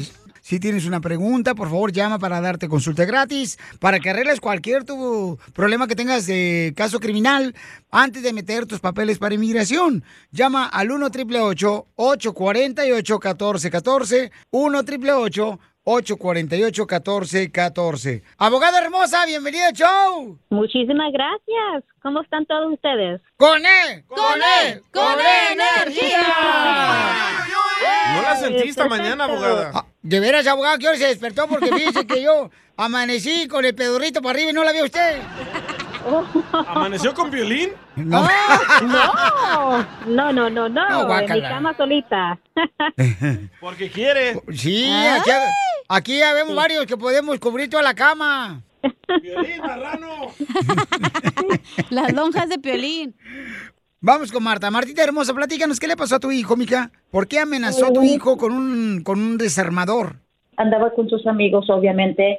[SPEAKER 2] Si tienes una pregunta, por favor llama para darte consulta gratis, para que arregles cualquier tu problema que tengas de caso criminal antes de meter tus papeles para inmigración. Llama al 1 888 848 1414 1 888 848 1414 Abogada hermosa, bienvenida al show.
[SPEAKER 13] Muchísimas gracias. ¿Cómo están todos ustedes?
[SPEAKER 2] ¡Con E. él!
[SPEAKER 13] ¡Con E. él!
[SPEAKER 2] ¡Con energía!
[SPEAKER 3] ¿No la sentí esta mañana, abogada?
[SPEAKER 2] Ah, De veras, abogado, que hoy se despertó porque fíjese que yo amanecí con el pedorrito para arriba y no la vi a usted.
[SPEAKER 3] ¿Amaneció con violín?
[SPEAKER 2] No. Ah,
[SPEAKER 13] No, no, Oh, no, no, no.
[SPEAKER 2] No,
[SPEAKER 13] en mi
[SPEAKER 2] guácala.
[SPEAKER 13] cama solita. Ah.
[SPEAKER 3] Porque quiere.
[SPEAKER 2] Sí,
[SPEAKER 30] ¿Ah?
[SPEAKER 2] aquí, aquí ya vemos varios que podemos cubrir toda la cama.
[SPEAKER 4] Las lonjas de piolín.
[SPEAKER 2] Vamos con Marta. Martita hermosa, platícanos, ¿qué le pasó a tu hijo, mija? ¿Por qué amenazó a tu hijo con un, con un desarmador?
[SPEAKER 30] andaba con sus amigos, obviamente.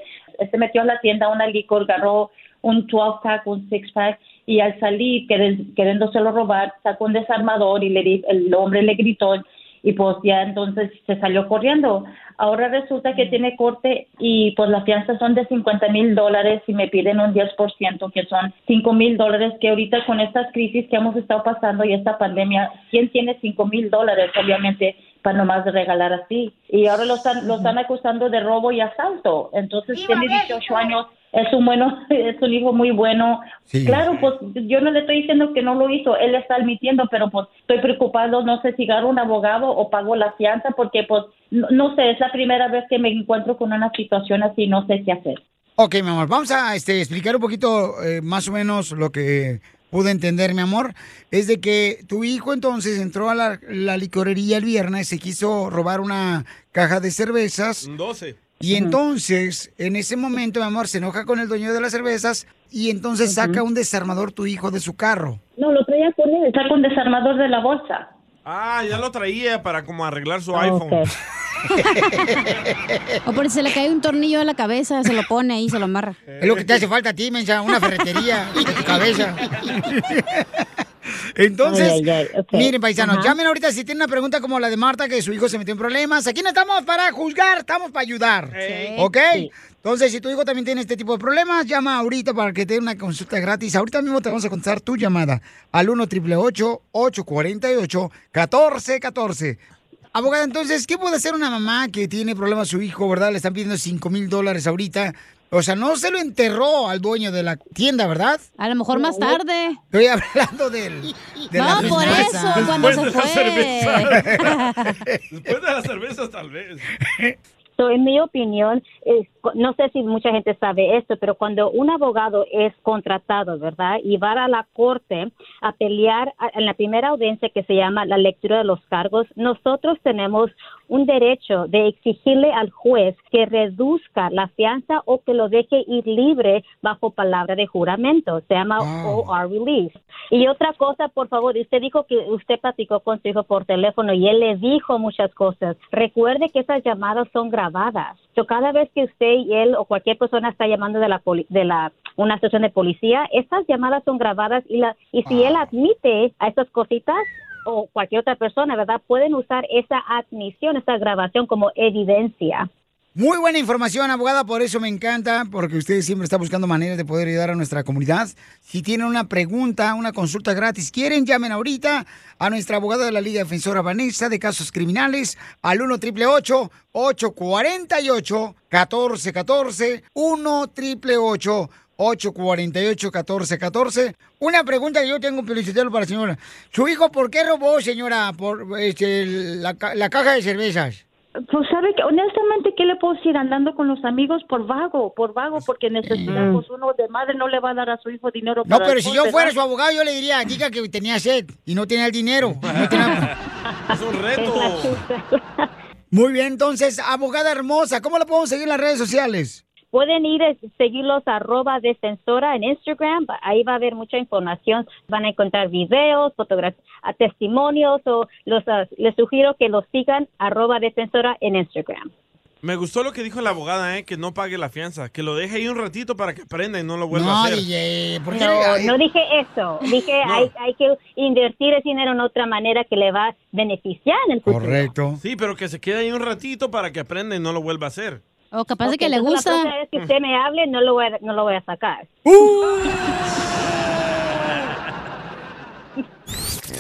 [SPEAKER 30] Se metió a la tienda a una licor, agarró un 12-pack, un 6-pack, y al salir, queren- queriéndoselo robar, sacó un desarmador y le di- el hombre le gritó, y pues ya entonces se salió corriendo. Ahora resulta que tiene corte y pues las fianzas son de 50 mil dólares y me piden un 10%, que son 5 mil dólares, que ahorita con estas crisis que hemos estado pasando y esta pandemia, ¿quién tiene 5 mil dólares? Obviamente para nomás regalar así. Y ahora lo están, lo están acusando de robo y asalto. Entonces tiene 18 años, es un bueno, es un hijo muy bueno.
[SPEAKER 15] Sí.
[SPEAKER 30] Claro, pues yo no le estoy diciendo que no lo hizo, él está admitiendo, pero pues estoy preocupado, no sé si agarro un abogado o pago la fianza, porque pues no, no sé, es la primera vez que me encuentro con una situación así, no sé qué hacer.
[SPEAKER 2] Ok, mi amor, vamos a este, explicar un poquito eh, más o menos lo que pude entender, mi amor. Es de que tu hijo entonces entró a la, la licorería el viernes, se quiso robar una caja de
[SPEAKER 3] Mm.
[SPEAKER 2] cervezas.
[SPEAKER 16] 12.
[SPEAKER 2] Y entonces, en ese momento, mi amor, se enoja con el dueño de las cervezas y entonces saca un desarmador tu hijo de su carro.
[SPEAKER 30] No, lo traía con él, saca un desarmador de la bolsa.
[SPEAKER 16] Ah, ya lo traía para como arreglar
[SPEAKER 2] Ah,
[SPEAKER 16] su iPhone.
[SPEAKER 4] O por si se le cae un tornillo a la cabeza, se lo pone ahí, se lo amarra.
[SPEAKER 2] Es lo que te hace falta a ti, mensa, una ferretería en tu cabeza. Entonces,
[SPEAKER 30] Ay, ay, ay, ok.
[SPEAKER 2] miren, paisanos,
[SPEAKER 30] Ajá.
[SPEAKER 2] llamen ahorita si tienen una pregunta como la de Marta, que su hijo se metió en problemas. Aquí no estamos para juzgar, estamos para ayudar.
[SPEAKER 16] Sí.
[SPEAKER 2] ¿Ok?
[SPEAKER 16] Sí.
[SPEAKER 2] Entonces, si tu hijo también tiene este tipo de problemas, llama ahorita para que te dé una consulta gratis. Ahorita mismo te vamos a contestar tu llamada al 1 848 1414 Abogada, entonces, ¿qué puede hacer una mamá que tiene problemas su hijo, verdad? Le están pidiendo 5 mil dólares ahorita. O sea, no se lo enterró al dueño de la tienda, ¿verdad?
[SPEAKER 4] A lo mejor más tarde.
[SPEAKER 2] Estoy hablando del. De la
[SPEAKER 4] No, por
[SPEAKER 2] venganza.
[SPEAKER 4] eso,
[SPEAKER 23] Pues
[SPEAKER 4] cuando se fue.
[SPEAKER 16] Después de las cervezas, tal vez.
[SPEAKER 13] So, en mi opinión, es- no sé si mucha gente sabe esto, pero cuando un abogado es contratado, ¿verdad? Y va a la corte a pelear a- en la primera audiencia que se llama la lectura de los cargos, nosotros tenemos un derecho de exigirle al juez que reduzca la fianza o que lo deje ir libre bajo palabra de juramento. Se llama OR release. Y otra cosa, por favor, usted dijo que usted platicó con su hijo por teléfono y él le dijo muchas cosas. Recuerde que esas llamadas son grabadas. So, cada vez que usted y él o cualquier persona está llamando de la poli- de la una estación de policía, esas llamadas son grabadas y la y si él admite a esas cositas o cualquier otra persona, ¿verdad? Pueden usar esa admisión, esa grabación como evidencia.
[SPEAKER 2] Muy buena información, abogada, por eso me encanta, porque usted siempre está buscando maneras de poder ayudar a nuestra comunidad. Si tienen una pregunta, una consulta gratis, quieren, llamen ahorita a nuestra abogada de la Liga Defensora Vanessa de Casos Criminales al 1 888 848 1414 1 888 848 1414 Una pregunta que yo tengo, Felicitelo, para la señora. ¿Su hijo por qué robó, señora, por este, la, ca- la caja de cervezas?
[SPEAKER 30] Pues sabe que honestamente, ¿qué le puedo decir? Andando con los amigos por vago, por vago, porque necesita, pues uno de madre no le va a dar a su hijo dinero.
[SPEAKER 2] No,
[SPEAKER 30] para
[SPEAKER 2] pero si
[SPEAKER 30] alcohol,
[SPEAKER 2] yo
[SPEAKER 30] ¿verdad?
[SPEAKER 2] fuera su abogado, yo le diría, diga que tenía sed y no tenía el dinero. y no tenía-
[SPEAKER 16] Es un reto.
[SPEAKER 2] Muy bien, entonces, abogada hermosa, ¿cómo la podemos seguir en las redes sociales?
[SPEAKER 13] Pueden ir a seguirlos arroba defensora en Instagram, ahí va a haber mucha información, van a encontrar videos, fotografías, testimonios o los, ah, les sugiero que los sigan arroba defensora en Instagram.
[SPEAKER 16] Me gustó lo que dijo la abogada, ¿eh? que no pague la fianza, que lo deje ahí un ratito para que aprenda y no lo vuelva
[SPEAKER 2] No,
[SPEAKER 16] a hacer.
[SPEAKER 2] DJ, ¿por
[SPEAKER 13] No, no dije eso, dije
[SPEAKER 16] No.
[SPEAKER 13] hay, hay que invertir ese dinero en otra manera que le va a beneficiar en el futuro.
[SPEAKER 2] Correcto.
[SPEAKER 16] Sí, pero que se quede ahí un ratito para que aprenda y no lo vuelva a hacer.
[SPEAKER 4] O capaz de
[SPEAKER 13] Ok,
[SPEAKER 4] que le
[SPEAKER 13] entonces
[SPEAKER 4] gusta.
[SPEAKER 13] La próxima vez que usted me hable, no lo voy a, no lo voy a sacar.
[SPEAKER 2] Uh.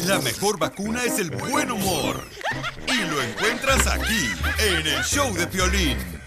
[SPEAKER 10] La mejor vacuna es el buen humor. Y lo encuentras aquí, en el show de Piolín.